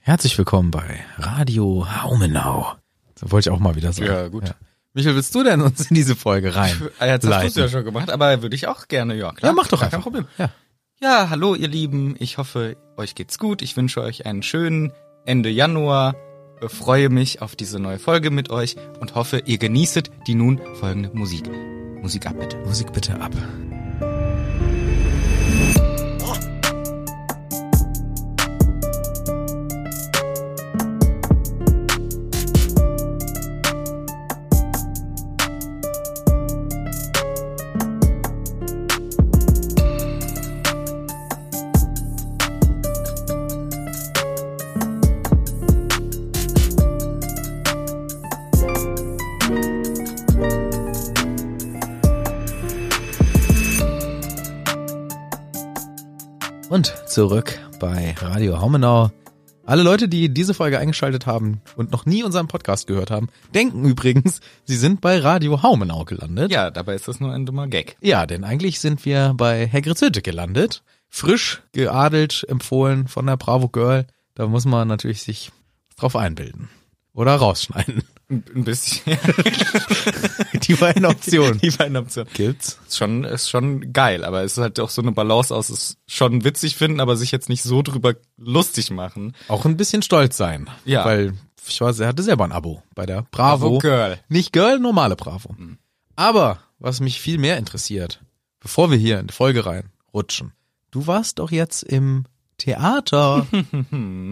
Herzlich willkommen bei Radio Haumenau. So wollte ich auch mal wieder sagen. Ja, gut. Michael, willst du denn uns in diese Folge rein? Ah, Jetzt hast du es leiten? ja schon gemacht, aber würde ich auch gerne, ja klar. Ja, mach doch Gar einfach. Kein Problem. Ja. Ja, hallo ihr Lieben. Ich hoffe, euch geht's gut. Ich wünsche euch einen schönen Ende Januar. Äh, Freue mich auf diese neue Folge mit euch und hoffe, ihr genießet die nun folgende Musik. Musik ab, bitte. Musik bitte ab. Und zurück bei Radio Haumenau. Alle Leute, die diese Folge eingeschaltet haben und noch nie unseren Podcast gehört haben, denken übrigens, sie sind bei Radio Haumenau gelandet. Ja, dabei ist das nur ein dummer Gag. Ja, denn eigentlich sind wir bei Hagrid's Hütte gelandet. Frisch geadelt, empfohlen von der Bravo Girl. Da muss man natürlich sich drauf einbilden. Oder rausschneiden. Ein ein bisschen. Die beiden Optionen. Die beiden Optionen. Gibt's? Ist schon, ist schon geil, aber es ist halt auch so eine Balance aus, es schon witzig finden, aber sich jetzt nicht so drüber lustig machen. Auch ein bisschen stolz sein. Ja. Weil ich war, er hatte selber ein Abo bei der Bravo. Bravo Girl. Mhm. Nicht Girl, normale Bravo. Aber was mich viel mehr interessiert, bevor wir hier in die Folge reinrutschen, du warst doch jetzt im Theater.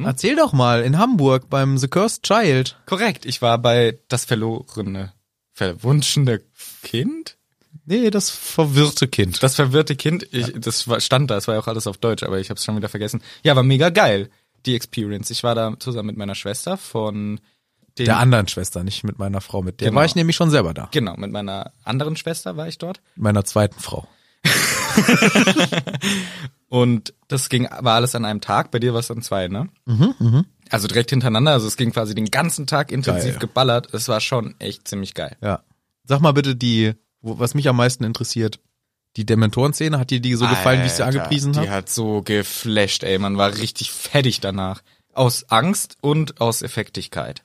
Erzähl doch mal, in Hamburg beim The Cursed Child. Korrekt, ich war bei das verlorene, verwunschene Kind? Nee, das verwirrte Kind. Das verwirrte Kind, ich, das war, stand da, es war ja auch alles auf Deutsch, aber ich habe es schon wieder vergessen. Ja, war mega geil, die Experience. Ich war da zusammen mit meiner Schwester von den, der anderen Schwester, nicht mit meiner Frau. Mit der Genau. war ich nämlich schon selber da. genau, mit meiner anderen Schwester war ich dort. Mit meiner zweiten Frau. Und das ging, war alles an einem Tag, bei dir war es an zwei, ne? Also direkt hintereinander, also es ging quasi den ganzen Tag intensiv Geil. geballert. Es war schon echt ziemlich geil. Ja. Sag mal bitte die, wo, was mich am meisten interessiert, die Dementoren-Szene, hat dir die so gefallen, wie ich sie Alter, angepriesen die habe? hat so geflasht, ey. Man war richtig fertig danach. Aus Angst und aus Effektigkeit.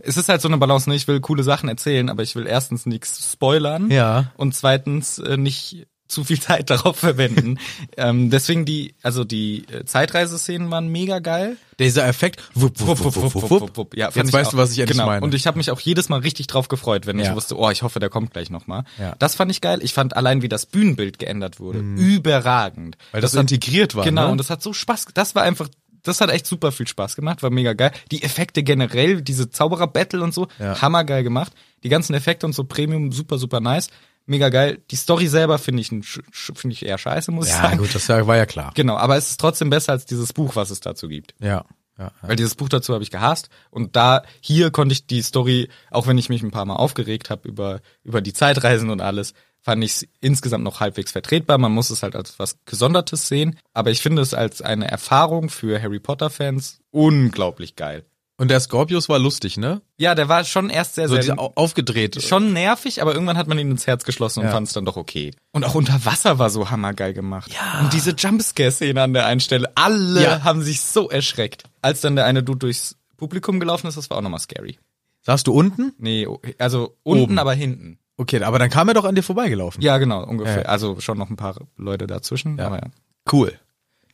Es ist halt so eine Balance, ne? Ich will coole Sachen erzählen, aber ich will erstens nichts spoilern. Ja. Und zweitens äh, nicht zu viel Zeit darauf verwenden. ähm, deswegen die, also die äh, Zeitreiseszenen waren mega geil. Dieser Effekt. Wupp, wupp, wupp, wupp, wupp, wupp, Ja, fand Jetzt weißt auch- du, was ich endlich genau. meine. Und ich habe mich auch jedes Mal richtig drauf gefreut, wenn Ja. ich wusste, oh, ich hoffe, der kommt gleich nochmal. Ja. Mhm. Das fand ich geil. Ich fand allein, wie das Bühnenbild geändert wurde, überragend. Weil das so integriert war, Genau, ne? und das hat so Spaß, das war einfach, das hat echt super viel Spaß gemacht, war mega geil. Die Effekte generell, diese Zauberer-Battle und so, Ja. hammergeil gemacht. Die ganzen Effekte und so Premium, super, super nice. Mega geil. Die Story selber finde ich, ein sch- sch- finde ich eher scheiße, muss ich ja, sagen. gut, das war ja klar. Genau, aber es ist trotzdem besser als dieses Buch, was es dazu gibt. Ja. ja. Weil dieses Buch dazu habe ich gehasst und da hier konnte ich die Story, auch wenn ich mich ein paar Mal aufgeregt habe über über die Zeitreisen und alles, fand ich es insgesamt noch halbwegs vertretbar. Man muss es halt als was Gesondertes sehen, aber ich finde es als eine Erfahrung für Harry Potter Fans unglaublich geil. Und der Scorpius war lustig, ne? Ja, der war schon erst sehr So sehr diese, au- aufgedreht. schon nervig, aber irgendwann hat man ihn ins Herz geschlossen und Ja. fand es dann doch okay. Und auch unter Wasser war so hammergeil gemacht. Ja. Und diese Jumpscare-Szene an der einen Stelle, alle Ja. haben sich so erschreckt. Als dann der eine Dude durchs Publikum gelaufen ist, das war auch nochmal scary. Saßt du unten? Nee, o- also unten, Oben. aber hinten. Okay, aber dann kam er doch an dir vorbeigelaufen. Ja, genau, ungefähr. Ja. Also schon noch ein paar Leute dazwischen. Ja. Aber ja. Cool.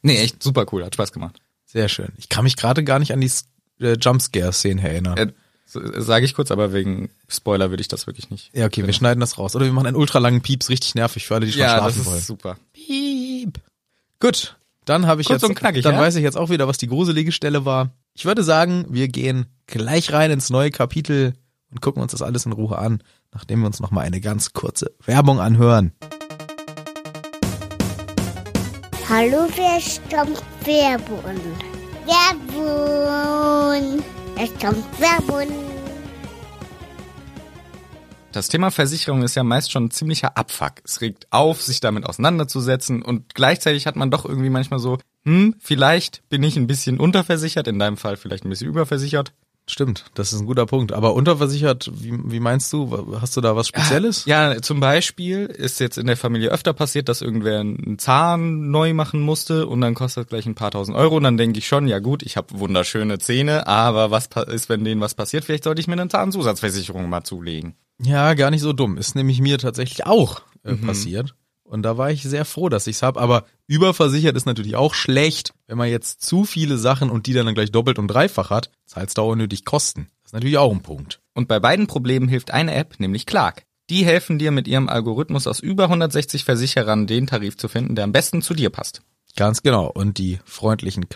Nee, echt super cool, hat Spaß gemacht. Sehr schön. Ich kann mich gerade gar nicht an die S- äh, Jumpscare-Szene erinnern. Äh, Sage ich kurz, aber wegen Spoiler würde ich das wirklich nicht. ja, okay, wir schneiden das raus. Oder wir machen einen ultralangen Pieps, richtig nervig für alle, die schon Ja, das schlafen ist wollen. super. Piep. Gut, dann habe ich Kurz jetzt, und knackig, dann ja? weiß ich jetzt auch wieder, was die gruselige Stelle war. Ich würde sagen, wir gehen gleich rein ins neue Kapitel und gucken uns das alles in Ruhe an, nachdem wir uns noch mal eine ganz kurze Werbung anhören. Hallo, wer stammt Werbun? Werbun! Es kommt Werbun! Das Thema Versicherung ist ja meist schon ein ziemlicher Abfuck. Es regt auf, sich damit auseinanderzusetzen und gleichzeitig hat man doch irgendwie manchmal so, hm, vielleicht bin ich ein bisschen unterversichert, in deinem Fall vielleicht ein bisschen überversichert. Stimmt, das ist ein guter Punkt. Aber unterversichert, wie, wie meinst du? Hast du da was Spezielles? Ja, zum Beispiel ist jetzt in der Familie öfter passiert, dass irgendwer einen Zahn neu machen musste und dann kostet das gleich ein paar tausend Euro. Und dann denke ich schon, ja gut, ich habe wunderschöne Zähne, aber was pa- ist, wenn denen was passiert? Vielleicht sollte ich mir eine Zahnzusatzversicherung mal zulegen. Ja, gar nicht so dumm. Ist nämlich mir tatsächlich auch äh, passiert. Und da war ich sehr froh, dass ich's hab. Aber überversichert ist natürlich auch schlecht, wenn man jetzt zu viele Sachen und die dann gleich doppelt und dreifach hat, zahlst du auch unnötig Kosten. Das ist natürlich auch ein Punkt. Und bei beiden Problemen hilft eine App, nämlich Clark. Die helfen dir mit ihrem Algorithmus aus über 160 Versicherern den Tarif zu finden, der am besten zu dir passt. Ganz genau. Und die freundlichen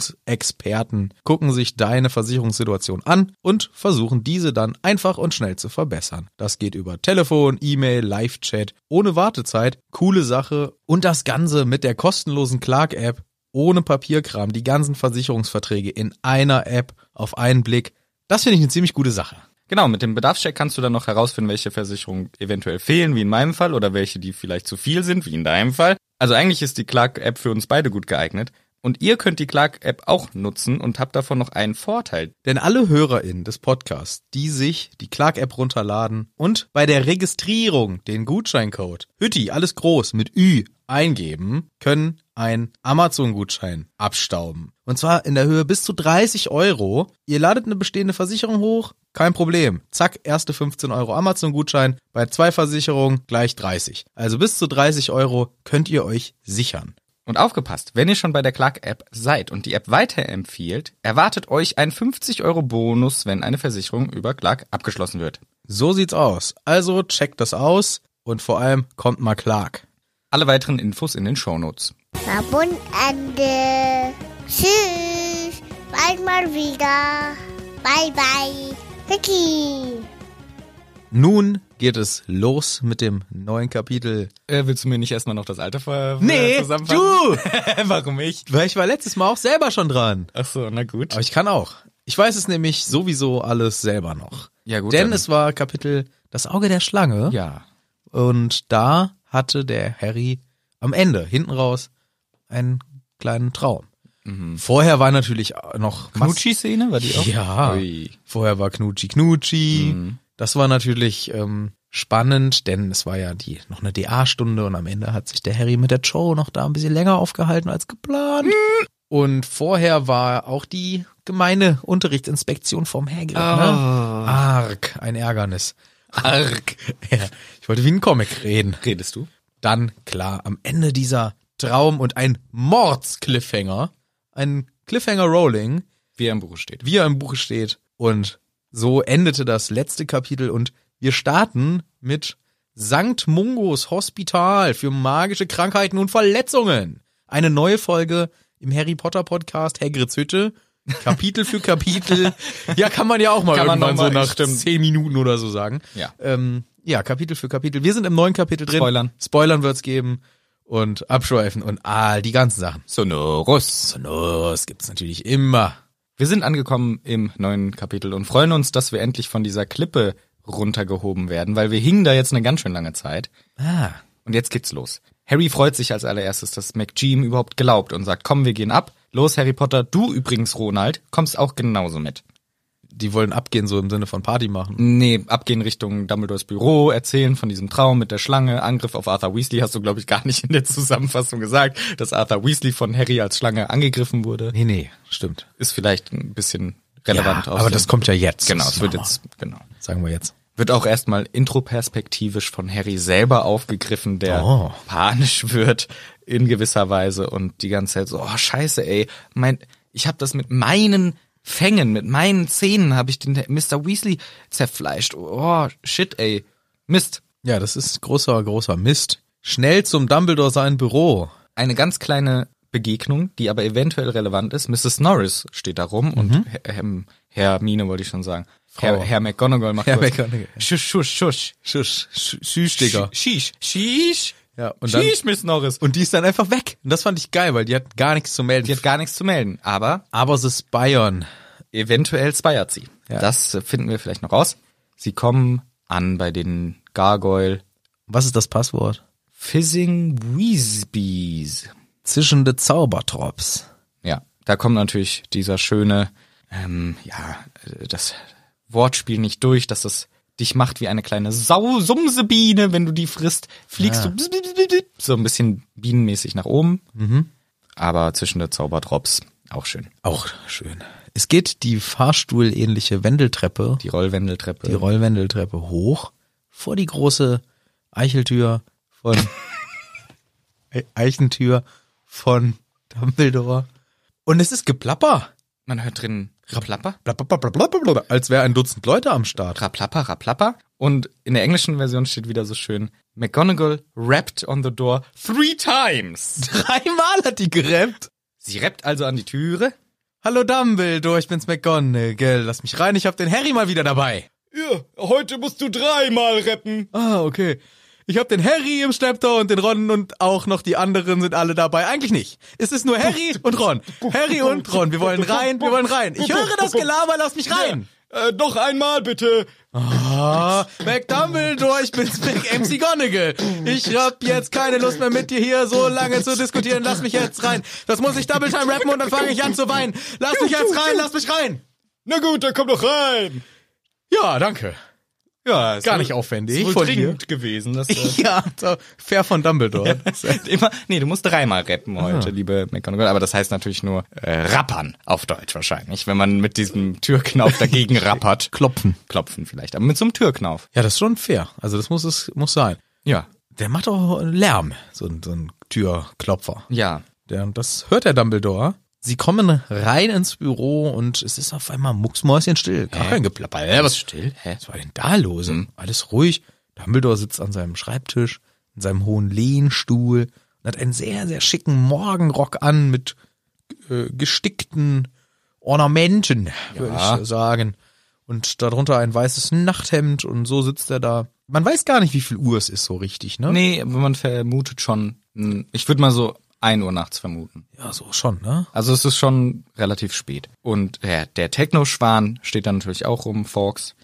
Clark-Versicherungsexperten gucken sich deine Versicherungssituation an und versuchen diese dann einfach und schnell zu verbessern. Das geht über Telefon, E-Mail, Live-Chat, ohne Wartezeit, coole Sache und das Ganze mit der kostenlosen Clark-App, ohne Papierkram, die ganzen Versicherungsverträge in einer App auf einen Blick. Das finde ich eine ziemlich gute Sache. Genau, mit dem Bedarfscheck kannst du dann noch herausfinden, welche Versicherungen eventuell fehlen, wie in meinem Fall, oder welche, die vielleicht zu viel sind, wie in deinem Fall. Also eigentlich ist die Clark-App für uns beide gut geeignet. Und ihr könnt die Clark-App auch nutzen und habt davon noch einen Vorteil. Denn alle HörerInnen des Podcasts, die sich die Clark-App runterladen und bei der Registrierung den Gutscheincode Hütti, alles groß, mit Ü eingeben, können einen Amazon-Gutschein abstauben. Und zwar in der Höhe bis zu 30 Euro. Ihr ladet eine bestehende Versicherung hoch, kein Problem. Zack, erste 15 Euro Amazon-Gutschein, bei zwei Versicherungen gleich 30. Also bis zu 30 Euro könnt ihr euch sichern. Und aufgepasst, wenn ihr schon bei der Clark-App seid und die App weiterempfiehlt, erwartet euch ein 50-Euro-Bonus, wenn eine Versicherung über Clark abgeschlossen wird. So sieht's aus. Also checkt das aus und vor allem kommt mal Clark. Alle weiteren Infos in den Shownotes. Werbung Ende. Tschüss. Bald mal wieder. Bye bye. Vicky. Nun geht es los mit dem neuen Kapitel. Äh, willst du mir nicht erstmal noch das Alter ver äh, Nee, du! Warum ich? Weil ich war letztes Mal auch selber schon dran. Ach so, na gut. Aber ich kann auch. Ich weiß es nämlich sowieso alles selber noch. Ja, gut, Denn dann- es war Kapitel Das Auge der Schlange. Ja. Und da hatte der Harry am Ende, hinten raus, einen kleinen Traum. Mhm. Vorher war natürlich noch Mas- Knutschi-Szene war die auch? Ja. Ui. Mhm. Vorher war Knutschi Knutschi. Das war natürlich ähm, spannend, denn es war ja die noch eine DA-Stunde und am Ende hat sich der Harry mit der Joe noch da ein bisschen länger aufgehalten als geplant. Mhm. Und vorher war auch die gemeine Unterrichtsinspektion vom Hagrid. Ah. Ne? Arg, ein Ärgernis. Arg. Ja, ich wollte wie ein Comic reden Redest du? dann klar am Ende dieser Traum und ein Mords-Cliffhanger, ein Cliffhanger-Rolling, Wie er im Buch steht. wie er im Buch steht. Und so endete das letzte Kapitel und wir starten mit Sankt Mungos Hospital für magische Krankheiten und Verletzungen. Eine neue Folge im Harry Potter Podcast Hagrids Hütte. Kapitel für Kapitel. Ja, kann man ja auch mal Kann man irgendwann noch so mal, nach stimmt. zehn Minuten oder so sagen. Ja. Ähm, ja, Kapitel für Kapitel. Wir sind im neuen Kapitel drin. Spoilern. Spoilern wird's geben und abschweifen und all die ganzen Sachen. Sonorus. Sonos gibt's natürlich immer. Wir sind angekommen im neuen Kapitel und freuen uns, dass wir endlich von dieser Klippe runtergehoben werden, weil wir hingen da jetzt eine ganz schön lange Zeit. Ah. Und jetzt geht's los. Harry freut sich als allererstes, dass McGeam überhaupt glaubt und sagt, komm, wir gehen ab. Los, Harry Potter, du übrigens, Ronald, kommst auch genauso mit. die wollen abgehen, so im Sinne von Party machen. Nee, abgehen Richtung Dumbledores Büro, erzählen von diesem Traum mit der Schlange, Angriff auf Arthur Weasley, hast du, glaube ich, gar nicht in der Zusammenfassung gesagt, dass Arthur Weasley von Harry als Schlange angegriffen wurde. Nee, nee, stimmt. Ist vielleicht ein bisschen relevant ja, aus aber dem- das kommt ja jetzt. Genau, Das es wird machen jetzt, genau. wir. Sagen wir jetzt. Wird auch erstmal introperspektivisch von Harry selber aufgegriffen, der Oh. panisch wird in gewisser Weise und die ganze Zeit so, oh scheiße, ey, mein, ich habe das mit meinen Fängen, mit meinen Zähnen habe ich den Mr. Weasley zerfleischt. Oh, shit, ey. Mist. Ja, das ist großer, großer Mist. Schnell zum Dumbledore sein Büro. Eine ganz kleine Begegnung, die aber eventuell relevant ist. Mrs. Norris steht da rum Mhm. und Herr, ähm, Hermine wollte ich schon sagen. Herr, Herr McGonagall macht Herr kurz, McGonagall, ja. Schusch, schusch, schusch. Schusch, Schusch, Digga. Sheesh. Sheesh. Ja, und dann- Sheesh, Miss Norris. Und die ist dann einfach weg. Und das fand ich geil, weil die hat gar nichts zu melden. Die hat gar nichts zu melden, aber Aber sie ist Bayern. eventuell speiert sie. Ja. Das äh, finden wir vielleicht noch raus. Sie kommen an bei den Gargoyle Was ist das Passwort? Fizzing Weasbees. Zischende Zaubertrops. Ja, da kommt natürlich dieser schöne ähm, ja, äh, das Wortspiel nicht durch, dass das dich macht wie eine kleine Sausumsebiene, wenn du die frisst, fliegst Ja. du bzz, bzz, bzz, bzz, so ein bisschen bienenmäßig nach oben. Aber zwischen der Zauberdrops auch schön. Auch schön. Es geht die fahrstuhlähnliche Wendeltreppe, Die Rollwendeltreppe. die Rollwendeltreppe hoch vor die große Eicheltür von E- Eichentür von Dumbledore. Und es ist Geplapper. Man hört drin Raplapper, Blablablablablabla, Als wäre ein Dutzend Leute am Start. Raplapper, Raplapper. Und in der englischen Version steht wieder so schön, McGonagall rapped on the door three times. Dreimal hat die gerappt. Sie rappt also an die Türe. Hallo Dumbledore, ich bin's McGonagall. Lass mich rein, ich hab den Harry mal wieder dabei. Ja, heute musst du dreimal rappen. Ah, okay. Ich hab den Harry im Schlepptau und den Ron und auch noch die anderen sind alle dabei. Eigentlich nicht. Es ist nur Harry und Ron. Harry und Ron. Wir wollen rein, wir wollen rein. Ich höre das Gelaber, lass mich rein. Äh, noch einmal bitte. Ah, McDumbledore, ich bin's Mac McGonagall. Ich hab jetzt keine Lust mehr mit dir hier so lange zu diskutieren. Lass mich jetzt rein. Das muss ich Double Time rappen und dann fange ich an zu weinen. Lass mich jetzt rein, lass mich rein. Na gut, dann komm doch rein. Ja, danke. Ja, ist Gar wohl- nicht aufwendig. Ist wohl Von dir. dringend gewesen. Dass, äh, Ja, so fair von Dumbledore. immer, nee, du musst dreimal rappen heute, liebe McGonagall. Aber das heißt natürlich nur äh, rappern auf Deutsch wahrscheinlich, wenn man mit diesem Türknauf dagegen rappert. Klopfen. Klopfen vielleicht, aber mit so einem Türknauf. Ja, das ist schon fair. Also das muss es muss sein. Ja. Der macht auch Lärm, so ein, so ein Türklopfer. Ja. Der, das hört der Dumbledore. Sie kommen rein ins Büro und es ist auf einmal mucksmäuschenstill. Gar kein Geplapper. Hä, was, still? Hä? Hm. was war denn da los? Alles ruhig. Dumbledore sitzt an seinem Schreibtisch, in seinem hohen Lehnstuhl und hat einen sehr, sehr schicken Morgenrock an mit äh, gestickten Ornamenten, würde ich sagen. Und darunter ein weißes Nachthemd und so sitzt er da. Man weiß gar nicht, wie viel Uhr es ist so richtig, ne? Nee, aber man vermutet schon, hm, ich würde mal so 1 Uhr nachts vermuten. Ja, so schon, ne? Also es ist schon relativ spät. Und der, der Techno-Schwan steht da natürlich auch rum, Forks.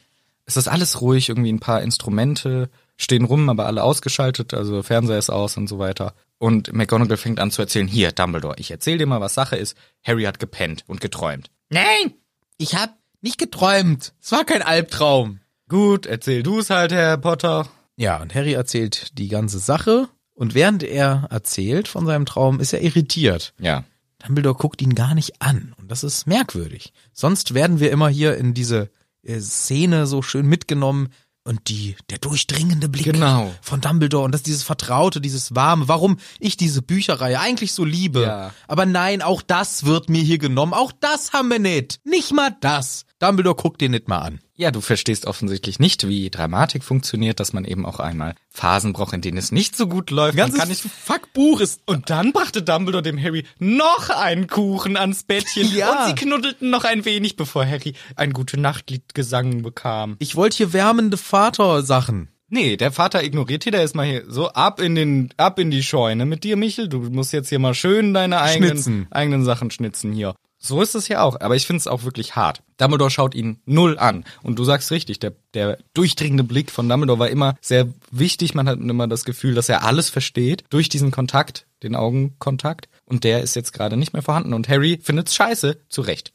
Es ist alles ruhig, irgendwie ein paar Instrumente stehen rum, aber alle ausgeschaltet, also Fernseher ist aus und so weiter. Und McGonagall fängt an zu erzählen, hier, Dumbledore, ich erzähl dir mal, was Sache ist. Harry hat gepennt und geträumt. Nein! Ich hab nicht geträumt. Es war kein Albtraum. Gut, erzähl du es halt, Herr Potter. Ja, und Harry erzählt die ganze Sache. Und während er erzählt von seinem Traum, ist er irritiert. Ja. Dumbledore guckt ihn gar nicht an. Und das ist merkwürdig. Sonst werden wir immer hier in diese äh, Szene so schön mitgenommen. Und die, der durchdringende Blick Genau. von Dumbledore und das dieses Vertraute, dieses Warme, warum ich diese Bücherreihe eigentlich so liebe. Ja. Aber nein, auch das wird mir hier genommen. Auch das haben wir nicht. Nicht mal das. Dumbledore guckt den nicht mal an. Ja, du verstehst offensichtlich nicht, wie Dramatik funktioniert, dass man eben auch einmal Phasen braucht, in denen es nicht so gut läuft. Man kann nicht Fuckbuch ist Und dann brachte Dumbledore dem Harry noch einen Kuchen ans Bettchen Ja. und sie knuddelten noch ein wenig, bevor Harry ein gute Nachtlied gesungen bekam. Ich wollte hier wärmende Vatersachen. Nee, der Vater ignoriert hier, der ist mal hier so ab in den ab in die Scheune mit dir Michel, du musst jetzt hier mal schön deine eigenen Schnitzen. eigenen Sachen schnitzen hier. So ist es ja auch, aber ich finde es auch wirklich hart. Dumbledore schaut ihn null an und du sagst richtig, der der durchdringende Blick von Dumbledore war immer sehr wichtig, man hat immer das Gefühl, dass er alles versteht durch diesen Kontakt, den Augenkontakt und der ist jetzt gerade nicht mehr vorhanden und Harry findet's scheiße, zu Recht.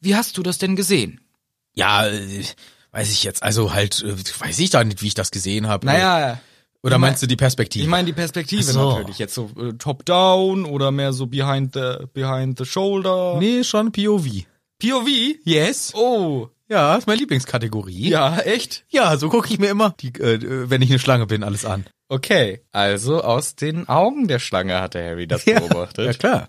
Wie hast du das denn gesehen? Ja, äh, weiß ich jetzt. Also halt, äh, weiß ich da nicht, wie ich das gesehen habe. Naja, Oder meinst du die Perspektive? Ich meine die Perspektive Ach so. natürlich. Jetzt so äh, top down oder mehr so behind the behind the shoulder. nee, schon POV. POV? Yes. Oh, Ja, ist meine Lieblingskategorie. ja, echt? Ja, so gucke ich mir immer, die, äh, äh, wenn ich eine Schlange bin, alles an. Okay, also aus den Augen der Schlange hatte Harry das Ja, beobachtet. klar.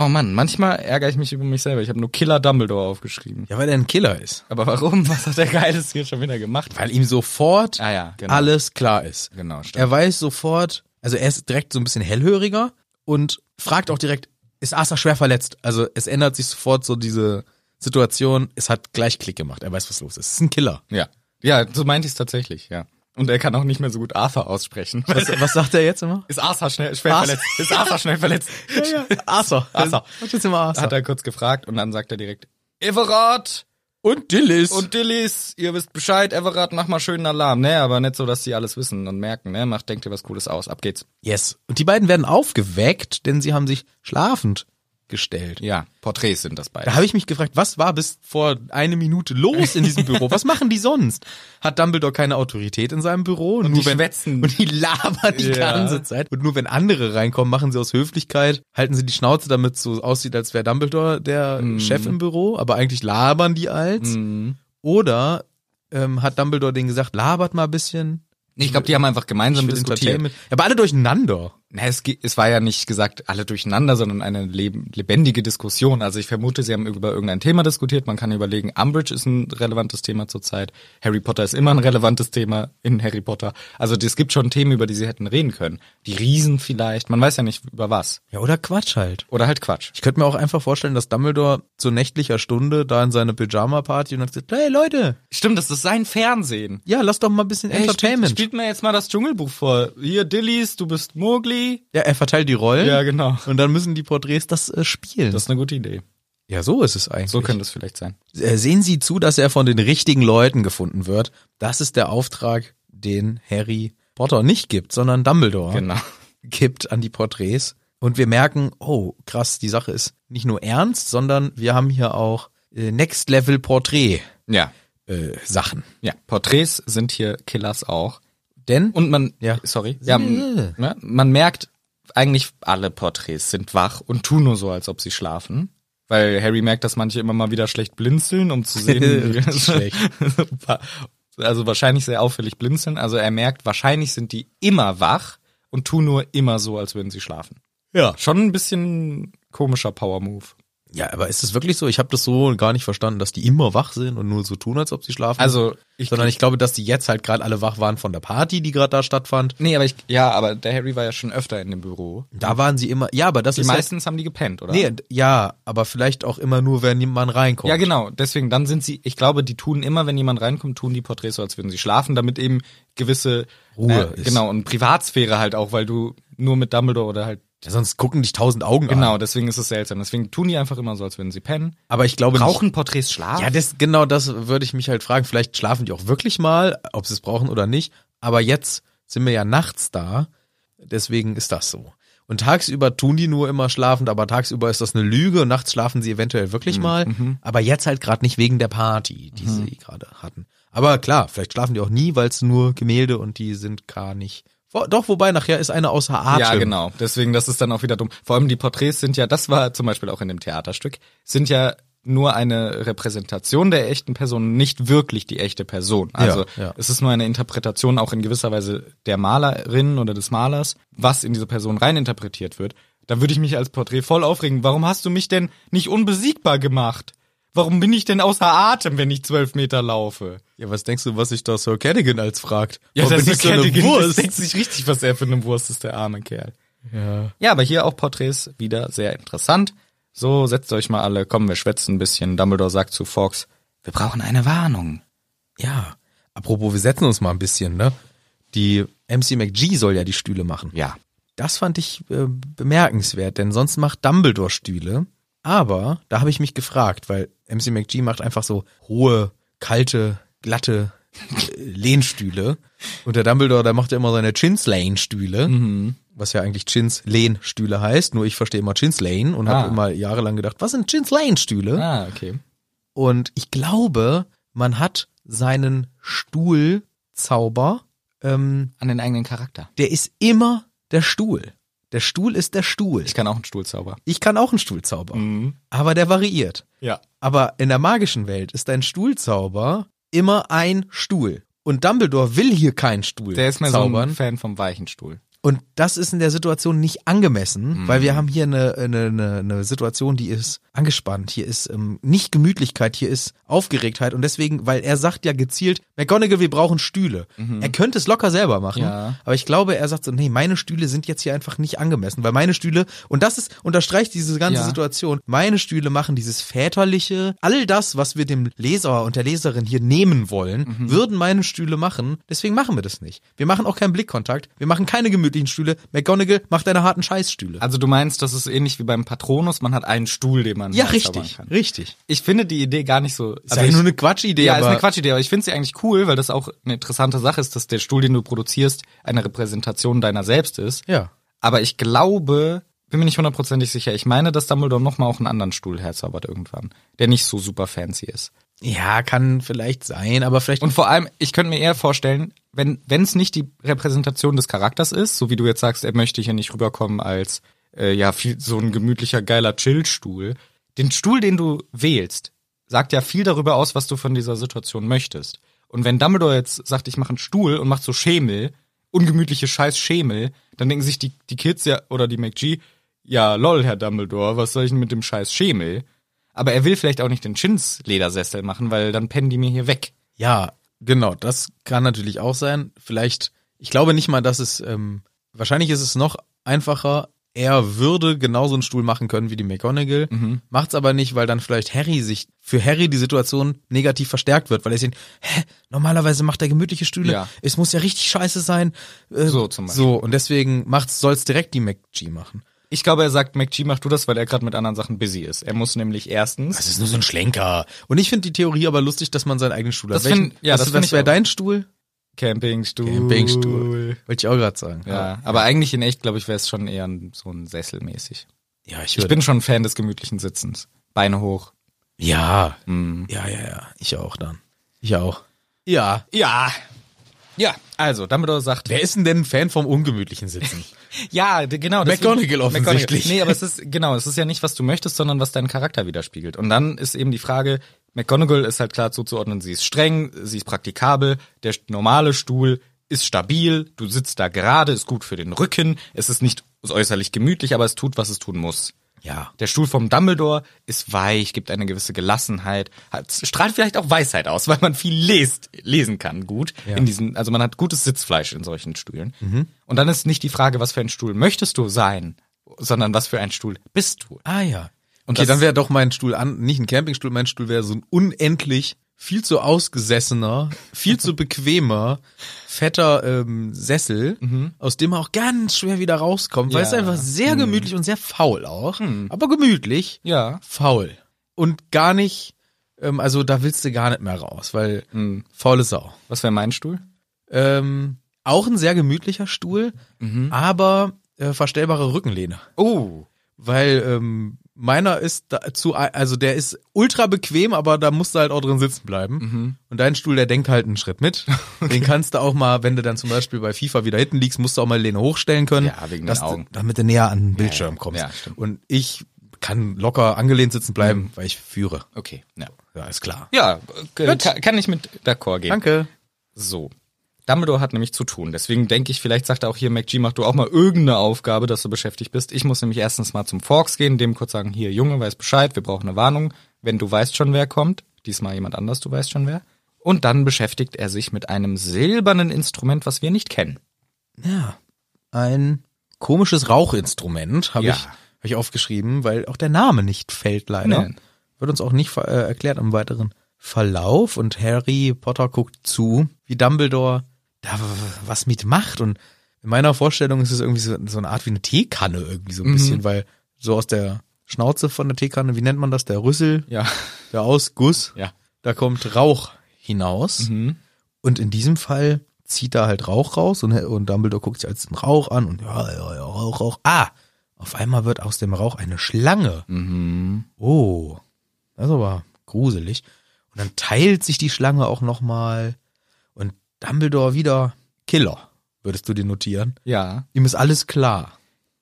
Oh Mann, manchmal ärgere ich mich über mich selber. Ich habe nur Killer Dumbledore aufgeschrieben. Ja, weil er ein Killer ist. Aber warum? Was hat der Geiles hier schon wieder gemacht? Weil ihm sofort Ah ja, genau. alles klar ist. Genau, stimmt. Er weiß sofort, also er ist direkt so ein bisschen hellhöriger und fragt auch direkt, ist Asa schwer verletzt? Also es ändert sich sofort so diese Situation. Es hat gleich Klick gemacht. Er weiß, was los ist. Es ist ein Killer. Ja. Ja, so meinte ich es tatsächlich, ja. Und er kann auch nicht mehr so gut Arthur aussprechen. Was, was sagt er jetzt immer? Ist Arthur schnell, schwer Arthur. verletzt? Ist Arthur schnell verletzt? Asa. Asa. Sagt jetzt immer Asa. Hat er kurz gefragt und dann sagt er direkt, Everard und Dillis. und Dillis, ihr wisst Bescheid, Everard, mach mal schönen Alarm. Ne, aber nicht so, dass die alles wissen und merken, ne? Macht, denkt ihr was Cooles aus. Ab geht's. yes. Und die beiden werden aufgeweckt, denn sie haben sich schlafend gestellt. Ja, Porträts sind das beide. Da habe ich mich gefragt, was war bis vor eine Minute los in diesem Büro? Was machen die sonst? Hat Dumbledore keine Autorität in seinem Büro? Und die schwätzen. Und die labern die Ja. ganze Zeit. Und nur wenn andere reinkommen, machen sie aus Höflichkeit, halten sie die Schnauze, damit es so aussieht, als wäre Dumbledore der Mhm. Chef im Büro. Aber eigentlich labern die als. Oder ähm, hat Dumbledore denen gesagt, labert mal ein bisschen. Ich glaube, die haben einfach ich gemeinsam will diskutiert. Entertainment. Aber alle durcheinander. Na, es, ge- es war ja nicht gesagt alle durcheinander, sondern eine leb- lebendige Diskussion. Also ich vermute, sie haben über irgendein Thema diskutiert. Man kann überlegen, Umbridge ist ein relevantes Thema zurzeit. Harry Potter ist immer ein relevantes Thema in Harry Potter. Also es gibt schon Themen, über die sie hätten reden können. Die Riesen vielleicht. Man weiß ja nicht über was. Ja, oder Quatsch halt. Oder halt Quatsch. Ich könnte mir auch einfach vorstellen, dass Dumbledore zu nächtlicher Stunde da in seiner Pyjama-Party und hat gesagt, hey Leute, Stimmt, das ist sein Fernsehen. ja, lass doch mal ein bisschen Entertainment. Spielt, spielt mir jetzt mal das Dschungelbuch vor. Hier, Dillies, du bist Mowgli. ja, er verteilt die Rollen Ja, genau. und dann müssen die Porträts das äh, spielen. Das ist eine gute Idee. ja, so ist es eigentlich. So könnte es vielleicht sein. äh, sehen Sie zu, dass er von den richtigen Leuten gefunden wird. Das ist der Auftrag, den Harry Potter nicht gibt, sondern Dumbledore Genau. gibt an die Porträts. Und wir merken, oh, krass, die Sache ist nicht nur ernst, sondern wir haben hier auch äh, Next-Level-Porträt-Sachen. Ja. äh, Sachen. Ja, Porträts sind hier Killers auch. Denn Und man, Ja. sorry, ja, m- ne, man merkt, eigentlich alle Porträts sind wach und tun nur so, als ob sie schlafen. Weil Harry merkt, dass manche immer mal wieder schlecht blinzeln, um zu sehen. wie- Richtig schlecht. also wahrscheinlich sehr auffällig blinzeln. Also er merkt, wahrscheinlich sind die immer wach und tun nur immer so, als würden sie schlafen. ja. Schon ein bisschen komischer Power-Move. Ja, aber ist es wirklich so? Ich habe das so gar nicht verstanden, dass die immer wach sind und nur so tun, als ob sie schlafen. Also ich, sondern ich glaube, dass die jetzt halt gerade alle wach waren von der Party, die gerade da stattfand. nee, aber ich, ja, aber der Harry war ja schon öfter in dem Büro. Da waren sie immer. Ja, aber das Die ist meistens haben die gepennt, oder? ja, nee, d- ja, aber vielleicht auch immer nur, wenn jemand reinkommt. Ja, genau. Deswegen, dann sind sie, ich glaube, die tun immer, wenn jemand reinkommt, tun die Porträts so, als würden sie schlafen, damit eben gewisse Ruhe ist. Genau, und Privatsphäre halt auch, weil du nur mit Dumbledore oder halt. Ja, sonst gucken dich tausend Augen an. Genau, deswegen ist es seltsam. Deswegen tun die einfach immer so, als würden sie pennen. Aber ich glaube nicht. Brauchen Porträts Schlaf? Ja, das, genau das würde ich mich halt fragen. Vielleicht schlafen die auch wirklich mal, ob sie es brauchen oder nicht. Aber jetzt sind wir ja nachts da. Deswegen ist das so. Und tagsüber tun die nur immer schlafend, aber tagsüber ist das eine Lüge und nachts schlafen sie eventuell wirklich Mhm, mal. Aber jetzt halt gerade nicht wegen der Party, die sie gerade hatten. Aber klar, vielleicht schlafen die auch nie, weil es nur Gemälde und die sind gar nicht. Wo- Doch, wobei nachher ist eine außer Atem. Ja, genau. Deswegen, das ist dann auch wieder dumm. Vor allem die Porträts sind ja, das war zum Beispiel auch in dem Theaterstück, sind ja nur eine Repräsentation der echten Person, nicht wirklich die echte Person. Also ja. es ist nur eine Interpretation auch in gewisser Weise der Malerin oder des Malers, was in diese Person reininterpretiert wird. Da würde ich mich als Porträt voll aufregen. Warum hast du mich denn nicht unbesiegbar gemacht? Warum bin ich denn außer Atem, wenn ich zwölf Meter laufe? Ja, was denkst du, was sich da Sir Cadogan als fragt? Ja, Warum das bin ist ich so eine Wurst. Das Wurst. denkt sich richtig, was er für eine Wurst ist, der arme Kerl. Ja. Ja, aber hier auch Porträts wieder sehr interessant. So, setzt euch mal alle, komm, wir schwätzen ein bisschen. Dumbledore sagt zu Fox, wir brauchen eine Warnung. Ja, apropos, wir setzen uns mal ein bisschen, ne? Die MC McG soll ja die Stühle machen. Ja. Das fand ich äh, bemerkenswert, denn sonst macht Dumbledore Stühle. Aber da habe ich mich gefragt, weil MC McG macht einfach so hohe, kalte, glatte äh, Lehnstühle. Und der Dumbledore, der macht ja immer seine Chinslane-Stühle, Mhm. was ja eigentlich Chins-Lehnstühle heißt. Nur ich verstehe immer Chinslane und Ah. habe immer jahrelang gedacht, was sind Chinslane-Stühle? Ah, okay. Und ich glaube, man hat seinen Stuhlzauber, ähm, An den eigenen Charakter. der ist immer der Stuhl. Der Stuhl ist der Stuhl. Ich Mhm. kann auch einen Stuhlzauber. Ich kann auch einen Stuhlzauber, aber der variiert. Ja. Aber in der magischen Welt ist ein Stuhlzauber immer ein Stuhl. Und Dumbledore will hier keinen Stuhl Der ist mir so zaubern. ein Fan vom weichen Stuhl. Und das ist in der Situation nicht angemessen, Mhm. weil wir haben hier eine, eine, eine, eine Situation, die ist angespannt, hier ist ähm, nicht Gemütlichkeit, hier ist Aufgeregtheit und deswegen, weil er sagt ja gezielt, McGonagall, wir brauchen Stühle. Er könnte es locker selber machen, Mhm. Ja. aber ich glaube, er sagt so, nee, meine Stühle sind jetzt hier einfach nicht angemessen, weil meine Stühle, und das ist, unterstreicht diese ganze Ja. Situation, meine Stühle machen dieses väterliche, all das, was wir dem Leser und der Leserin hier nehmen wollen, würden meine Stühle machen, deswegen machen wir das nicht. Wir machen auch keinen Blickkontakt, wir machen keine gemütlichen Stühle, McGonagall macht deine harten Scheißstühle. Also du meinst, das ist ähnlich wie beim Patronus, man hat einen Stuhl, den man ja, halt zaubern richtig, kann. richtig. Ich finde die Idee gar nicht so... Ist ja ich- nur eine Quatschidee, Ja, aber ist eine Quatschidee, aber ich finde sie eigentlich cool, weil das auch eine interessante Sache ist, dass der Stuhl, den du produzierst, eine Repräsentation deiner selbst ist. ja. Aber ich glaube, bin mir nicht hundertprozentig sicher. Ich meine, dass Dumbledore nochmal auch einen anderen Stuhl herzaubert irgendwann, der nicht so super fancy ist. Ja, kann vielleicht sein, aber vielleicht. Und vor allem, ich könnte mir eher vorstellen, wenn es nicht die Repräsentation des Charakters ist, so wie du jetzt sagst, er möchte hier nicht rüberkommen als äh, ja viel, so ein gemütlicher, geiler Chill-Stuhl. Den Stuhl, den du wählst, sagt ja viel darüber aus, was du von dieser Situation möchtest. Und wenn Dumbledore jetzt sagt, ich mache einen Stuhl und macht so Schemel, ungemütliche scheiß Schemel, dann denken sich die, die Kids ja oder die McG, ja lol, Herr Dumbledore, was soll ich denn mit dem scheiß Schemel? Aber er will vielleicht auch nicht den Chins Ledersessel machen, weil dann pennen die mir hier weg. Ja, genau, das kann natürlich auch sein. Vielleicht, ich glaube nicht mal, dass es, ähm, wahrscheinlich ist es noch einfacher. Er würde genauso einen Stuhl machen können wie die McGonagall, Mhm. macht's aber nicht, weil dann vielleicht Harry sich, für Harry die Situation negativ verstärkt wird, weil er sieht, hä, normalerweise macht er gemütliche Stühle, Ja. es muss ja richtig scheiße sein. äh, So zum Beispiel. So, und deswegen macht's, soll's direkt die McG machen. Ich glaube, er sagt, McG mach du das, weil er gerade mit anderen Sachen busy ist. Er muss nämlich erstens. Das ist nur so ein Schlenker. Und ich finde die Theorie aber lustig, dass man seinen eigenen Stuhl Das hat. Welchen- find- ja, was- das find was ich wäre auch. dein Stuhl? Campingstuhl. Campingstuhl. Ah. Wollte ich auch gerade sagen. Ja, aber eigentlich in echt, glaube ich, wäre es schon eher ein- so ein Sessel mäßig. ja ich, Ich bin. bin schon Fan des gemütlichen Sitzens. Beine hoch. Mm. Ja. Ja, ja, ja. Ich auch dann. Ich auch. Ja. Ja. Ja, also, Dumbledore sagt, Wer ist denn denn ein Fan vom ungemütlichen Sitzen? ja, d- genau. deswegen- McGonagall offensichtlich. Nee, aber es ist, genau, es ist ja nicht, was du möchtest, sondern was deinen Charakter widerspiegelt. Und dann ist eben die Frage, McGonagall ist halt klar zuzuordnen, sie ist streng, sie ist praktikabel, der st- normale Stuhl ist stabil, du sitzt da gerade, ist gut für den Rücken, es ist nicht äußerlich gemütlich, aber es tut, was es tun muss. ja. Der Stuhl vom Dumbledore ist weich, gibt eine gewisse Gelassenheit, hat, strahlt vielleicht auch Weisheit aus, weil man viel lest, lesen kann gut in diesen, also man hat gutes Sitzfleisch in solchen Stühlen. Und dann ist nicht die Frage, was für ein Stuhl möchtest du sein, sondern was für ein Stuhl bist du. Ah, ja. Okay, das- dann wäre doch mein Stuhl an, nicht ein Campingstuhl, mein Stuhl wäre so ein unendlich viel zu ausgesessener, viel zu bequemer, fetter ähm, Sessel, aus dem man auch ganz schwer wieder rauskommt, weil Ja. es einfach sehr gemütlich und sehr faul auch, aber gemütlich. Ja. faul und gar nicht, ähm, also da willst du gar nicht mehr raus, weil faule Sau. Hm, Was wäre mein Stuhl? Ähm, auch ein sehr gemütlicher Stuhl, Mhm. aber äh, verstellbare Rückenlehne, Oh. weil ähm, meiner ist da zu, also der ist ultra bequem, aber da musst du halt auch drin sitzen bleiben. Mhm. Und dein Stuhl, der denkt halt einen Schritt mit. Den kannst du auch mal, wenn du dann zum Beispiel bei FIFA wieder hinten liegst, musst du auch mal die Lehne hochstellen können, Ja, wegen den dass du- Augen. damit du näher an den Bildschirm kommst. Ja, stimmt. Mhm. Und ich kann locker angelehnt sitzen bleiben, weil ich führe. Okay. Ja. Ja, ist klar. Ja, äh, kann, kann ich mit d'accord gehen. Danke. So. Dumbledore hat nämlich zu tun. Deswegen denke ich, vielleicht sagt er auch hier, MacG, mach du auch mal irgendeine Aufgabe, dass du beschäftigt bist. Ich muss nämlich erstens mal zum Forks gehen, dem kurz sagen, hier, Junge, weiß Bescheid, wir brauchen eine Warnung. Wenn du weißt schon, wer kommt. Diesmal jemand anders, du weißt schon, wer. Und dann beschäftigt er sich mit einem silbernen Instrument, was wir nicht kennen. Ja. Ein komisches Rauchinstrument habe Ja. ich, hab ich aufgeschrieben, weil auch der Name nicht fällt leider. Nein. Wird uns auch nicht ver- äh, erklärt im weiteren Verlauf. Und Harry Potter guckt zu, wie Dumbledore da w- w- was mit macht. Und in meiner Vorstellung ist es irgendwie so, so eine Art wie eine Teekanne irgendwie Mhm. so ein bisschen, weil so aus der Schnauze von der Teekanne, wie nennt man das, der Rüssel, Ja. der Ausguss, Ja. Mhm. da kommt Rauch hinaus. Und in diesem Fall zieht da halt Rauch raus und, und Dumbledore guckt sich als den Rauch an und ja, ja, ja, Rauch, Rauch. Ah, auf einmal wird aus dem Rauch eine Schlange. Hm. Mhm. Oh, das ist aber gruselig. Und dann teilt sich die Schlange auch nochmal und Dumbledore wieder Killer, würdest du dir notieren. Ja. Ihm ist alles klar.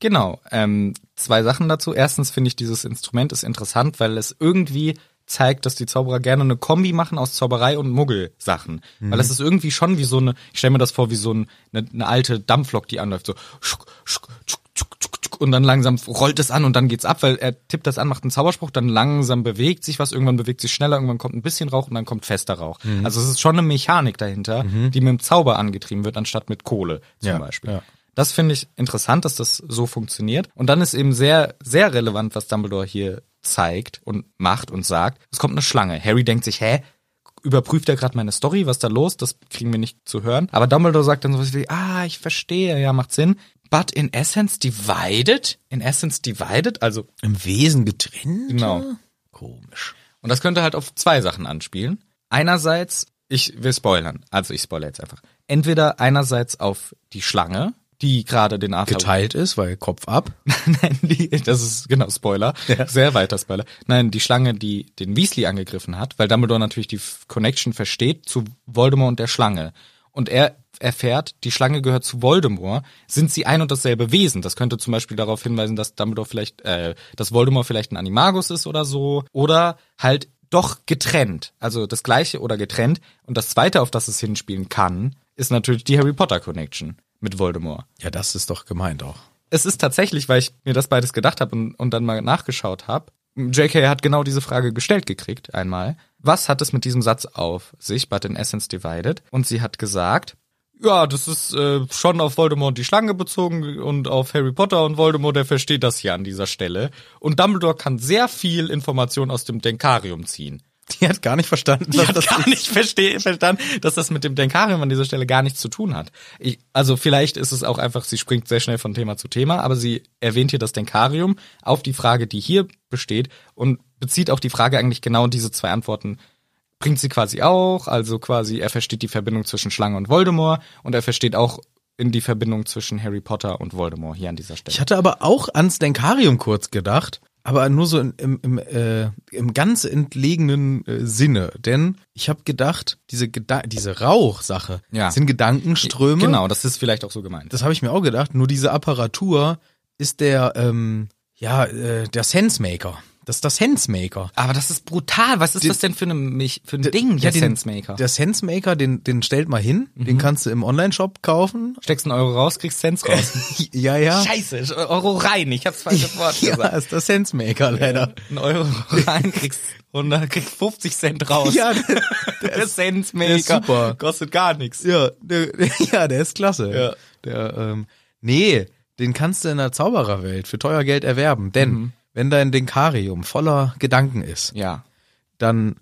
Genau. Ähm, zwei Sachen dazu. Erstens finde ich, dieses Instrument ist interessant, weil es irgendwie zeigt, dass die Zauberer gerne eine Kombi machen aus Zauberei und Muggelsachen. Mhm. Weil das ist irgendwie schon wie so eine, ich stelle mir das vor, wie so ein, eine, eine alte Dampflok, die anläuft, so schuck, schuck, schuck, schuck, schuck, schuck, und dann langsam rollt es an und dann geht's ab, weil er tippt das an, macht einen Zauberspruch, dann langsam bewegt sich was, irgendwann bewegt sich schneller, irgendwann kommt ein bisschen Rauch und dann kommt fester Rauch. Mhm. Also es ist schon eine Mechanik dahinter, die mit dem Zauber angetrieben wird, anstatt mit Kohle zum Ja, Beispiel. ja. Das finde ich interessant, dass das so funktioniert. Und dann ist eben sehr, sehr relevant, was Dumbledore hier zeigt und macht und sagt. Es kommt eine Schlange. Harry denkt sich, hä? Überprüft er gerade meine Story? Was ist da los? Das kriegen wir nicht zu hören. Aber Dumbledore sagt dann sowas wie, ah, ich verstehe, ja, macht Sinn. But in essence divided? In essence divided? Also, Im Wesen getrennt? genau. Komisch. Und das könnte halt auf zwei Sachen anspielen. Einerseits, ich will spoilern, also ich spoilere jetzt einfach. Entweder einerseits auf die Schlange, die gerade den After Geteilt ist, weil Kopf ab. Nein, die, das ist genau Spoiler, sehr weiter Spoiler. Nein, die Schlange, die den Weasley angegriffen hat, weil Dumbledore natürlich die F- Connection versteht zu Voldemort und der Schlange. Und er erfährt, die Schlange gehört zu Voldemort, sind sie ein und dasselbe Wesen. Das könnte zum Beispiel darauf hinweisen, dass Dumbledore vielleicht, äh, dass Voldemort vielleicht ein Animagus ist oder so. Oder halt doch getrennt. Also das gleiche oder getrennt. Und das zweite, auf das es hinspielen kann, ist natürlich die Harry Potter Connection mit Voldemort Ja, das ist doch gemeint auch. es ist tatsächlich, weil ich mir das beides gedacht habe und, und dann mal nachgeschaut habe. JK hat genau diese Frage gestellt gekriegt einmal. Was hat es mit diesem Satz auf sich, but in essence divided? Und sie hat gesagt, ja, das ist äh, schon auf Voldemort und die Schlange bezogen und auf Harry Potter und Voldemort, der versteht das hier an dieser Stelle. Und Dumbledore kann sehr viel Information aus dem Denkarium ziehen. Die hat gar nicht verstanden, Ich habe gar nicht verstehe, verstanden, dass das mit dem Denkarium an dieser Stelle gar nichts zu tun hat. Ich, also vielleicht ist es auch einfach, sie springt sehr schnell von Thema zu Thema, aber sie erwähnt hier das Denkarium auf die Frage, die hier besteht und bezieht auch die Frage eigentlich genau diese zwei Antworten. Bringt sie quasi auch, also quasi er versteht die Verbindung zwischen Schlange und Voldemort und er versteht auch in die Verbindung zwischen Harry Potter und Voldemort hier an dieser Stelle. Ich hatte aber auch ans Denkarium kurz gedacht, aber nur so in, im, im, äh, im ganz entlegenen äh, Sinne. Denn ich habe gedacht, diese, Geda diese Rauchsache Ja. sind Gedankenströme. Genau, das ist vielleicht auch so gemeint. Das habe ich mir auch gedacht. Nur diese Apparatur ist der, ähm, ja, äh, der Sensemaker. Das ist der Sensemaker. aber das ist brutal. Was ist das denn für, eine, Mich- für ein Ding, Ja, Hm, der den- Sensemaker? Mhm. Der Sensemaker, den, den stellt mal hin. Den kannst du im Online-Shop kaufen. Steckst einen Euro raus, kriegst Cents raus. Ja, ja. Scheiße, Euro rein. Ich hab's falsches Wort Ja, gesagt. ist der Sensemaker leider. Ein Euro rein, kriegst 100, kriegst 50 Cent raus. der, der der ist Centmaker super. kostet gar nichts. Ja, der, ja, der ist klasse. Ja. Der, ähm, nee, den kannst du in der Zaubererwelt für teuer Geld erwerben. Denn Mhm. wenn dein Denkarium voller Gedanken ist, Ja. dann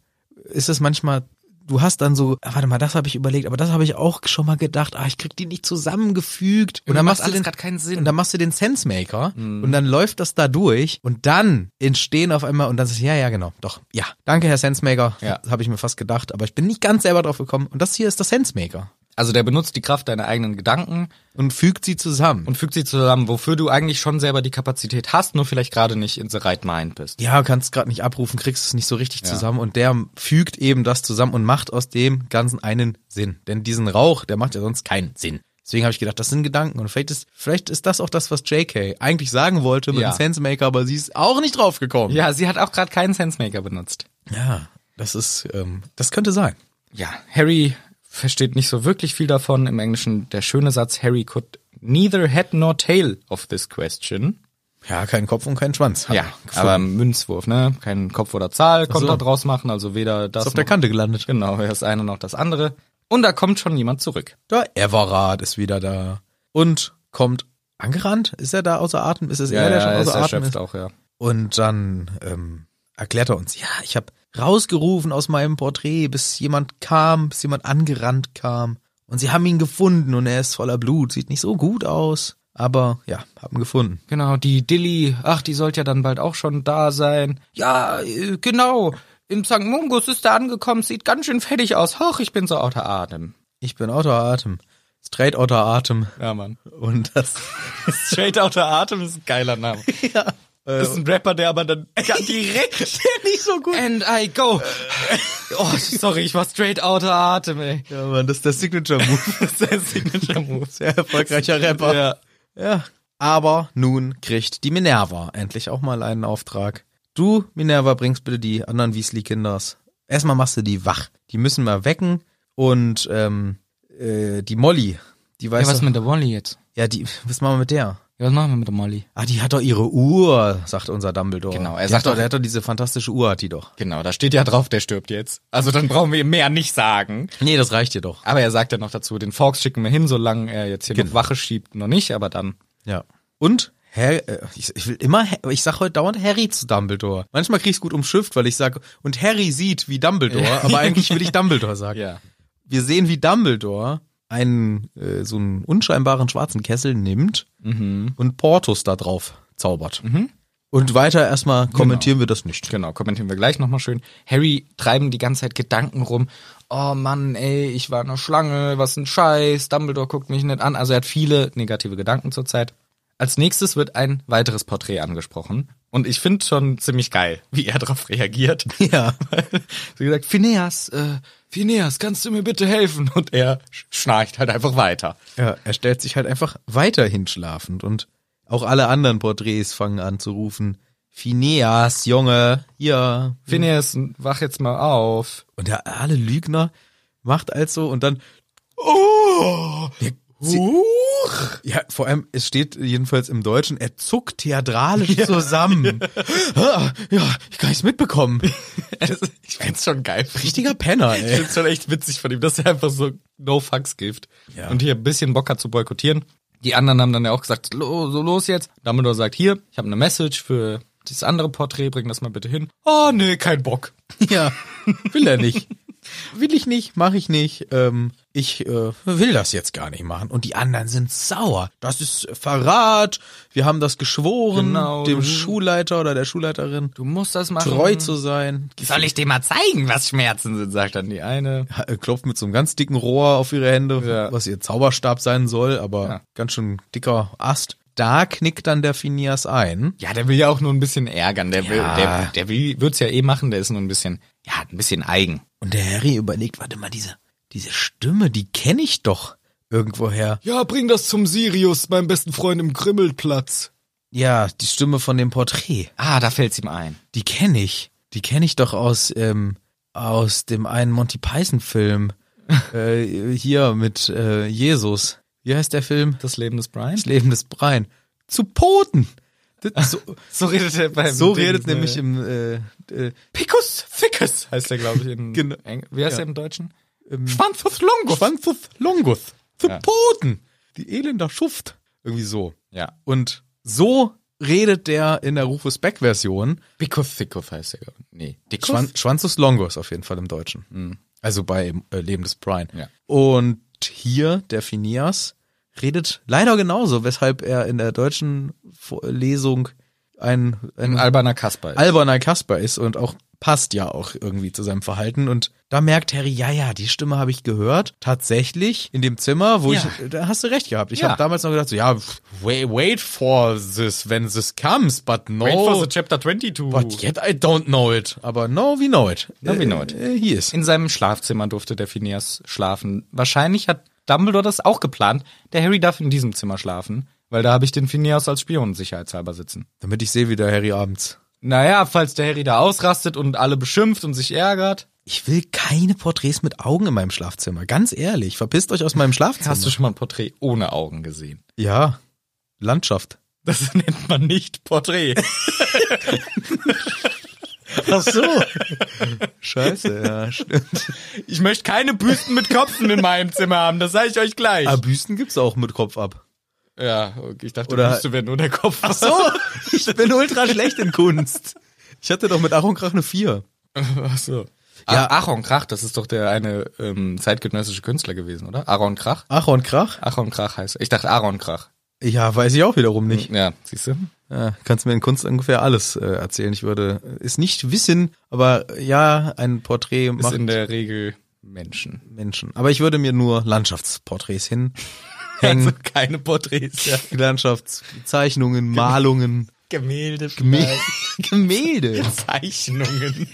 ist es manchmal, du hast dann so, ah, warte mal, das habe ich überlegt, aber das habe ich auch schon mal gedacht, ah, ich krieg die nicht zusammengefügt. Und dann Irgendwie macht machst du alles den, grad keinen Sinn. Mhm. Und dann machst du den Sensemaker und dann läuft das da durch und dann entstehen auf einmal und dann sagst du, ja, ja, genau, doch, ja. Danke, Herr Sensemaker, Ja. habe ich mir fast gedacht, aber ich bin nicht ganz selber drauf gekommen. Und das hier ist der Sensemaker Also der benutzt die Kraft deiner eigenen Gedanken und fügt sie zusammen. und fügt sie zusammen, wofür du eigentlich schon selber die Kapazität hast, nur vielleicht gerade nicht in the right mind bist. ja, kannst gerade nicht abrufen, kriegst es nicht so richtig zusammen und der fügt eben das zusammen und macht aus dem Ganzen einen Sinn. Denn diesen Rauch, der macht ja sonst keinen Sinn. Deswegen habe ich gedacht, das sind Gedanken und vielleicht ist, vielleicht ist das auch das, was JK eigentlich sagen wollte mit Ja. dem Sensemaker, aber sie ist auch nicht drauf gekommen. Ja, sie hat auch gerade keinen Sensemaker benutzt. ja das ist, ähm, das könnte sein. ja, Harry versteht nicht so wirklich viel davon. Im Englischen der schöne Satz, Harry could neither head nor tail of this question. Ja, kein Kopf und kein Schwanz. Hat Ja, er gefunden. aber Münzwurf, ne? Kein Kopf oder Zahl kommt so. da draus machen, also weder das ist auf der noch- Kante gelandet. Genau, das eine noch das andere. Und da kommt schon jemand zurück. Der Everard ist wieder da und kommt angerannt. Ist er da außer Atem? Ist es er, der schon ist außer Atem erschöpft ist? auch, ja. Und dann ähm, erklärt er uns, ja, ich habe rausgerufen aus meinem Porträt, bis jemand kam, bis jemand angerannt kam. Und sie haben ihn gefunden und er ist voller Blut. Sieht nicht so gut aus, aber ja, haben gefunden. Genau, die Dilly, ach, die sollte ja dann bald auch schon da sein. Ja, äh, genau. Im St. Mungus ist er angekommen, sieht ganz schön fertig aus. Hoch, ich bin so außer Atem. Ich bin außer Atem. Straight außer Atem. Ja, Mann. Und das. Straight Outer Atem ist ein geiler Name. ja. Das ist ein Rapper, der aber dann direkt. nicht so gut. And I go. Oh, sorry, ich war straight outer Atem, ey. Ja, Mann, das ist der Signature-Move. Das ist der Signature Move. Sehr erfolgreicher Rapper. Ja. Ja. Aber nun kriegt die Minerva endlich auch mal einen Auftrag. Du, Minerva, bringst bitte die anderen Weasley-Kinders. Erstmal machst du die wach. Die müssen wir wecken. Und ähm, äh, die Molly, die weiß ja, was doch, mit der Molly jetzt? ja, die, was machen wir mit der? Ja, was machen wir mit der Molly? Ah, die hat doch ihre Uhr, sagt unser Dumbledore. Genau, er Die sagt hat doch, doch- der hat doch diese fantastische Uhr, hat die doch. Genau, da steht ja drauf, der stirbt jetzt. Also dann brauchen wir ihm mehr nicht sagen. Nee, das reicht dir doch. Aber er sagt ja noch dazu, den Fox schicken wir hin, solange er jetzt hier noch Wache schiebt, noch nicht, aber dann. Ja. Und Harry, äh, ich, ich will immer, Ha- ich sag heute dauernd Harry zu Dumbledore. Manchmal krieg's gut umschifft, weil ich sag, und Harry sieht wie Dumbledore, aber eigentlich will ich Dumbledore sagen. Ja. Wir sehen, wie Dumbledore einen, äh, so Mhm. einen unscheinbaren schwarzen Kessel nimmt und Portus da drauf zaubert. Und weiter erstmal kommentieren wir das nicht. Genau, kommentieren wir gleich nochmal schön. Harry treiben die ganze Zeit Gedanken rum. Oh Mann, ey, ich war in der Schlange, was ein Scheiß, Dumbledore guckt mich nicht an. Also er hat viele negative Gedanken zurzeit. Als nächstes wird ein weiteres Porträt angesprochen. Und ich finde schon ziemlich geil, wie er darauf reagiert. Ja. so gesagt, Phineas, äh, Phineas, kannst du mir bitte helfen? Und er sch- schnarcht halt einfach weiter. Ja, er stellt sich halt einfach weiterhin schlafend und auch alle anderen Porträts fangen an zu rufen. Phineas, Junge, hier. Mhm. Phineas, wach jetzt mal auf. Und der alle Lügner macht also und dann, Oh! Huch! ja, vor allem, es steht jedenfalls im Deutschen, er zuckt theatralisch zusammen. Ah, ja, ich kann nichts mitbekommen. Also, ich find's schon geil. Richtiger Penner, Ich ey. find's schon echt witzig von ihm, dass er einfach so no fucks gibt. Ja. Und hier ein bisschen Bock hat zu boykottieren. Die anderen haben dann ja auch gesagt, "Lo- so los jetzt. Dumbledore sagt, hier, ich habe eine Message für dieses andere Porträt, bring das mal bitte hin. Oh, nee, kein Bock. Ja, will er nicht. Will ich nicht, mache ich nicht. Ähm, ich äh, will das jetzt gar nicht machen. Und die anderen sind sauer. Das ist Verrat. Wir haben das geschworen, Genau. dem Schulleiter oder der Schulleiterin Du musst das machen. treu zu sein. Soll ich dir mal zeigen, was Schmerzen sind, sagt dann die eine. Ha- äh, Klopft mit so einem ganz dicken Rohr auf ihre Hände, Ja. was ihr Zauberstab sein soll, aber Ja. ganz schön dicker Ast. Da knickt dann der Phineas ein. Ja, der will ja auch nur ein bisschen ärgern. Der will, Ja. der, der will, wird's ja eh machen, der ist nur ein bisschen, ja, ein bisschen eigen. Und der Harry überlegt, warte mal, diese, diese Stimme, die kenne ich doch irgendwoher. Ja, bring das zum Sirius, meinem besten Freund im Grimmelplatz. Ja, die Stimme von dem Porträt. Ah, da fällt's ihm ein. Die kenne ich. Die kenne ich doch aus, ähm, aus dem einen Monty Python-Film. äh, hier mit äh, Jesus. Wie heißt der Film? Das Leben des Brian? Das Leben des Brian. Zu Poten. Das, so So redet er beim so Ding, redet ne? nämlich im, äh, äh, Picus Ficus heißt der, glaube ich, in Genau. Eng Wie heißt Ja. der im Deutschen? im Schwanzus Longus. Schwanzus Longus. Zu Ja. Poten. Die elender Schuft. Irgendwie so. ja. Und so redet der in der Rufus Beck-Version. Picus Ficus heißt der, glaube ich. Nee. Dicus? Schwan Schwanzus Longus auf jeden Fall im Deutschen. Also bei äh, Leben des Brian. Ja. Und hier der Phineas redet leider genauso, weshalb er in der deutschen Vor- Lesung ein, ein Ein alberner Kasper. ist. alberner Kasper ist und auch passt ja auch irgendwie zu seinem Verhalten. Und da merkt Harry, ja, ja, die Stimme habe ich gehört. Tatsächlich in dem Zimmer, wo Ja. ich, da hast du recht gehabt. Ich Ja. habe damals noch gedacht, so, ja, wait, wait for this, when this comes, but no. Wait for the Chapter 22. But yet I don't know it. Aber now we know it. Now we know it. Äh, he is. In seinem Schlafzimmer durfte der Phineas schlafen. Wahrscheinlich hat Dumbledore das auch geplant. Der Harry darf in diesem Zimmer schlafen, weil da habe ich den Phineas als Spion sicherheitshalber sitzen. Damit ich sehe, wie der Harry abends. Naja, falls der Harry da ausrastet und alle beschimpft und sich ärgert. Ich will keine Porträts mit Augen in meinem Schlafzimmer. Ganz ehrlich, verpisst euch aus meinem Schlafzimmer. Hast du schon mal ein Porträt ohne Augen gesehen? ja, Landschaft. Das nennt man nicht Porträt. Ach so. Scheiße, ja, stimmt. Ich möchte keine Büsten mit Köpfen in meinem Zimmer haben, das sage ich euch gleich. Aber Büsten gibt's auch mit Kopf ab. ja, okay, ich dachte, Oder- Büste wäre nur der Kopf. Ach ich bin ultra schlecht in Kunst. Ich hatte doch mit Aronkrach eine 4. Ach so. Ja. Ja, Aaron Krach, das ist doch der eine ähm, zeitgenössische Künstler gewesen, oder? Aaron Krach? Aaron Krach? Aaron Krach heißt. Ich dachte Aaron Krach. Ja, weiß ich auch wiederum nicht. Ja, siehst du? Hm. Ja, kannst mir in Kunst ungefähr alles äh, erzählen. Ich würde es nicht wissen, aber äh, ja, ein Porträt Ist macht in der Regel Menschen. Menschen. Aber ich würde mir nur Landschaftsporträts hinhängen. Also keine Porträts, ja. Landschaftszeichnungen, Malungen, Gemälde, Gemä- Gemälde. Zeichnungen.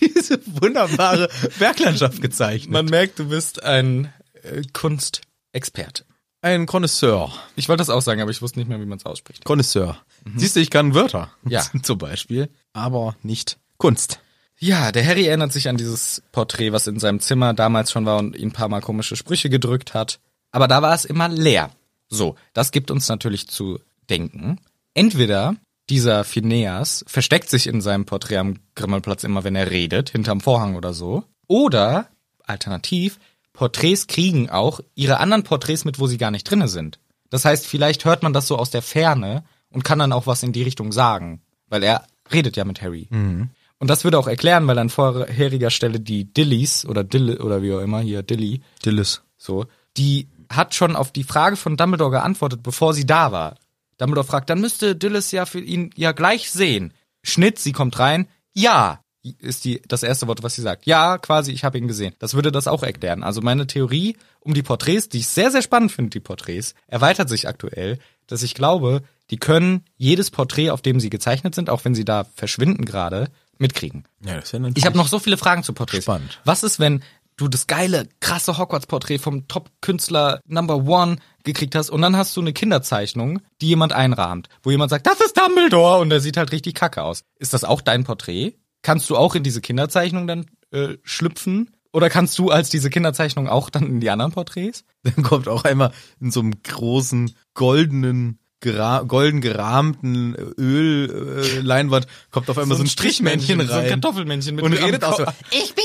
Diese wunderbare Berglandschaft gezeichnet. Man merkt, du bist ein äh, Kunstexperte. ein Connoisseur. Ich wollte das auch sagen, aber ich wusste nicht mehr, wie man es ausspricht. Connoisseur. Siehst du, ich kann Wörter. Ja. Zum Beispiel. Mhm. Aber nicht Kunst. Ja, der Harry erinnert sich an dieses Porträt, was in seinem Zimmer damals schon war und ihn ein paar Mal komische Sprüche gedrückt hat. Aber da war es immer leer. So, das gibt uns natürlich zu denken. Entweder dieser Phineas versteckt sich in seinem Porträt am Grimmelplatz immer, wenn er redet, hinterm Vorhang oder so. Oder, alternativ, Porträts kriegen auch ihre anderen Porträts mit, wo sie gar nicht drinne sind. Das heißt, vielleicht hört man das so aus der Ferne und kann dann auch was in die Richtung sagen. Weil er redet ja mit Harry. Und das würde auch erklären, weil an vorheriger Stelle die Dillies oder Dille oder wie auch immer hier Dilly, Dillis. so, die hat schon auf die Frage von Dumbledore geantwortet, bevor sie da war. Dumbledore fragt, dann müsste Dillis ja für ihn ja gleich sehen. Schnitt, sie kommt rein. Ja, ist die, das erste Wort, was sie sagt. Ja, quasi, ich habe ihn gesehen. Das würde das auch erklären. Also meine Theorie um die Porträts, die ich sehr, sehr spannend finde, die Porträts, erweitert sich aktuell, dass ich glaube, die können jedes Porträt, auf dem sie gezeichnet sind, auch wenn sie da verschwinden gerade, mitkriegen. Ja, das ist ja natürlich- Ich habe noch so viele Fragen zu Porträts. Spannend. Was ist, wenn du das geile, krasse Hogwarts-Porträt vom Top-Künstler Number One gekriegt hast und dann hast du eine Kinderzeichnung, die jemand einrahmt, wo jemand sagt, das ist Dumbledore und der sieht halt richtig kacke aus. Ist das auch dein Porträt? Kannst du auch in diese Kinderzeichnung dann äh, schlüpfen? Oder kannst du als diese Kinderzeichnung auch dann in die anderen Porträts? Dann kommt auch einmal in so einem großen goldenen gera golden gerahmten Ölleinwand äh, Leinwand, kommt auf einmal so ein, Strichmännchen so ein rein Kartoffelmännchen mit und am redet auch so Kopf. Ich bin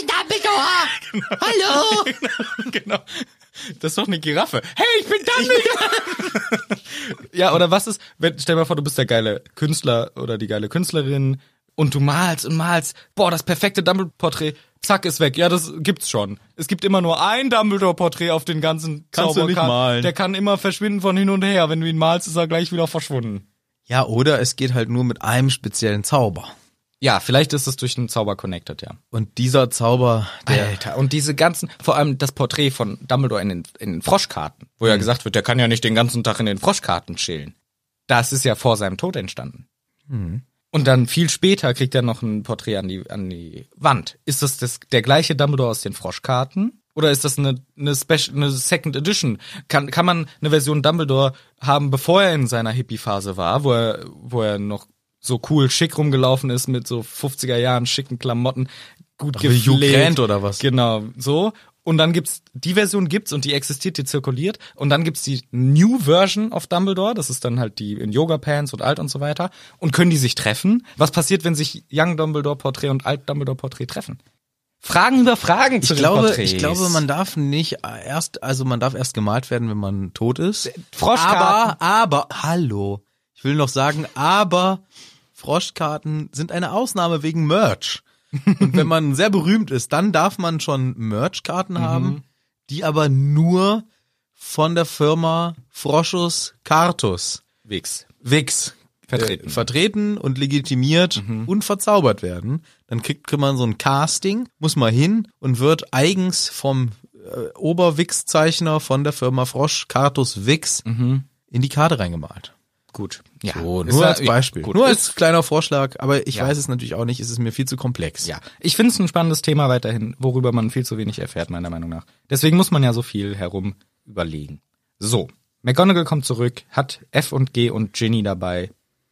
Dumbledore! Hallo! genau. Das ist doch eine Giraffe. Hey, ich bin Dumbledore. ja, oder was ist, wenn, stell dir mal vor, du bist der geile Künstler oder die geile Künstlerin und du malst und malst, boah, das perfekte Dumbledore-Porträt, zack, ist weg. Ja, das gibt's schon. Es gibt immer nur ein Dumbledore-Porträt auf den ganzen Kannst du nicht Zauberkarten. malen. Der kann immer verschwinden von hin und her. Wenn du ihn malst, ist er gleich wieder verschwunden. Ja, oder es geht halt nur mit einem speziellen Zauber. Ja, vielleicht ist es durch einen Zauber connected, ja. Und dieser Zauber, der Alter, und diese ganzen, vor allem das Porträt von Dumbledore in den, in den Froschkarten, wo Mhm. ja gesagt wird, der kann ja nicht den ganzen Tag in den Froschkarten chillen. Das ist ja vor seinem Tod entstanden. Und dann viel später kriegt er noch ein Porträt an die, an die Wand. Ist das, das der gleiche Dumbledore aus den Froschkarten? Oder ist das eine, eine, Special, eine Second Edition? Kann, kann man eine Version Dumbledore haben, bevor er in seiner Hippie-Phase war, wo er, wo er noch so cool schick rumgelaufen ist mit so 50er Jahren schicken Klamotten, gut wie Hugh gepflegt. Grant oder was? Genau, so. Und dann gibt's, die Version gibt's und die existiert, die zirkuliert. Und dann gibt's die New Version of Dumbledore. Das ist dann halt die in Yoga Pants und alt und so weiter. Und können die sich treffen? Was passiert, wenn sich Young Dumbledore Porträt und Alt Dumbledore Porträt treffen? Fragen über Fragen zu ich den glaube, Porträts. ich glaube, man darf nicht erst, also man darf erst gemalt werden, wenn man tot ist. Froschkarten. Aber, aber, hallo. Ich will noch sagen, aber Froschkarten sind eine Ausnahme wegen Merch. Und wenn man sehr berühmt ist, dann darf man schon Merchkarten Mhm. haben, die aber nur von der Firma Froschus Cartus Wix. Wix Vertreten. Mhm. Äh, vertreten und legitimiert und verzaubert werden. Dann kriegt kriegt man so ein Casting, muss mal hin und wird eigens vom äh, Oberwix-Zeichner von der Firma Frosch Cartus Wix in die Karte reingemalt. Gut. Mhm. Ja. So, Ist nur ja- als Beispiel. Gut. Nur Ist- als kleiner Vorschlag, aber ich Ja. weiß es natürlich auch nicht, es ist mir viel zu komplex. Ja, ich finde es ein spannendes Thema weiterhin, worüber man viel zu wenig erfährt, meiner Meinung nach. Deswegen muss man ja so viel herum überlegen. So, McGonagall kommt zurück, hat F und G und Ginny dabei,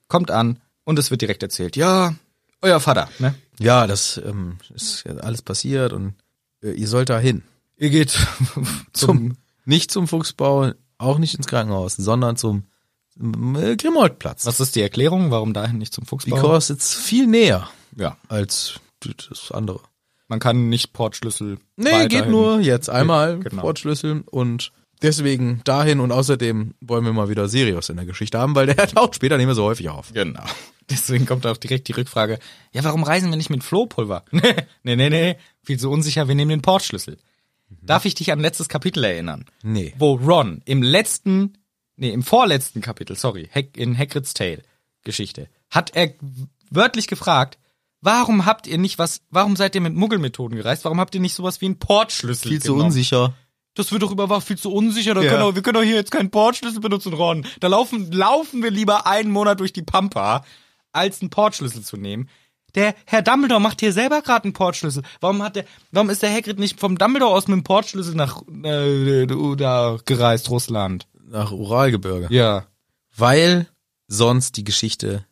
kommt an und es wird direkt erzählt, ja, euer Vater, ne? Ja, das ähm, ist ja alles passiert und äh, ihr sollt da hin. Ihr geht zum, Mhm. Zum, nicht zum Fuchsbau, auch nicht ins Krankenhaus, sondern zum äh, Grimoldplatz. was ist die Erklärung, warum dahin nicht zum Fuchsbau? Because it's viel näher. ja, als das andere. man kann nicht Portschlüssel Nee, geht weiterhin- nur jetzt einmal Genau. Portschlüssel und deswegen dahin und außerdem wollen wir mal wieder Sirius in der Geschichte haben, weil der taucht später nicht mehr so häufig auf. Genau. Deswegen kommt auch direkt die Rückfrage, ja, warum reisen wir nicht mit Flohpulver? nee, nee, nee, viel zu unsicher, wir nehmen den Portschlüssel. Darf ich dich an letztes Kapitel erinnern? Mhm. Nee. Wo Ron im letzten, nee, im vorletzten Kapitel, sorry, Hag- in Hagrid's Tale Geschichte, hat er wörtlich gefragt, warum habt ihr nicht was, warum seid ihr mit Muggelmethoden gereist? Warum habt ihr nicht sowas wie einen Portschlüssel Viel zu genommen? unsicher. Das wird doch überwacht viel zu unsicher. Da Ja. können doch, wir können doch hier jetzt keinen Portschlüssel benutzen, Ron. Da laufen, laufen wir lieber einen Monat durch die Pampa, als einen Portschlüssel zu nehmen. Der Herr Dumbledore macht hier selber gerade einen Portschlüssel. Warum hat der, warum ist der Hagrid nicht vom Dumbledore aus mit dem Portschlüssel nach äh, da gereist, Russland? Nach Uralgebirge. Ja, Weil sonst die Geschichte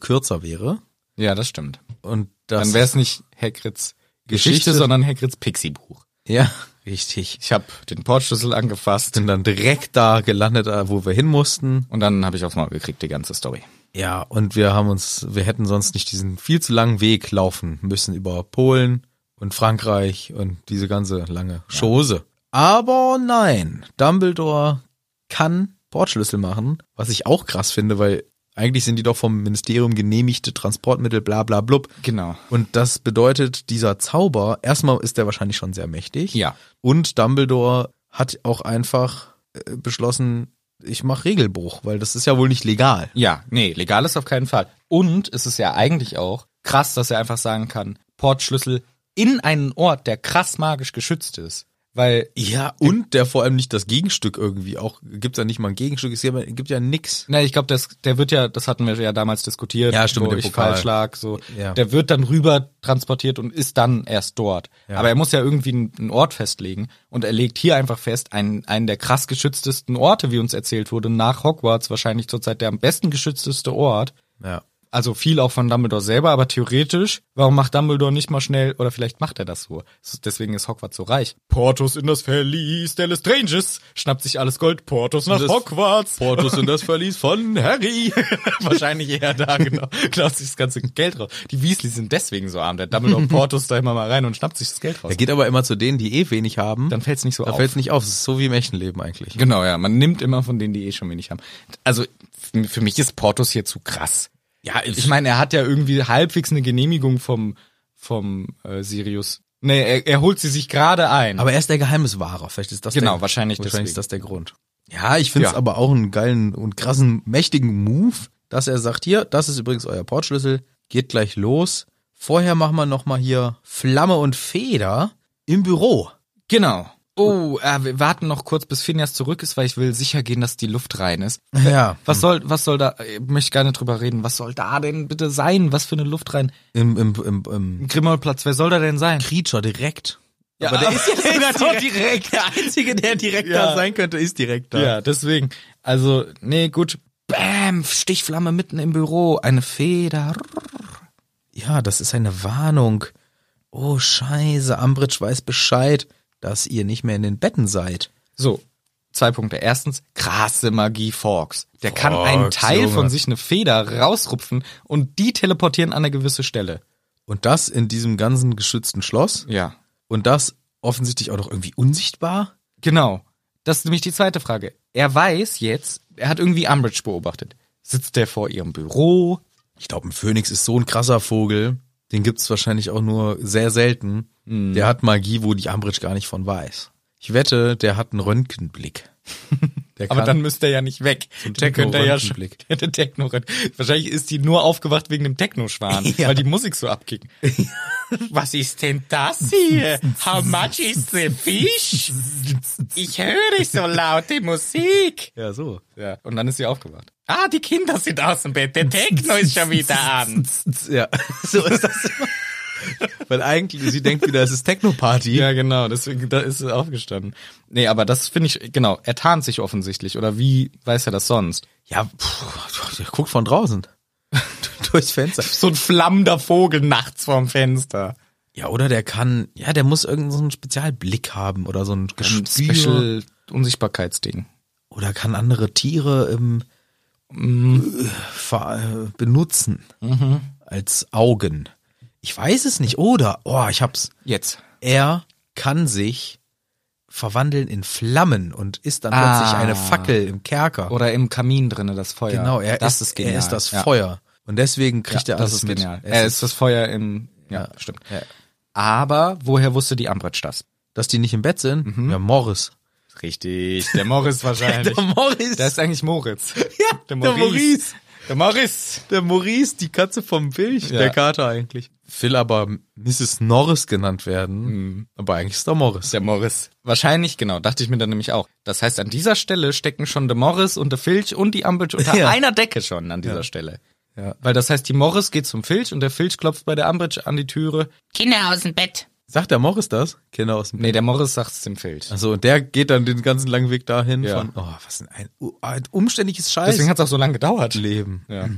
kürzer wäre ja, das stimmt. und das Dann wäre es nicht Hagrids Geschichte, Geschichte. sondern Hagrids Pixie-Buch. ja richtig. Ich habe den Portschlüssel angefasst Sind dann direkt da gelandet, äh, wo wir hin mussten. und dann habe ich aufs Maul gekriegt, die ganze Story. Ja, und wir haben uns, wir hätten sonst nicht diesen viel zu langen Weg laufen müssen über Polen und Frankreich und diese ganze lange Chose. Aber nein, Dumbledore kann Portschlüssel machen, was ich auch krass finde, weil eigentlich sind die doch vom Ministerium genehmigte Transportmittel, bla bla blub. Genau. Und das bedeutet, dieser Zauber, erstmal ist der wahrscheinlich schon sehr mächtig. Ja. Und Dumbledore hat auch einfach äh, beschlossen, ich mache Regelbruch, weil das ist ja wohl nicht legal. Ja, nee, legal ist auf keinen Fall. Und es ist ja eigentlich auch krass, dass er einfach sagen kann, Portschlüssel in einen Ort, der krass magisch geschützt ist. Weil Ja, und der vor allem nicht das Gegenstück irgendwie auch, gibt's ja nicht mal ein Gegenstück, es gibt gibt ja nix. Na, ich glaube, das, der wird ja, das hatten wir ja damals diskutiert, Ja, stimmt, wo mit dem ich Pokal. falsch lag, so. Ja. Der wird dann rüber transportiert und ist dann erst dort. Aber er muss ja irgendwie einen einen Ort festlegen und er legt hier einfach fest, einen, einen der krass geschütztesten Orte, wie uns erzählt wurde, nach Hogwarts wahrscheinlich zurzeit der am besten geschützteste Ort. Ja. Also viel auch von Dumbledore selber, aber theoretisch, warum macht Dumbledore nicht mal schnell, oder vielleicht macht er das so. S- Deswegen ist Hogwarts so reich. Portos in das Verlies der Lestranges, schnappt sich alles Gold, Portos nach Das- Hogwarts. Portus in das Verlies von Harry. Wahrscheinlich eher da, genau. Klaut sich das ganze Geld raus. Die Weasleys sind deswegen so arm. Der Dumbledore Portus da immer mal rein und schnappt sich das Geld raus. Er geht aber immer zu denen, die eh wenig haben. Dann fällt's nicht so da auf. fällt's nicht auf. Es ist so wie im echten Leben eigentlich. Genau, ja. Man nimmt immer von denen, die eh schon wenig haben. Also, f- für mich ist Portus hier zu krass. Ja, Ich meine, er hat ja irgendwie halbwegs eine Genehmigung vom, vom äh, Sirius. Nee, er, er holt sie sich gerade ein. aber er ist der Geheimniswahrer. Vielleicht ist das Genau, der, wahrscheinlich deswegen. wahrscheinlich ist das der Grund. Ja, ich finde es Ja. aber auch einen geilen und krassen, mächtigen Move, dass er sagt, hier, das ist übrigens euer Portschlüssel, geht gleich los. Vorher machen wir nochmal hier Flamme und Feder im Büro. genau. Oh, äh, wir warten noch kurz, bis Phineas zurück ist, weil ich will sicher gehen, dass die Luft rein ist. Ja. Was soll, was soll da, äh, ich möchte gar nicht drüber reden, was soll da denn bitte sein? Was für eine Luft rein? Im, im, im, im Grimmelplatz, wer soll da denn sein? Creature direkt. Ja, aber der aber ist ja der sogar ist auch direkt. Der Einzige, der direkt Ja. da sein könnte, ist direkt da. Ja, deswegen. Also, nee, gut. Bam, Stichflamme mitten im Büro, eine Feder. Ja, das ist eine Warnung. Oh, scheiße, Ambridge weiß Bescheid, dass ihr nicht mehr in den Betten seid. So, zwei Punkte. Erstens, krasse Magie Forks. Der kann Fawkes, einen Teil von Junge. sich eine Feder rausrupfen und die teleportieren an eine gewisse Stelle. Und das in diesem ganzen geschützten Schloss. Ja. Und das offensichtlich auch noch irgendwie unsichtbar. Genau. Das ist nämlich die zweite Frage. Er weiß jetzt, er hat irgendwie Umbridge beobachtet. Sitzt der vor ihrem Büro? Ich glaube, ein Phönix ist so ein krasser Vogel. Den gibt's wahrscheinlich auch nur sehr selten. Hm. Der hat Magie, wo die Ambridge gar nicht von weiß. Ich wette, der hat einen Röntgenblick. Der Aber dann müsste er ja nicht weg. Dann könnte er ja schon. Techno-Röntgenblick. Der Techno Wahrscheinlich ist die nur aufgewacht wegen dem Techno-Schwan, Ja. weil die Musik so abging. Was ist denn das hier? How much is the fish? Ich höre nicht so laute Musik. ja, so. Ja, und dann ist sie aufgewacht. Ah, die Kinder sind aus dem Bett. Der Techno ist schon wieder an. Ja, so ist das immer. Weil eigentlich, sie denkt wieder, es ist Techno-Party. Ja, genau, deswegen da ist sie aufgestanden. Nee, aber das finde ich, genau, er tarnt sich offensichtlich. Oder wie weiß er das sonst? Ja, pff, der guckt von draußen. Durchs Fenster. So ein flammender Vogel nachts vorm Fenster. Ja, oder der kann, ja, der muss irgendeinen so einen Spezialblick haben oder so ein ein Gespür. Special Unsichtbarkeitsding. Oder kann andere Tiere ähm, Mhm. ver- äh, benutzen als Augen. Ich weiß es nicht. Oder, oh, ich hab's. Jetzt. Er kann sich verwandeln in Flammen und ist dann Ah. plötzlich eine Fackel im Kerker. Oder im Kamin drinne das Feuer. genau, er, das ist, ist genial. er ist das Ja. Feuer. Und deswegen Ja, kriegt er das alles ist mit. genial. Es Er ist, ist das Feuer im ja, Ja. stimmt. Ja. Aber woher wusste die Ambridge das? dass die nicht im Bett sind? Mhm. Ja, Morris. Richtig, der Morris wahrscheinlich. Morris. der ist eigentlich Moritz. ja, der Maurice. Der Morris. Der Maurice, die Katze vom Pilch, Ja. der Kater eigentlich. Will aber Mrs. Norris genannt werden, aber eigentlich ist der Morris. Der Morris. Wahrscheinlich, genau, dachte ich mir dann nämlich auch. Das heißt, an dieser Stelle stecken schon der Morris und der Filch und die Ambridge unter Ja. einer Decke schon an dieser Stelle. Ja. Weil das heißt, die Morris geht zum Filch und der Filch klopft bei der Ambridge an die Türe. Kinder aus dem Bett. Sagt der Morris das? Kinder aus dem Nee, der Morris sagt es dem Filch. Also und der geht dann den ganzen langen Weg dahin Ja. von, oh, was ein, ein, uh, ein umständliches Scheiß. Deswegen hat es auch so lange gedauert. Leben. Hm. Ja.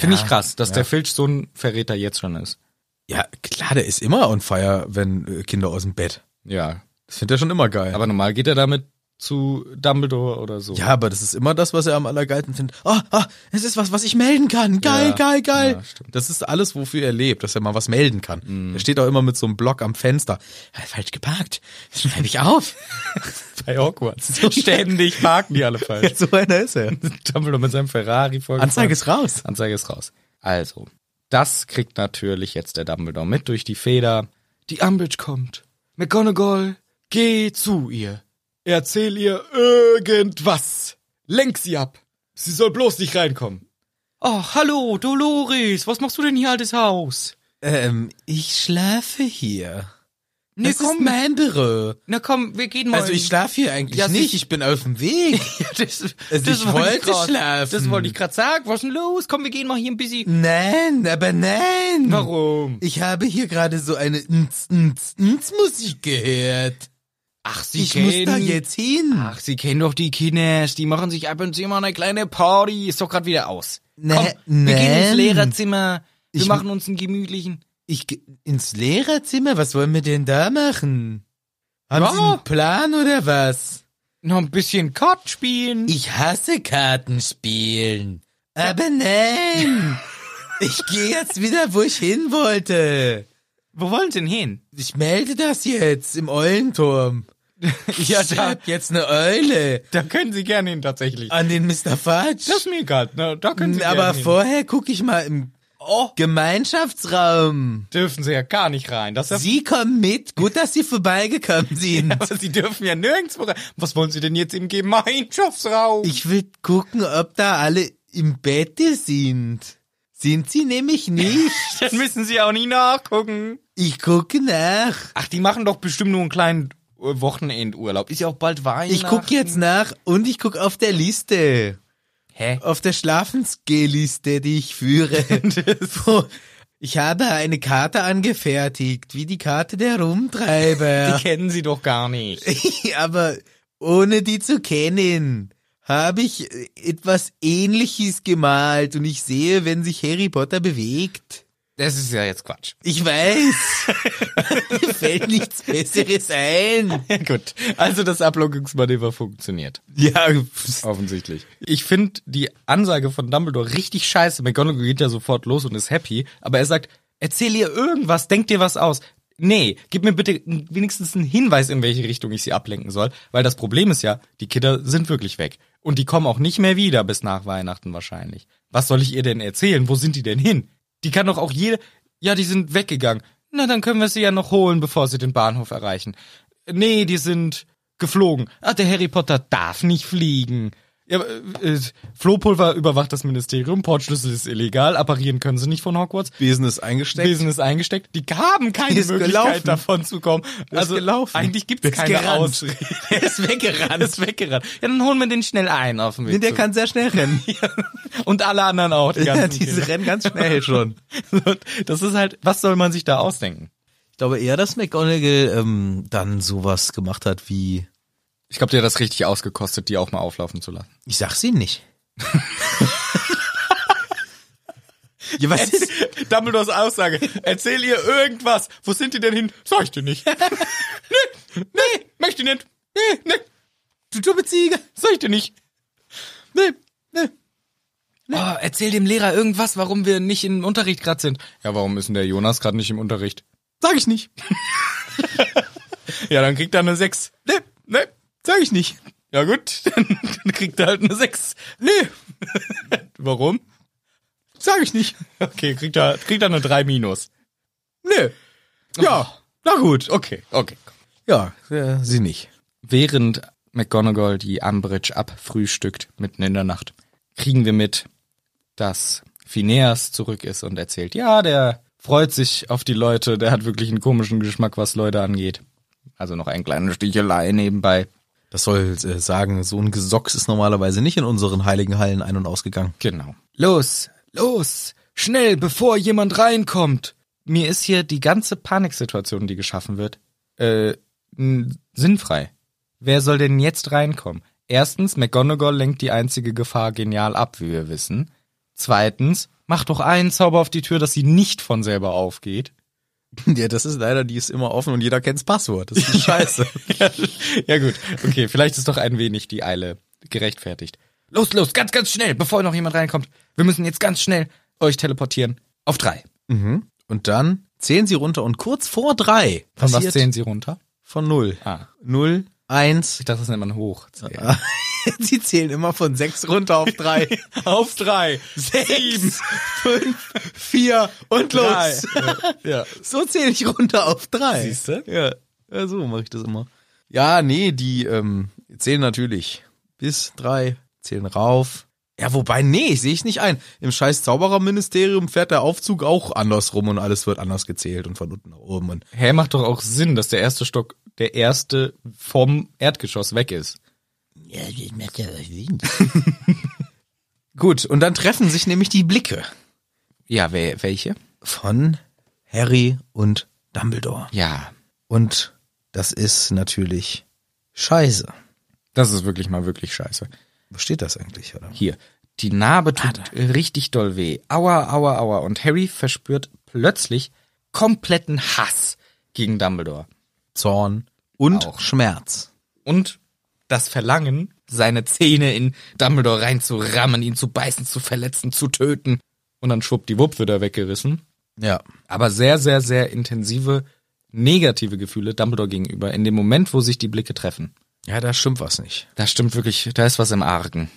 Finde ich krass, dass der Filch so ein Verräter jetzt schon ist. Ja, klar, der ist immer on fire, wenn äh, Kinder aus dem Bett. Ja. Das findet er schon immer geil. Aber normal geht er damit zu Dumbledore oder so. ja, aber das ist immer das, was er am allergeilsten findet. Oh, oh, es ist was, was ich melden kann. Geil, Ja. geil, geil. Ja, stimmt. Mhm. das ist alles, wofür er lebt, dass er mal was melden kann. Er steht auch immer mit so einem Block am Fenster. Ja, Falsch geparkt. Das Schreibe ich auf. Bei Hogwarts. Ständig parken die alle falsch. so einer ist er. Dumbledore mit seinem Ferrari vorgefahren. Anzeige ist raus. Anzeige ist raus. Also, das kriegt natürlich jetzt der Dumbledore mit durch die Feder. Die Umbridge kommt. McGonagall, geh zu ihr. Erzähl ihr irgendwas. Lenk sie ab. Sie soll bloß nicht reinkommen. Ach, Oh, hallo, Dolores. Was machst du denn hier, altes Haus? Ähm, ich schlafe hier. Nee, das ist komm. mein Büro. Na komm, wir gehen mal. Also ich schlafe hier eigentlich Ja, nicht, sicher. ich bin auf dem Weg. das, Also das ich wollte grad- schlafen. Das wollte ich gerade sagen. Was ist denn los? Komm, wir gehen mal hier ein bisschen. nein, aber nein. Warum? Ich habe hier gerade so eine Nz, Nz, Nz Musik gehört. Ach, sie Ich muss da jetzt hin. Ach, Sie kennen doch die Kinders, die machen sich ab und zu immer eine kleine Party. Ist doch gerade wieder aus. Ne- Komm, wir gehen ins nein. Lehrerzimmer. Wir Ich- machen uns einen gemütlichen. Ich ge- ins Lehrerzimmer, was wollen wir denn da machen? Haben Ja. Sie einen Plan oder was? Noch ein bisschen Kart spielen. Ich hasse Kartenspielen. Aber nein. ich gehe jetzt wieder, wo ich hin wollte. Wo wollen Sie denn hin? Ich melde das jetzt im Eulenturm. Ja, ich da- hab jetzt eine Eule Da können Sie gerne hin, tatsächlich. an den Mr. Fatsch. Ah, Das ist mir egal. Na, da können Sie Aber gerne hin. Oh, vorher gucke ich mal im Gemeinschaftsraum. dürfen Sie ja gar nicht rein. Das ist ja Sie kommen mit. Gut, dass Sie vorbeigekommen sind. aber Sie dürfen ja nirgendwo rein. Was wollen Sie denn jetzt im Gemeinschaftsraum? Ich will gucken, ob da alle im Bette sind. Sind sie nämlich nicht. Dann müssen Sie auch nicht nachgucken. Ich gucke nach. Ach, die machen doch bestimmt nur einen kleinen äh, Wochenendurlaub. Ist ja auch bald Weihnachten. Ich gucke jetzt nach und ich gucke auf der Liste. Hä? Auf der Schlafensgeh-Liste, die ich führe. Wo- ich habe eine Karte angefertigt, wie die Karte der Die Rumtreiber. kennen Sie doch gar nicht. Aber ohne die zu kennen, habe ich äh, etwas Ähnliches gemalt und ich sehe, wenn sich Harry Potter bewegt. Das ist ja jetzt Quatsch. Ich weiß. Mir fällt nichts Besseres ein. Ja, gut. Also das Ablockungsmanöver funktioniert. Ja, Offensichtlich. Ich finde die Ansage von Dumbledore richtig scheiße. McGonagall geht ja sofort los und ist happy, aber er sagt, erzähl ihr irgendwas, denk dir was aus. Nee, gib mir bitte n- wenigstens einen Hinweis, in welche Richtung ich sie ablenken soll, weil das Problem ist ja, die Kinder sind wirklich weg. Und die kommen auch nicht mehr wieder bis nach Weihnachten wahrscheinlich. Was soll ich ihr denn erzählen? Wo sind die denn hin? Die kann doch auch jede, ja, die sind weggegangen. Na, dann können wir sie ja noch holen, bevor sie den Bahnhof erreichen. Nee, die sind geflogen. Ah, der Harry Potter darf nicht fliegen. Ja, aber, äh, äh, Flohpulver überwacht das Ministerium, Portschlüssel ist illegal, apparieren können sie nicht von Hogwarts. Besen ist eingesteckt. Besen ist eingesteckt. Die haben keine Der ist Möglichkeit gelaufen. davon zu kommen. Also gelaufen. eigentlich gibt Der es ist keine gerannt. Ausrede. Der ist weggerannt. ist weggerannt. Ja, dann holen wir den schnell ein auf dem Weg. Der zurück. kann sehr schnell rennen. Und alle anderen auch. Die Ja, ganzen diese Kinder. rennen ganz schnell schon. Das ist halt, was soll man sich da ausdenken? Ich glaube eher, dass McGonagall ähm, dann sowas gemacht hat wie, Ich glaube, dir hat das richtig ausgekostet, die auch mal auflaufen zu lassen. ich sag's Ihnen nicht. ja, was ist? Dumbledores Aussage. Erzähl ihr irgendwas. Wo sind die denn hin? Sag ich dir nicht. nee, nee, möchte nicht. Nee, nee, Du dumme Ziege. sag ich dir nicht. Nee, nee. Oh, erzähl dem Lehrer irgendwas, warum wir nicht im Unterricht gerade sind. Ja, warum ist denn der Jonas gerade nicht im Unterricht? Sag ich nicht. Ja, dann kriegt er eine 6. Nee, nee, sag ich nicht. Ja gut, dann kriegt er halt eine 6. Nee. Warum? Sag ich nicht. Okay, kriegt er, kriegt er eine 3 minus. Nö. Ja, na gut, okay, okay. Ja, äh, sie nicht. Während McGonagall die Umbridge abfrühstückt, mitten in der Nacht, kriegen wir mit, dass Phineas zurück ist und erzählt, ja, der freut sich auf die Leute, der hat wirklich einen komischen Geschmack, was Leute angeht. Also noch eine kleine Stichelei nebenbei. Das soll äh, sagen, so ein Gesocks ist normalerweise nicht in unseren heiligen Hallen ein- und ausgegangen. Genau. Los, los, schnell, bevor jemand reinkommt. Mir ist hier die ganze Paniksituation, die geschaffen wird, äh, n- sinnfrei. Wer soll denn jetzt reinkommen? Erstens, McGonagall lenkt die einzige Gefahr genial ab, wie wir wissen. Zweitens, mach doch einen Zauber auf die Tür, dass sie nicht von selber aufgeht. Ja, das ist leider, die ist immer offen und jeder kennt's Passwort. Das ist scheiße. ja gut, okay, vielleicht ist doch ein wenig die Eile gerechtfertigt. Los, los, ganz, ganz schnell, bevor noch jemand reinkommt. Wir müssen jetzt ganz schnell euch teleportieren. Auf drei. mhm. Und dann zählen sie runter und kurz vor drei Von was passiert zählen sie runter? von null. Ah. Null, eins. Ich dachte, das nennt man hoch. sie zählen immer von sechs runter auf drei. Auf drei. Sieben, fünf, vier und los. ja. So zähle ich runter auf drei. Siehste? Ja. ja, so mache ich das immer. Ja, nee, die ähm, zählen natürlich bis drei, zählen rauf. Ja, wobei, nee, sehe ich nicht ein. Im scheiß Zaubererministerium fährt der Aufzug auch andersrum und alles wird anders gezählt und von unten nach oben. Und Hä, macht doch auch Sinn, dass der erste Stock der erste vom Erdgeschoss weg ist. Ja, das macht ja was Sinn. gut, und dann treffen sich nämlich die Blicke Ja, wer, welche? von Harry und Dumbledore. Ja. Und das ist natürlich scheiße. Das ist wirklich mal wirklich scheiße. Wo steht das eigentlich, oder? Hier. Die Narbe tut richtig doll weh. Aua, aua, aua. Und Harry verspürt plötzlich kompletten Hass gegen Dumbledore. Zorn und Auch. Schmerz. Und das Verlangen, seine Zähne in Dumbledore reinzurammen, ihn zu beißen, zu verletzen, zu töten. Und dann schwuppdiwupp wird er weggerissen. Ja. aber sehr, sehr, sehr intensive negative Gefühle Dumbledore gegenüber in dem Moment, wo sich die Blicke treffen. Ja, da stimmt was nicht. Da stimmt wirklich, da ist was im Argen.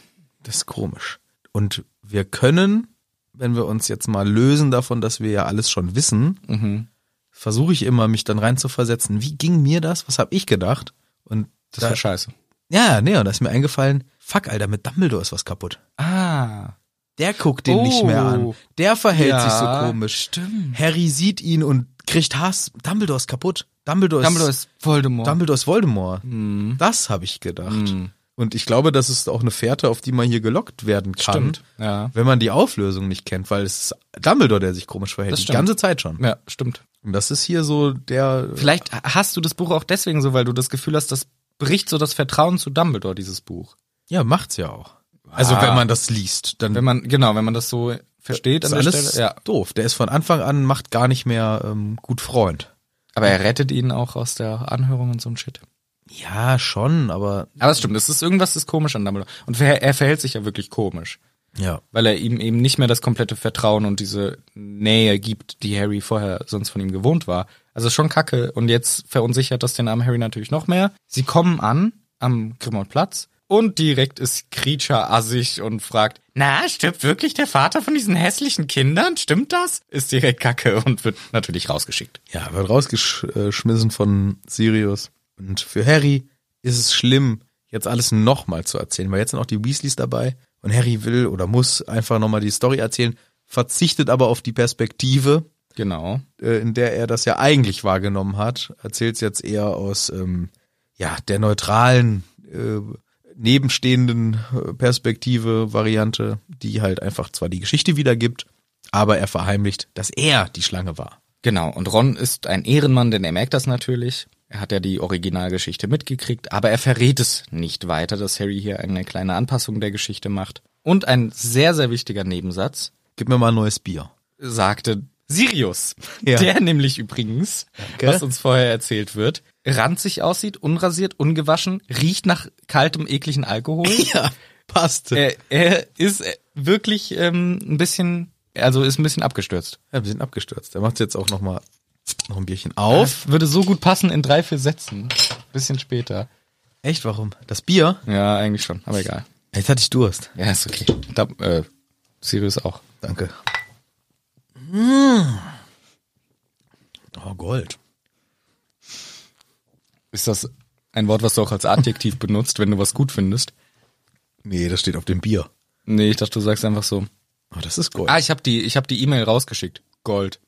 Das ist komisch. Und wir können, wenn wir uns jetzt mal lösen davon, dass wir ja alles schon wissen, versuche ich immer, mich dann reinzuversetzen. Wie ging mir das? Was habe ich gedacht? Und Das da- war scheiße. ja, nee, und da ist mir eingefallen, fuck, Alter, mit Dumbledore ist was kaputt. Ah, Der guckt den nicht mehr an. Oh. Der verhält Ja, sich so komisch. stimmt. Harry sieht ihn und kriegt Hass. Dumbledore ist kaputt. Dumbledore ist, Dumbledore ist Voldemort. Mhm. Dumbledore ist Voldemort. Das habe ich gedacht. Und ich glaube, das ist auch eine Fährte, auf die man hier gelockt werden kann. Stimmt, ja. Wenn man die Auflösung nicht kennt, weil es ist Dumbledore, der sich komisch verhält. Das Die stimmt. ganze Zeit schon. ja, stimmt. Und das ist hier so der. Vielleicht hast du das Buch auch deswegen so, weil du das Gefühl hast, das bricht so das Vertrauen zu Dumbledore, dieses Buch. Ja, macht's ja auch. Also, wenn man das liest, dann Ah. Wenn man, genau, wenn man das so versteht ist an der alles Stelle. Ja. doof. Der ist von Anfang an, macht gar nicht mehr ähm, gut Freund. Aber er rettet ihn auch aus der Anhörung und so ein Shit. Ja, schon, aber Aber es stimmt, es ist irgendwas ist komisch an Dumbledore. Und er, er verhält sich ja wirklich komisch. ja. weil er ihm eben nicht mehr das komplette Vertrauen und diese Nähe gibt, die Harry vorher sonst von ihm gewohnt war. Also ist schon kacke. Und jetzt verunsichert das den armen Harry natürlich noch mehr. Sie kommen an am Grimmauld-Platz und direkt ist Creature assig und fragt, na, stirbt wirklich der Vater von diesen hässlichen Kindern? Stimmt das? Ist direkt kacke und wird natürlich rausgeschickt. Ja, wird rausgeschmissen von Sirius. Und für Harry ist es schlimm, jetzt alles nochmal zu erzählen, weil jetzt sind auch die Weasleys dabei und Harry will oder muss einfach nochmal die Story erzählen, verzichtet aber auf die Perspektive, Genau. äh, in der er das ja eigentlich wahrgenommen hat, erzählt es jetzt eher aus ähm, ja, der neutralen, äh, nebenstehenden äh, Perspektive, Variante, die halt einfach zwar die Geschichte wiedergibt, aber er verheimlicht, dass er die Schlange war. Genau, und Ron ist ein Ehrenmann, denn er merkt das natürlich. Er hat ja die Originalgeschichte mitgekriegt, aber er verrät es nicht weiter, dass Harry hier eine kleine Anpassung der Geschichte macht. Und ein sehr, sehr wichtiger Nebensatz Gib mir mal ein neues Bier. sagte Sirius, Ja. der nämlich übrigens, Danke. was uns vorher erzählt wird, ranzig aussieht, unrasiert, ungewaschen, riecht nach kaltem, ekligen Alkohol. Ja, passt. er, er ist wirklich ähm, ein bisschen, also ist ein bisschen abgestürzt. Ja, wir sind abgestürzt. Er macht jetzt auch noch mal noch ein Bierchen auf. Würde so gut passen in drei, vier Sätzen. Bisschen später. Echt, warum? Das Bier? Ja, eigentlich schon, aber egal. Jetzt hatte ich Durst. Ja, ist okay. Da, äh, Sirius auch. Danke. Mmh. Oh, Gold. Ist das ein Wort, was du auch als Adjektiv benutzt, wenn du was gut findest? Nee, das steht auf dem Bier. Nee, ich dachte, du sagst einfach so. Oh, das ist Gold. Ah, ich habe die, ich hab die E-Mail rausgeschickt. Gold.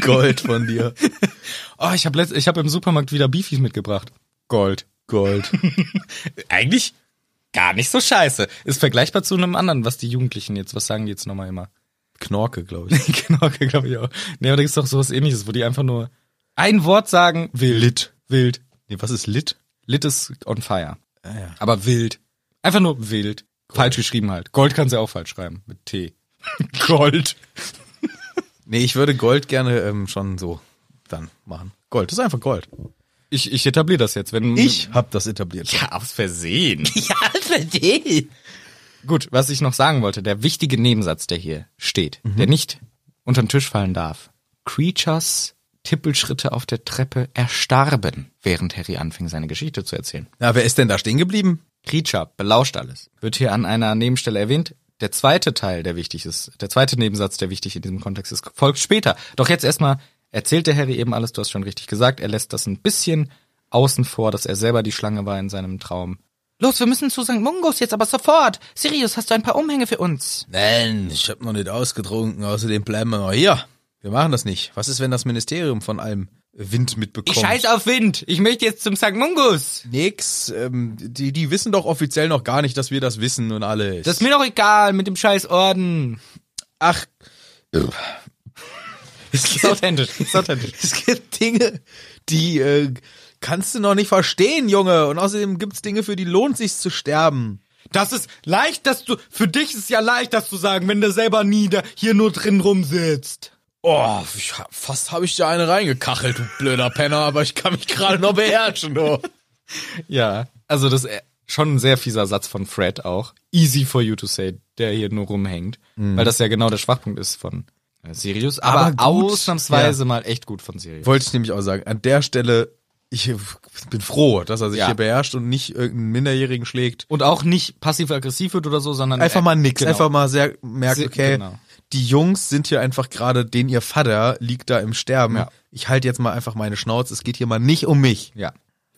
Gold von dir. Oh, ich habe ich hab im Supermarkt wieder Beefies mitgebracht. Gold. Gold. Eigentlich gar nicht so scheiße. Ist vergleichbar zu einem anderen, was die Jugendlichen jetzt, was sagen die jetzt nochmal immer? Knorke, glaube ich. genau, glaube ich auch. Nee, aber da gibt's doch sowas ähnliches, wo die einfach nur ein Wort sagen. Wild. Lit. Wild. Nee, was ist Lit? Lit ist on fire. Ah, ja. Aber wild. Einfach nur wild. Falsch geschrieben halt. Gold kannst du ja auch falsch schreiben. Mit T. Gold. Nee, ich würde Gold gerne ähm, schon so dann machen. Gold, das ist einfach Gold. Ich, ich etabliere das jetzt. Wenn Ich hab das etabliert. Ja, aus Versehen. Ja, verstehe. Gut, was ich noch sagen wollte, der wichtige Nebensatz, der hier steht, der nicht unter den Tisch fallen darf. Creatures Tippelschritte auf der Treppe erstarben, während Harry anfing, seine Geschichte zu erzählen. Na, wer ist denn da stehen geblieben? Creature belauscht alles. Wird hier an einer Nebenstelle erwähnt. Der zweite Teil, der wichtig ist, der zweite Nebensatz, der wichtig in diesem Kontext ist, folgt später. Doch jetzt erstmal erzählt der Harry eben alles, du hast schon richtig gesagt, er lässt das ein bisschen außen vor, dass er selber die Schlange war in seinem Traum. Los, wir müssen zu St. Mungos jetzt, aber sofort. Sirius, hast du ein paar Umhänge für uns? Nein, ich hab noch nicht ausgetrunken, außerdem bleiben wir mal hier. Wir machen das nicht. Was ist, wenn das Ministerium von allem Wind mitbekommt? Ich scheiß auf Wind. Ich möchte jetzt zum St. Mungus. Nix, ähm, die, die wissen doch offiziell noch gar nicht, dass wir das wissen und alles. Das ist mir doch egal mit dem scheiß Orden. Ach, Ist authentisch. Ist authentisch. es gibt Dinge, die äh, kannst du noch nicht verstehen, Junge. Und außerdem gibt's Dinge, für die lohnt sich's zu sterben. Das ist leicht, dass du, für dich ist ja leicht, das zu sagen, wenn du selber nie da, hier nur drin rumsitzt. Oh, ich, hab- fast habe ich dir eine reingekachelt, du blöder Penner, aber ich kann mich gerade noch beherrschen, du. Ja, also das ist äh, schon ein sehr fieser Satz von Fred auch. Easy for you to say, der hier nur rumhängt. Weil das ja genau der Schwachpunkt ist von äh, Sirius. Aber, Mhm. Aber gut. ausnahmsweise mal echt gut von Sirius. Wollte ich nämlich auch sagen, an der Stelle, ich bin froh, dass er sich Ja. hier beherrscht und nicht irgendeinen Minderjährigen schlägt. Und auch nicht passiv-aggressiv wird oder so, sondern Einfach mal nix, Genau. einfach mal sehr merkt, Sie- okay, genau. die Jungs sind hier einfach gerade, den ihr Vater liegt da im Sterben. Ja. Ich halte jetzt mal einfach meine Schnauze, es geht hier mal nicht um mich. Ja.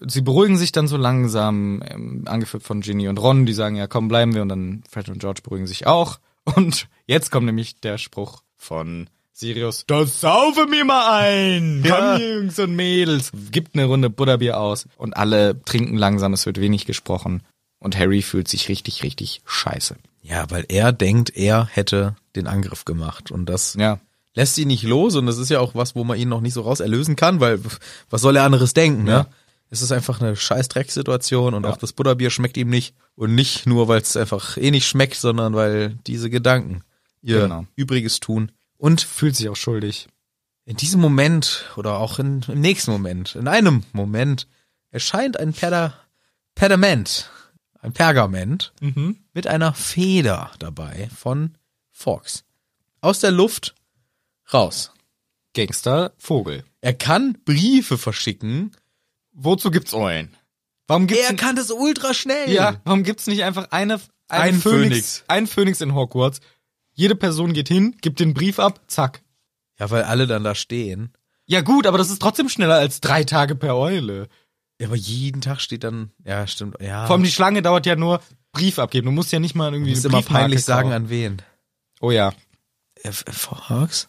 Sie beruhigen sich dann so langsam, ähm, angeführt von Ginny und Ron, die sagen, ja komm, bleiben wir. Und dann Fred und George beruhigen sich auch. Und jetzt kommt nämlich der Spruch von Sirius. Das saufe mir mal ein! Ja. Komm, Jungs und Mädels! Gibt eine Runde Butterbier aus. Und alle trinken langsam, es wird wenig gesprochen. Und Harry fühlt sich richtig, richtig scheiße. Ja, weil er denkt, er hätte den Angriff gemacht und das Ja. lässt ihn nicht los und das ist ja auch was, wo man ihn noch nicht so raus erlösen kann, weil was soll er anderes denken, ne? Ja. Es ist einfach eine scheiß Drecksituation und Ja. auch das Butterbier schmeckt ihm nicht und nicht nur, weil es einfach eh nicht schmeckt, sondern weil diese Gedanken ihr Genau. Übriges tun. Und Fühlt sich auch schuldig. in diesem Moment oder auch in, im nächsten Moment, in einem Moment, erscheint ein Perda, Pedament, ein Pergament Mhm. mit einer Feder dabei von Fox. Aus der Luft raus. Gangster, Vogel. Er kann Briefe verschicken. Wozu gibt's Eulen? Warum gibt's Er kann das ultra schnell. Ja, warum gibt's nicht einfach eine, eine Ein Phönix, Phönix. Ein Phönix in Hogwarts. Jede Person geht hin, gibt den Brief ab, zack. Ja, weil alle dann da stehen. Ja gut, aber das ist trotzdem schneller als drei Tage per Eule. Ja, aber jeden Tag steht dann, ja, stimmt, ja. Vor allem die Schlange dauert ja nur Brief abgeben. Du musst ja nicht mal irgendwie ist eine immer Briefmarke peinlich sagen, kaufen. an wen. Oh ja. Äh, Fox,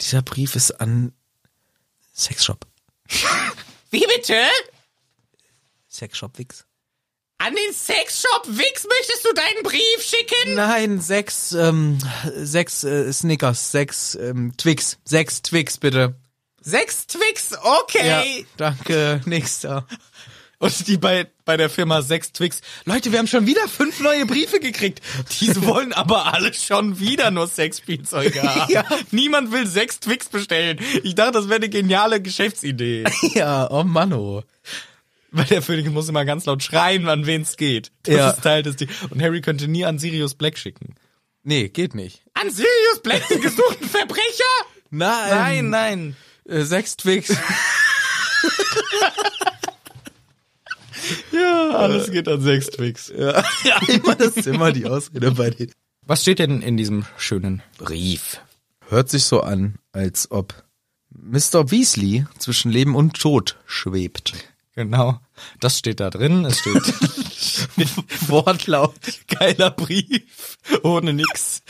dieser Brief ist an Sexshop. Wie bitte? Sexshop Wix. An den Sexshop Wix möchtest du deinen Brief schicken? Nein, sechs, ähm, sechs äh, Snickers, sechs ähm, Twix, sechs Twix bitte. Sechs Twix, okay. Ja, danke, nächster. Und die bei, bei der Firma 6 Twix. Leute, wir haben schon wieder fünf neue Briefe gekriegt. Diese wollen aber alle schon wieder nur Sexspielzeuge haben. Ja. Niemand will 6 Twix bestellen. Ich dachte, das wäre eine geniale Geschäftsidee. Ja, oh Mann, oh. Weil der Phönix muss immer ganz laut schreien, an wen es geht. Das Ja. ist Teil des Ding. Und Harry könnte nie an Sirius Black schicken. Nee, geht nicht. An Sirius Black, den gesuchten Verbrecher? Nein, Nein, Ähm, nein. Äh, sechs Twix. Ja, alles geht an sechs Twix. ja, ja, immer, das ist immer die Ausrede bei den. Was steht denn in diesem schönen Brief. Hört sich so an, als ob Mr. Weasley zwischen Leben und Tod schwebt. Genau. Das steht da drin. Es steht Wortlaut. geiler Brief. Ohne nix.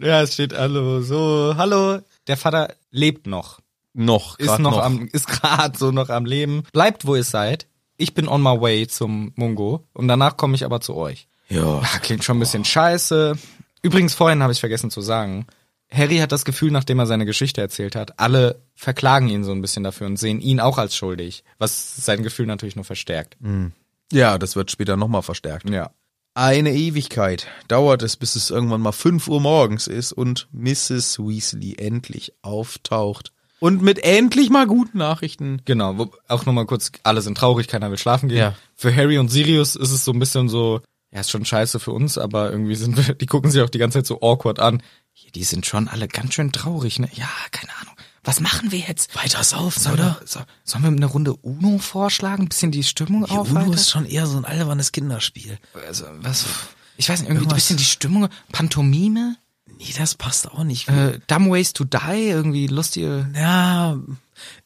Ja, es steht hallo, so, hallo. Der Vater lebt noch. Noch, Ist noch, am, ist gerade so noch am Leben. Bleibt, wo ihr seid. Ich bin on my way zum Mungo. Und danach komme ich aber zu euch. Ja. Ah, klingt schon ein bisschen scheiße. Übrigens, vorhin habe ich vergessen zu sagen, Harry hat das Gefühl, nachdem er seine Geschichte erzählt hat, alle verklagen ihn so ein bisschen dafür und sehen ihn auch als schuldig, was sein Gefühl natürlich nur verstärkt. Ja, das wird später nochmal verstärkt. Ja. Eine Ewigkeit dauert es, bis es irgendwann mal 5 Uhr morgens ist und Mrs. Weasley endlich auftaucht. Und mit endlich mal guten Nachrichten. Genau, wo, auch nochmal kurz, alle sind traurig, keiner will schlafen gehen. Ja. Für Harry und Sirius ist es so ein bisschen so, ja, ist schon scheiße für uns, aber irgendwie sind wir, die gucken sich auch die ganze Zeit so awkward an. Hier, Die sind schon alle ganz schön traurig, ne? Ja, keine Ahnung. Was machen wir jetzt? Weiter saufen, Sollen wir- so- sollen wir eine Runde Uno vorschlagen? Ein bisschen die Stimmung Die aufweitern? UNO ist schon eher so ein albernes Kinderspiel. also, was, ich weiß nicht, irgendwie ein Irgendwas. bisschen die Stimmung, Pantomime, Nee, das passt auch nicht. äh, Dumb Ways to Die, irgendwie lustige, ja,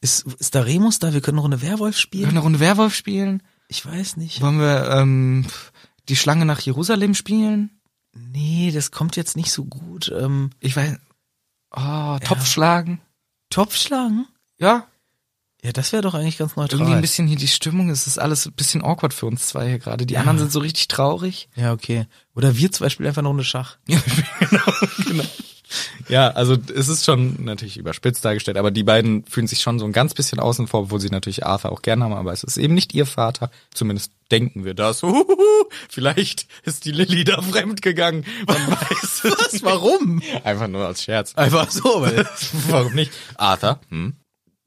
ist, ist da Remus da? Wir können noch eine Werwolf spielen. Genau. eine Runde Werwolf spielen. Ich weiß nicht. Wollen wir ähm, die Schlange nach Jerusalem spielen? Nee, das kommt jetzt nicht so gut. Ähm, Ich weiß. Oh, Topf schlagen. Topf schlagen? Ja, Ja, das wäre doch eigentlich ganz irgendwie ein neutral. bisschen hier die Stimmung. Es ist alles ein bisschen awkward für uns zwei hier gerade. Die anderen sind so richtig traurig. Ja, okay. Oder wir zwei spielen einfach eine Runde Schach. Ja, also es ist schon natürlich überspitzt dargestellt, aber die beiden fühlen sich schon so ein ganz bisschen außen vor, obwohl sie natürlich Arthur auch gerne haben, aber es ist eben nicht ihr Vater. Zumindest denken wir das. Uhuhu, vielleicht ist die Lilly da fremd gegangen. Man weiß es. Was? Warum? nicht. Einfach nur als Scherz. Einfach so, weil. Warum nicht? Arthur? Hm?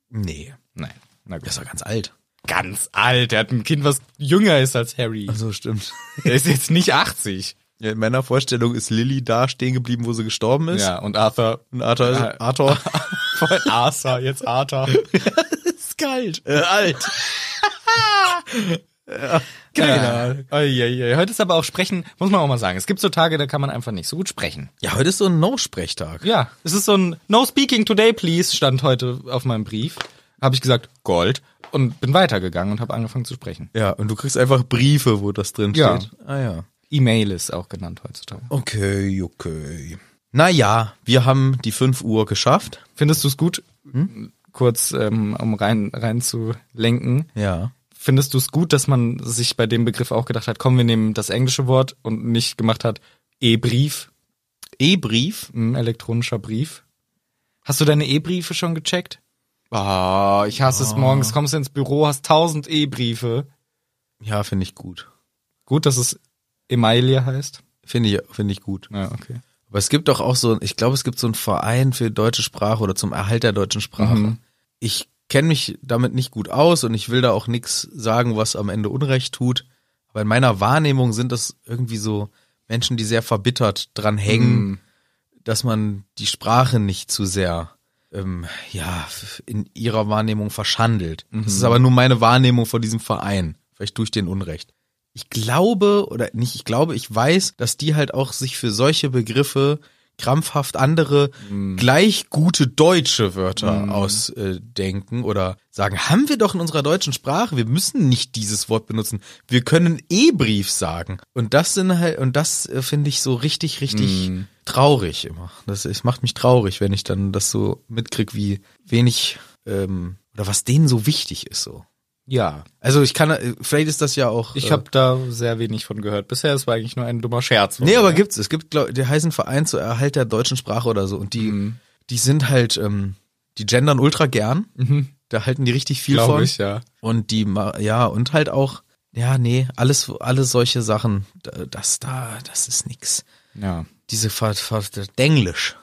nee. Nein. Na gut. Das war ganz alt. ganz alt. Er hat ein Kind, was jünger ist als Harry. So, stimmt. Er ist jetzt nicht 80. Ja, in meiner Vorstellung ist Lilly da stehen geblieben, wo sie gestorben ist. Ja, und Arthur. Und Arthur ist, Ja. Arthur Voll Arthur, jetzt Arthur. ist kalt. Äh, alt. Genau. Keine Ahnung. Heute ist aber auch Sprechen, muss man auch mal sagen. Es gibt so Tage, da kann man einfach nicht so gut sprechen. Ja, heute ist so ein No-Sprechtag. Ja, es ist so ein No Speaking Today, please, stand heute auf meinem Brief. Habe ich gesagt, Gold. Und bin weitergegangen und habe angefangen zu sprechen. Ja, und du kriegst einfach Briefe, wo das drin Ja. steht. Ah ja. E-Mail ist auch genannt heutzutage. Okay, okay. Naja, wir haben die 5 Uhr geschafft. Findest du es gut, Hm? kurz ähm, um rein, rein zu lenken, Ja. findest du es gut, dass man sich bei dem Begriff auch gedacht hat, komm, wir nehmen das englische Wort und nicht gemacht hat, E-Brief, E-Brief. ein elektronischer Brief? Hast du deine E-Briefe schon gecheckt? Ah, ich hasse es morgens, kommst du ins Büro, hast tausend E-Briefe. Ja, finde ich gut. Gut, dass es Emaille heißt. Finde ich, finde ich gut. Ja, okay. Aber es gibt doch auch so, ich glaube, es gibt so einen Verein für deutsche Sprache oder zum Erhalt der deutschen Sprache. Ich kenne mich damit nicht gut aus und ich will da auch nichts sagen, was am Ende Unrecht tut. Aber in meiner Wahrnehmung sind das irgendwie so Menschen, die sehr verbittert dran hängen, dass man die Sprache nicht zu sehr ähm, ja, f- in ihrer Wahrnehmung verschandelt. Das ist aber nur meine Wahrnehmung von diesem Verein. Vielleicht tue ich denen Unrecht. Ich glaube, oder nicht, ich glaube, ich weiß, dass die halt auch sich für solche Begriffe krampfhaft andere gleich gute deutsche Wörter ausdenken oder sagen, haben wir doch in unserer deutschen Sprache, wir müssen nicht dieses Wort benutzen, wir können E-Brief sagen. Und das sind halt, und das äh, finde ich so richtig, richtig traurig immer. Das, es macht mich traurig, wenn ich dann das so mitkrieg, wie wenig ähm, oder was denen so wichtig ist so. Ja, Also ich kann, äh, vielleicht ist das ja auch. ich äh, habe da sehr wenig von gehört. Bisher, es war eigentlich nur ein dummer Scherz. Nee, aber gibt's. Es gibt, glaub, der heißen Verein zur Erhalt der deutschen Sprache oder so. Und die, Mhm. die sind halt, ähm, die gendern ultra gern. Da halten die richtig viel glaube von. Mhm. ich, ja. Und die, ma- ja, und halt auch, ja, nee, alles, alle solche Sachen, da- das da, das ist nix. Ja. Diese Fahrt, Fahrt, Denglisch.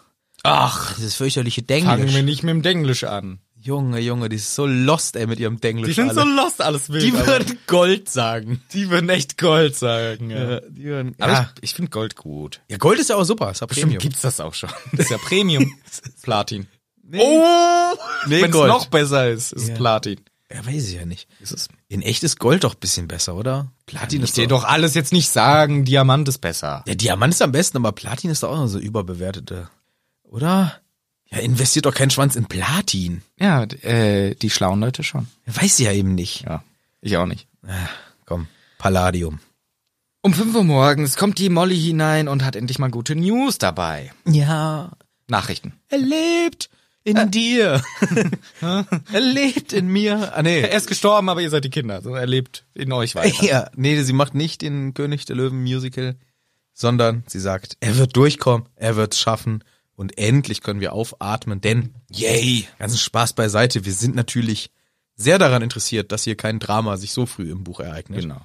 Ach, dieses fürchterliche Fangen wir Denglisch. nicht mit dem Denglisch an. Junge, Junge, die ist so lost, ey, mit ihrem Denglisch. Die sind alle. so lost, alles wild. die aber- würden Gold sagen. die würden echt Gold sagen. Ja. Ja, die würden, Aber ja. ich, ich finde Gold gut. ja, Gold ist ja auch super, ist ja Bestimmt Premium. gibt's das auch schon. Das ist ja Premium. Platin. Oh! Nee, Wenn es Gold. noch besser ist, ist Ja. Platin. Ja, weiß ich ja nicht. Ist es? In echt ist Gold doch ein bisschen besser, oder? Platin Ich ist dir doch alles jetzt nicht sagen, Diamant ist besser. Ja, Diamant ist am besten, aber Platin ist doch auch noch so überbewertete. Oder? Ja, investiert doch kein Schwanz in Platin. Ja, d- äh, die schlauen Leute schon. Ja, Weiß sie ja eben nicht. Ja, ich auch nicht. Komm, Palladium. Um 5 Uhr morgens kommt die Molly hinein und hat endlich mal gute News dabei. Ja, Äh. Nachrichten. er lebt in dir. er lebt in mir. Ah, nee. Er ist gestorben, aber ihr seid die Kinder. So, er lebt in euch weiter. Ja, nee, sie macht nicht den König der Löwen Musical, sondern sie sagt, er wird durchkommen, er wird's schaffen und endlich können wir aufatmen, denn yay, ganzen Spaß beiseite, wir sind natürlich sehr daran interessiert, dass hier kein Drama sich so früh im Buch ereignet. Genau.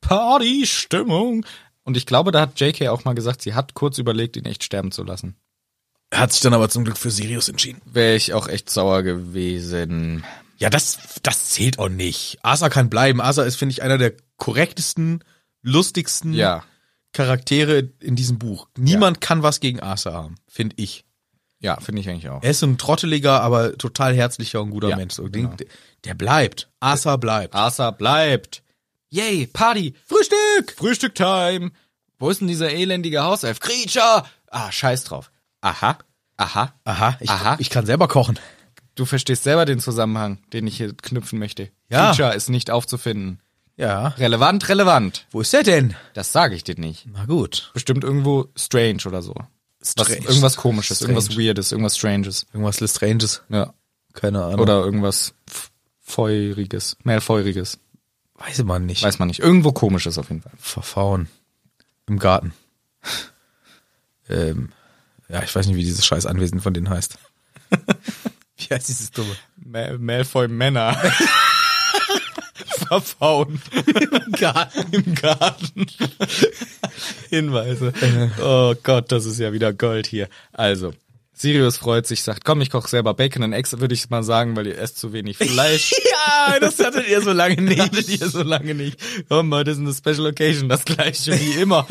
Party-Stimmung. Und ich glaube, da hat JK auch mal gesagt, sie hat kurz überlegt, ihn echt sterben zu lassen. Er hat sich dann aber zum Glück für Sirius entschieden. Wäre ich auch echt sauer gewesen. Ja, das das zählt auch nicht. Asa kann bleiben. Asa ist finde ich einer der korrektesten, lustigsten Ja. Charaktere in diesem Buch. Niemand kann was gegen Asa haben, finde ich. Ja, finde ich eigentlich auch. Er ist so ein trotteliger, aber total herzlicher und guter Ja, Mensch. So, den, Der bleibt. Asa bleibt. Asa bleibt. Yay, Party. Frühstück. Frühstücktime. Wo ist denn dieser elendige Hauself? Creature. Ah, scheiß drauf. Aha. Aha. Aha, ich, Aha. ich kann selber kochen. Du verstehst selber den Zusammenhang, den ich hier knüpfen möchte. Ja. Creature ist nicht aufzufinden. Ja. Relevant, relevant. Wo ist der denn? Das sage ich dir nicht. Na gut. Bestimmt irgendwo strange oder so. Was, Strange. irgendwas komisches, Strange. irgendwas weirdes, irgendwas stranges. Irgendwas Lestranges. ne? Ja. Keine Ahnung. Oder irgendwas f- feuriges, mehr feuriges. weiß man nicht. Weiß man nicht. Irgendwo komisches auf jeden Fall. Verfahren. Im Garten. ähm, ja, ich weiß nicht, wie dieses scheiß Anwesen von denen heißt. wie heißt dieses dumme? Malfoy Männer. Verfauen. Im Garten. Im Garten. Hinweise. Oh Gott, das ist ja wieder Gold hier. Also, Sirius freut sich, sagt, komm, ich koche selber Bacon and Eggs, würde ich mal sagen, weil ihr esst zu wenig Fleisch. ja, das hattet ihr so lange Hattet ihr so lange nicht. Komm, heute ist eine Special Occasion, das gleiche wie immer.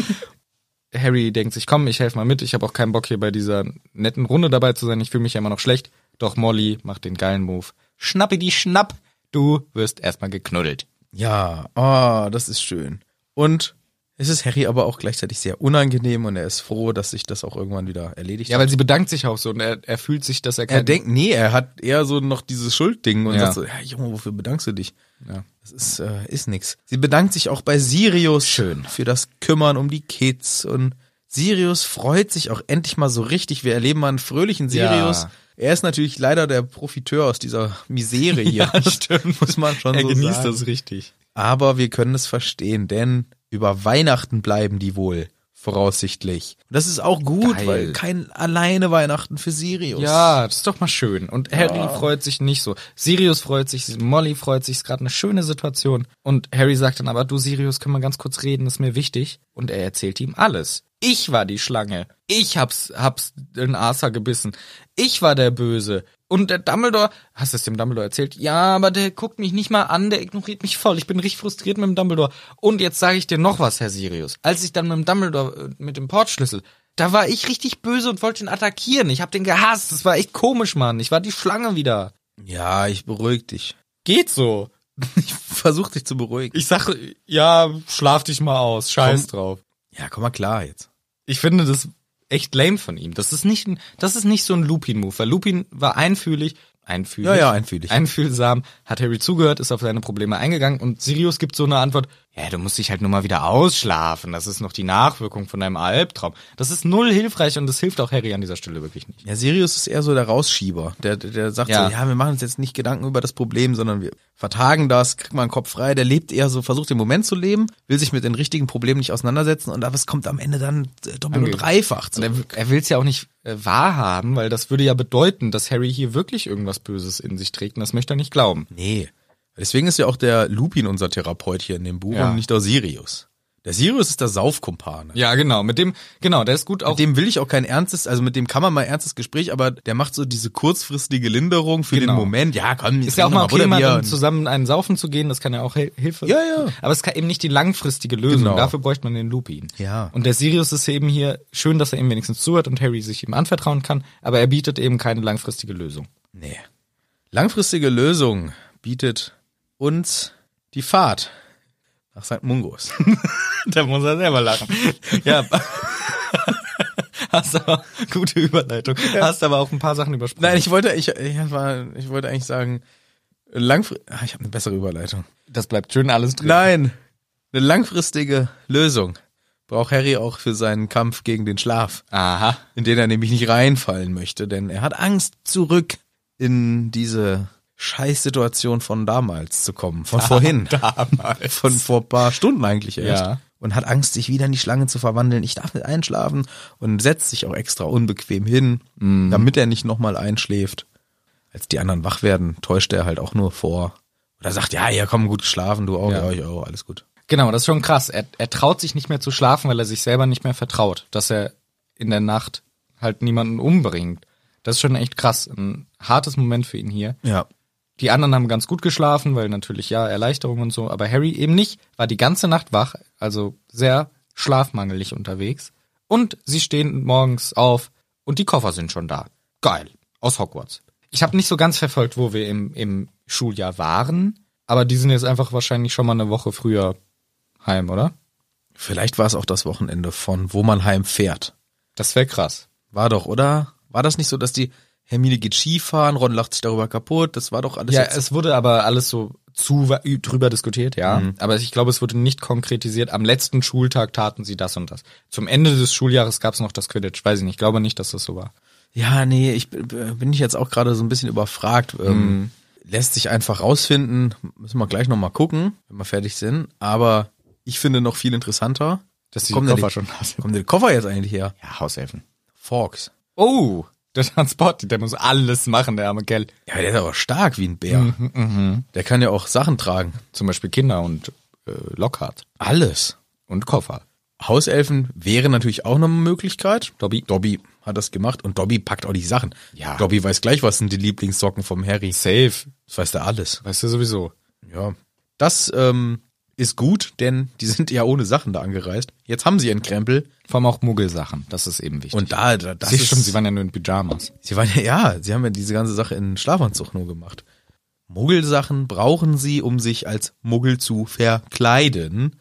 Harry denkt sich, komm, ich helfe mal mit. Ich habe auch keinen Bock, hier bei dieser netten Runde dabei zu sein. Ich fühle mich ja immer noch schlecht. Doch Molly macht den geilen Move. Schnappe die Schnapp. Du wirst erstmal geknuddelt. Ja, ah, das ist schön. Und es ist Harry aber auch gleichzeitig sehr unangenehm und er ist froh, dass sich das auch irgendwann wieder erledigt Ja, hat. weil sie bedankt sich auch so und er, er fühlt sich, dass er kein... Er denkt, nee, er hat eher so noch dieses Schuldding und Ja. sagt so, ja, Junge, wofür bedankst du dich? Ja. Das ist, äh, ist nix. Sie bedankt sich auch bei Sirius Schön. für das Kümmern um die Kids und Sirius freut sich auch endlich mal so richtig. Wir erleben mal einen fröhlichen Ja. Sirius. Er ist natürlich leider der Profiteur aus dieser Misere hier. Ja, stimmt. Muss man schon er so genießt sagen. das richtig. Aber wir können es verstehen, denn über Weihnachten bleiben die wohl voraussichtlich. Und das ist auch gut, Geil. weil kein alleine Weihnachten für Sirius. Ja, das ist doch mal schön. Und Harry freut sich nicht so. Sirius freut sich, Molly freut sich, ist gerade eine schöne Situation. Und Harry sagt dann aber, du Sirius, können wir ganz kurz reden, ist mir wichtig. Und er erzählt ihm alles. Ich war die Schlange. Ich hab's, hab's in Arthur gebissen. Ich war der Böse. Und der Dumbledore, hast du es dem Dumbledore erzählt? Ja, aber der guckt mich nicht mal an, der ignoriert mich voll. Ich bin richtig frustriert mit dem Dumbledore. Und jetzt sage ich dir noch was, Herr Sirius. Als ich dann mit dem Dumbledore, äh, mit dem Portschlüssel da war ich richtig böse und wollte ihn attackieren. Ich hab den gehasst. Das war echt komisch, Mann. Ich war die Schlange wieder. Ja, ich beruhig dich. Geht so. Ich versuche dich zu beruhigen. Ich sag, ja, schlaf dich mal aus. Scheiß drauf. Ja, komm mal klar jetzt. Ich finde das echt lame von ihm. Das ist nicht, ein- das ist nicht so ein Lupin-Move, weil Lupin war einfühlig, einfühlig, Ja, ja, einfühlig. einfühlsam, hat Harry zugehört, ist auf seine Probleme eingegangen und Sirius gibt so eine Antwort, ja, du musst dich halt nur mal wieder ausschlafen. Das ist noch die Nachwirkung von deinem Albtraum. Das ist null hilfreich und das hilft auch Harry an dieser Stelle wirklich nicht. Ja, Sirius ist eher so der Rausschieber. Der, der, der sagt Ja. so, ja, wir machen uns jetzt nicht Gedanken über das Problem, sondern wir vertagen das, kriegt mal einen Kopf frei. Der lebt eher so, versucht den Moment zu leben, will sich mit den richtigen Problemen nicht auseinandersetzen und aber es kommt am Ende dann äh, doppelt und Ange- dreifach. Und zurück. er, er will es ja auch nicht äh, wahrhaben, weil das würde ja bedeuten, dass Harry hier wirklich irgendwas Böses in sich trägt und das möchte er nicht glauben. Nee. Deswegen ist ja auch der Lupin unser Therapeut hier in dem Buch Ja. und nicht der Sirius. Der Sirius ist der Saufkumpane. Ja, genau. Mit dem, genau, der ist gut auch. Mit dem will ich auch kein ernstes, also mit dem kann man mal ein ernstes Gespräch, aber der macht so diese kurzfristige Linderung für Genau. den Moment. Ja, komm, ist ja auch mal okay, oder mal wir dann zusammen einen saufen zu gehen, das kann ja auch Hel Hilfe. Ja, ja. Aber es kann eben nicht die langfristige Lösung. Genau. Dafür bräuchte man den Lupin. Ja. Und der Sirius ist eben hier schön, dass er eben wenigstens zuhört und Harry sich ihm anvertrauen kann, aber er bietet eben keine langfristige Lösung. Nee. Langfristige Lösung bietet uns die Fahrt nach St. Mungos. da muss er selber lachen. Ja. Hast aber gute Überleitung. Hast aber auch ein paar Sachen übersprungen. Nein, ich wollte, ich, ich, war, ich wollte eigentlich sagen, langfristig, ich habe eine bessere Überleitung. Das bleibt schön alles drin. Nein, eine langfristige Lösung braucht Harry auch für seinen Kampf gegen den Schlaf, Aha. in den er nämlich nicht reinfallen möchte, denn er hat Angst, zurück in diese Scheißsituation von damals zu kommen, von vorhin, Damals. von vor ein paar Stunden eigentlich erst. Ja. Und hat Angst, sich wieder in die Schlange zu verwandeln. Ich darf nicht einschlafen und setzt sich auch extra unbequem hin, Mhm. damit er nicht nochmal einschläft. Als die anderen wach werden, täuscht er halt auch nur vor. Oder sagt, ja, ja, komm, gut geschlafen, du auch, Ja. ja, ich auch, alles gut. Genau, das ist schon krass. Er, er traut sich nicht mehr zu schlafen, weil er sich selber nicht mehr vertraut, dass er in der Nacht halt niemanden umbringt. Das ist schon echt krass. Ein hartes Moment für ihn hier. Ja. Die anderen haben ganz gut geschlafen, weil natürlich ja, Erleichterung und so, aber Harry eben nicht, war die ganze Nacht wach, also sehr schlafmangelig unterwegs. Und sie stehen morgens auf und die Koffer sind schon da. Geil. Aus Hogwarts. Ich habe nicht so ganz verfolgt, wo wir im, im Schuljahr waren, aber die sind jetzt einfach wahrscheinlich schon mal eine Woche früher heim, oder? Vielleicht war es auch das Wochenende von, wo man heimfährt. Das wäre krass. War doch, oder? War das nicht so, dass die Hermine geht Skifahren, Ron lacht sich darüber kaputt, das war doch alles Ja, jetzt- es wurde aber alles so zu wa- ü- drüber diskutiert, ja. Aber ich glaube, es wurde nicht konkretisiert. Am letzten Schultag taten sie das und das. Zum Ende des Schuljahres gab es noch das Quidditch. Weiß ich nicht. Ich glaube nicht, dass das so war. Ja, nee, ich b- b- bin ich jetzt auch gerade so ein bisschen überfragt. Ähm, Lässt sich einfach rausfinden. Müssen wir gleich nochmal gucken, wenn wir fertig sind. Aber ich finde noch viel interessanter. Dass die Wo kommen Koffer denn schon hast. Wo kommen denn die Koffer jetzt eigentlich her? Ja, Hauselfen. Forks. Oh, der Transport, der muss alles machen, der arme Kerl. Ja, der ist aber stark wie ein Bär. Der kann ja auch Sachen tragen. Zum Beispiel Kinder und äh, Lockhart Alles. und Koffer. Hauselfen wäre natürlich auch eine Möglichkeit. Dobby. Dobby hat das gemacht und Dobby packt auch die Sachen. Ja. Dobby weiß gleich, was sind die Lieblingssocken vom Harry. Safe. Das weiß der alles. Weißt du sowieso. Ja. Das ähm, ist gut, denn die sind ja ohne Sachen da angereist. Jetzt haben sie ihren Krempel. Vor allem auch Muggelsachen. Das ist eben wichtig. Und da, da das sie, ist, stimmt, sie waren ja nur in Pyjamas. sie waren ja, ja, sie haben ja diese ganze Sache in Schlafanzug nur gemacht. Muggelsachen brauchen sie, um sich als Muggel zu verkleiden.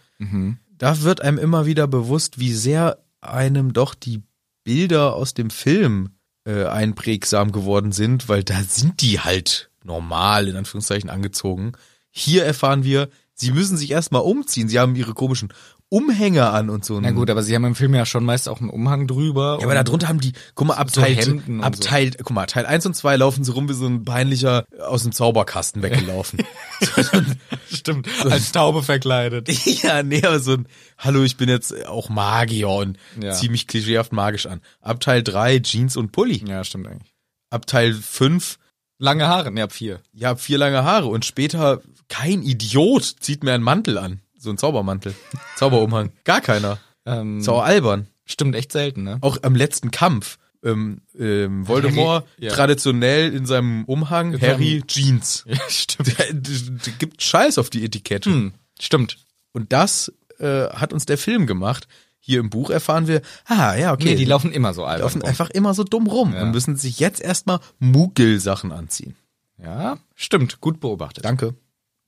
Da wird einem immer wieder bewusst, wie sehr einem doch die Bilder aus dem Film äh, einprägsam geworden sind, weil da sind die halt normal, in Anführungszeichen, angezogen. Hier erfahren wir, sie müssen sich erstmal umziehen. Sie haben ihre komischen Umhänger an und so. Na gut, aber sie haben im Film ja schon meist auch einen Umhang drüber. Ja, aber und- da drunter haben die, guck mal, ab So Teil, Hemden und ab so. Teil, guck mal, Teil 1 und 2 laufen sie rum wie so ein peinlicher äh, aus dem Zauberkasten weggelaufen. so, so ein, Stimmt, als Taube verkleidet. ja, nee, aber so ein, hallo, ich bin jetzt auch Magier und Ja. zieh mich klischeehaft magisch an. Ab Teil 3 Jeans und Pulli. Ja, stimmt eigentlich. Ab Teil 5, Lange Haare, ne, ab vier. ja, hab vier lange Haare und später kein Idiot zieht mir einen Mantel an. So ein Zaubermantel. Zauberumhang. Gar keiner. Ähm, Zauberalbern. Stimmt, echt selten, ne? auch am letzten Kampf. Ähm, ähm, Voldemort Harry, ja. traditionell in seinem Umhang, In Harry Jeans. Ja, stimmt. Der, der gibt Scheiß auf die Etikette. Hm, stimmt. Und das äh, hat uns der Film gemacht. Hier im Buch erfahren wir, ah ja, okay, Nee, die laufen immer so die albern. laufen rum. einfach immer so dumm rum Ja. und müssen sich jetzt erstmal Muggel-Sachen anziehen. Ja, stimmt, gut beobachtet. Danke.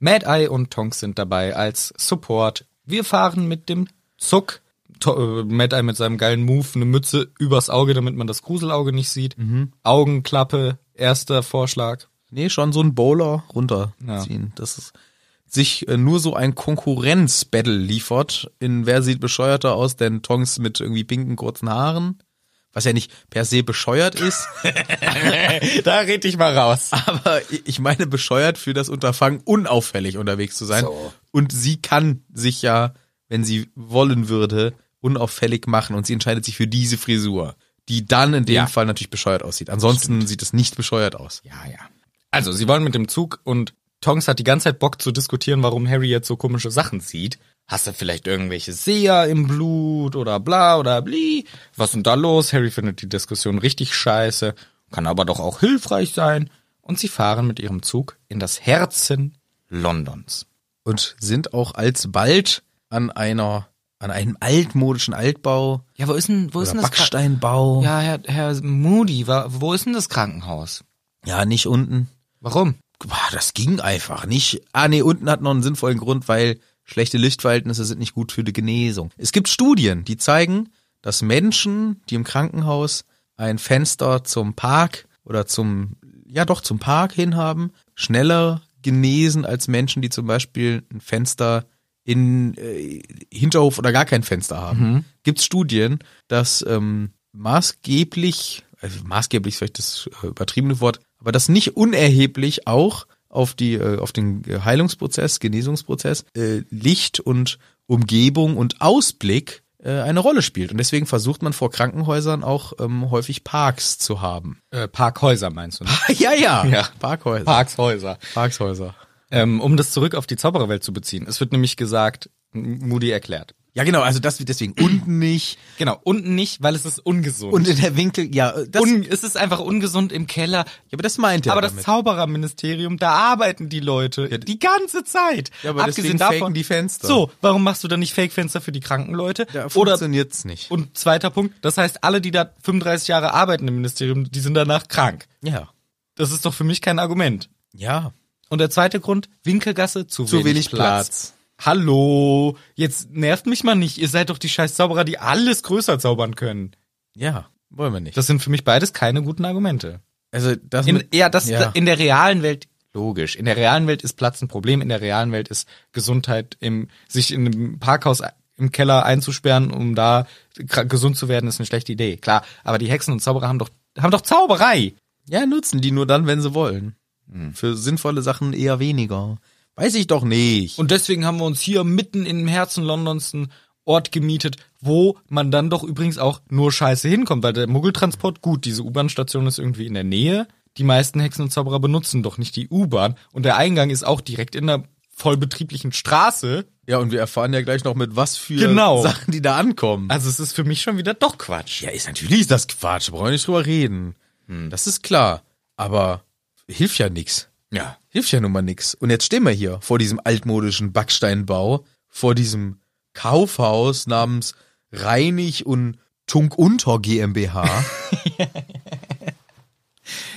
Mad Eye und Tonks sind dabei als Support. Wir fahren mit dem Zuck. To äh, Mad Eye mit seinem geilen Move, eine Mütze übers Auge, damit man das Gruselauge nicht sieht. Augenklappe, erster Vorschlag. Nee, schon so ein Bowler runterziehen. Das ist sich äh, nur so ein Konkurrenz-Battle liefert, in wer sieht bescheuerter aus, denn Tongs mit irgendwie pinken kurzen Haaren, was ja nicht per se bescheuert ist, da red ich mal raus. aber i- ich meine bescheuert für das Unterfangen, unauffällig unterwegs zu sein. So. Und sie kann sich ja, wenn sie wollen würde, unauffällig machen und sie entscheidet sich für diese Frisur, die dann in dem Ja. Fall natürlich bescheuert aussieht. Ansonsten sieht es nicht bescheuert aus. Ja, ja. Also, sie wollen mit dem Zug und Tonks hat die ganze Zeit Bock zu diskutieren, warum Harry jetzt so komische Sachen sieht. Hast du vielleicht irgendwelche Seher im Blut oder bla oder bli? Was ist denn da los? Harry findet die Diskussion richtig scheiße, kann aber doch auch hilfreich sein. Und sie fahren mit ihrem Zug in das Herzen Londons. und sind auch alsbald an einer an einem altmodischen Altbau Ja, wo ist denn, wo oder Backsteinbau. Ja, Herr, Herr Moody, wo ist denn das Krankenhaus? ja, nicht unten. Warum? Boah, das ging einfach nicht. Ah nee, unten hat noch einen sinnvollen Grund, weil schlechte Lichtverhältnisse sind nicht gut für die Genesung. Es gibt Studien, die zeigen, dass Menschen, die im Krankenhaus ein Fenster zum Park oder zum ja doch zum Park hin haben, schneller genesen als Menschen, die zum Beispiel ein Fenster in äh, Hinterhof oder gar kein Fenster haben. Mhm. Gibt es Studien, dass ähm, maßgeblich, also maßgeblich ist vielleicht das äh, übertriebene Wort, aber das nicht unerheblich auch auf die äh, auf den Heilungsprozess, Genesungsprozess, äh, Licht und Umgebung und Ausblick äh, eine Rolle spielt. Und deswegen versucht man vor Krankenhäusern auch ähm, häufig Parks zu haben. Äh, Parkhäuser meinst du? ne? ja, ja. Ja. Parkhäuser. Parkshäuser. Parkshäuser. Ähm, um das zurück auf die Zaubererwelt zu beziehen. Es wird nämlich gesagt, M- Moody erklärt. Ja, genau, also das deswegen unten nicht. Genau, unten nicht, weil es ist ungesund. Und in der Winkel, ja, das, Un es ist einfach ungesund im Keller. ja, aber das meint er aber das damit. Zaubererministerium, da arbeiten die Leute die ganze Zeit. Ja, aber deswegen faken die Fenster. So, warum machst du dann nicht Fake-Fenster für die kranken Leute? Da Oder funktioniert's nicht. und zweiter Punkt, das heißt, alle, die da 35 Jahre arbeiten im Ministerium, die sind danach krank. Ja. Das ist doch für mich kein Argument. Ja. Und der zweite Grund, Winkelgasse, zu, Zu wenig, wenig Platz. Platz. Hallo, jetzt nervt mich mal nicht. Ihr seid doch die scheiß Zauberer, die alles größer zaubern können. Ja. Wollen wir nicht. Das sind für mich beides keine guten Argumente. also, das In, mit- ja, das in der realen Welt Logisch. In der realen Welt ist Platz ein Problem. In der realen Welt ist Gesundheit im, sich in einem Parkhaus im Keller einzusperren, um da kra- gesund zu werden, ist eine schlechte Idee. Klar. Aber die Hexen und Zauberer haben doch, haben doch Zauberei. Ja, nutzen die nur dann, wenn sie wollen. Für sinnvolle Sachen eher weniger. Weiß ich doch nicht. Und deswegen haben wir uns hier mitten im Herzen Londons einen Ort gemietet, wo man dann doch übrigens auch nur scheiße hinkommt, weil der Muggeltransport, gut, diese U-Bahn-Station ist irgendwie in der Nähe. Die meisten Hexen und Zauberer benutzen doch nicht die U-Bahn und der Eingang ist auch direkt in der vollbetrieblichen Straße. ja, und wir erfahren ja gleich noch mit was für Genau. Sachen, die da ankommen. Also es ist für mich schon wieder doch Quatsch. Ja, ist natürlich ist das Quatsch, brauchen wir nicht drüber reden. Das ist klar. Aber hilft ja nix. Ja. Hilft ja nun mal nix. Und jetzt stehen wir hier vor diesem altmodischen Backsteinbau, vor diesem Kaufhaus namens Reinig und Tunk Unter GmbH.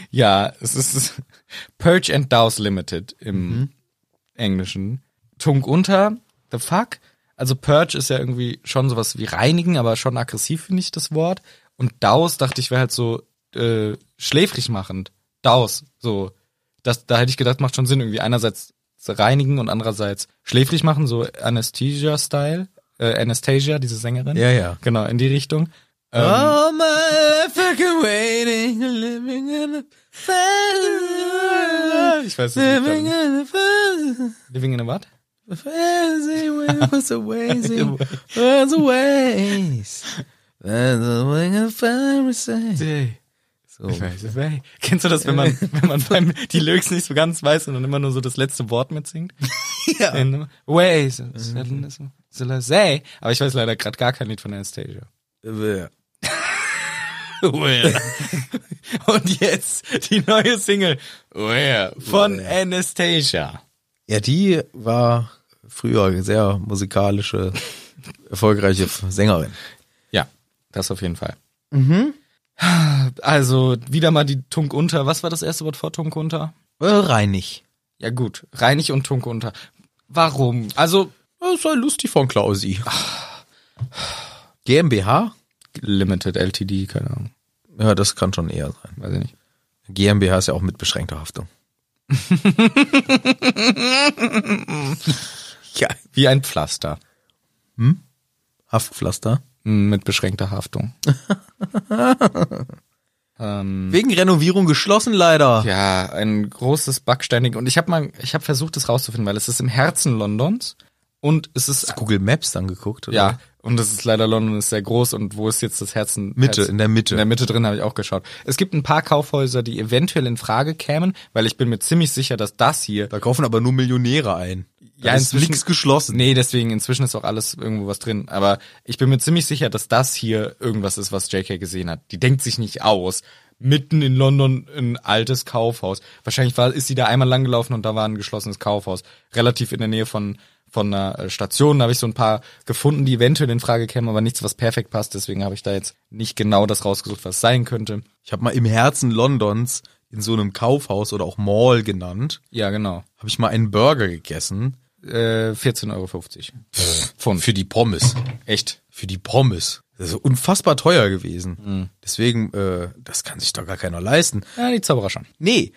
Ja, es ist Purge and Douse Limited im Mhm. Englischen. Tunk unter, the fuck? Also Purge ist ja irgendwie schon sowas wie reinigen, aber schon aggressiv finde ich das Wort. Und Douse dachte ich wäre halt so äh, schläfrig machend. Douse, so. Das, da hätte ich gedacht, macht schon Sinn, irgendwie einerseits reinigen und andererseits schläfrig machen, so Anastasia-Style. Äh, Anastasia, diese Sängerin. Ja, ja. Genau, in die Richtung. Ähm, All my fucking waiting, living in a fantasy, Ich weiß es nicht. living gerade. in a fantasy, Living in a what? fantasy, was the ways, was the ways, that's the way a fantasy. So. Ich weiß, ich weiß. Kennst du das, wenn man, wenn man beim, die Lyrics nicht so ganz weiß und dann immer nur so das letzte Wort mitsingt? Ja. Mhm. In- Way, so- so- so- say. Aber ich weiß leider gerade gar kein Lied von Anastasia. Und jetzt die neue Single Where von Anastasia. Ja, die war früher eine sehr musikalische, erfolgreiche Sängerin. Ja, das auf jeden Fall. Also wieder mal die Tunk unter. Was war das erste Wort vor Tunk unter? Äh, Reinig. Ja gut, Reinig und Tunk unter. Warum? Also Das ist ja lustig von Klausi. GmbH? Limited LTD, keine Ahnung. Ja, das kann schon eher sein. Weiß ich nicht. GmbH ist ja auch mit beschränkter Haftung. ja, Wie ein Pflaster. Haftpflaster. Mm, Mit beschränkter Haftung. ähm, Wegen Renovierung geschlossen leider. ja, ein großes Backsteinig. Und ich habe mal, ich habe versucht, das rauszufinden, weil es ist im Herzen Londons und es ist Google Maps dann geguckt. Oder? ja und es ist leider London ist sehr groß und wo ist jetzt das Herzen? Mitte, Herzen, in der Mitte. In der Mitte drin habe ich auch geschaut. Es gibt ein paar Kaufhäuser, die eventuell in Frage kämen, weil ich bin mir ziemlich sicher, dass das hier Da kaufen aber nur Millionäre ein. Da Ja, ist inzwischen- nichts geschlossen. Nee, deswegen inzwischen ist auch alles irgendwo was drin. Aber ich bin mir ziemlich sicher, dass das hier irgendwas ist, was JK gesehen hat. Die denkt sich nicht aus. Mitten in London ein altes Kaufhaus. Wahrscheinlich war, ist sie da einmal langgelaufen und da war ein geschlossenes Kaufhaus. Relativ in der Nähe von, von einer äh, Station. Da habe ich so ein paar gefunden, die eventuell in Frage kämen, aber nichts, was perfekt passt. Deswegen habe ich da jetzt nicht genau das rausgesucht, was sein könnte. Ich habe mal im Herzen Londons in so einem Kaufhaus oder auch Mall genannt, Ja, genau. habe ich mal einen Burger gegessen. Äh, 14,50 Euro. Pfund. Für die Pommes. Echt. Für die Pommes. Das ist unfassbar teuer gewesen. Hm. Deswegen, äh, das kann sich doch gar keiner leisten. Ja, die Zauberer schon. Nee,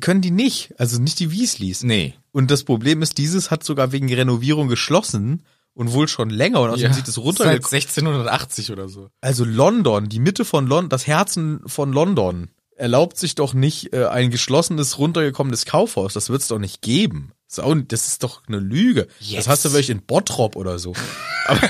können die nicht. Also nicht die Weasleys. Nee. Und das Problem ist, dieses hat sogar wegen Renovierung geschlossen und wohl schon länger. Und außerdem sieht es Seit runtergekommen. 1680 oder so. Also London, die Mitte von London, das Herzen von London erlaubt sich doch nicht äh, ein geschlossenes, runtergekommenes Kaufhaus. Das wird's doch nicht geben. Das ist, auch, das ist doch eine Lüge. Jetzt. Das hast du wirklich in Bottrop oder so.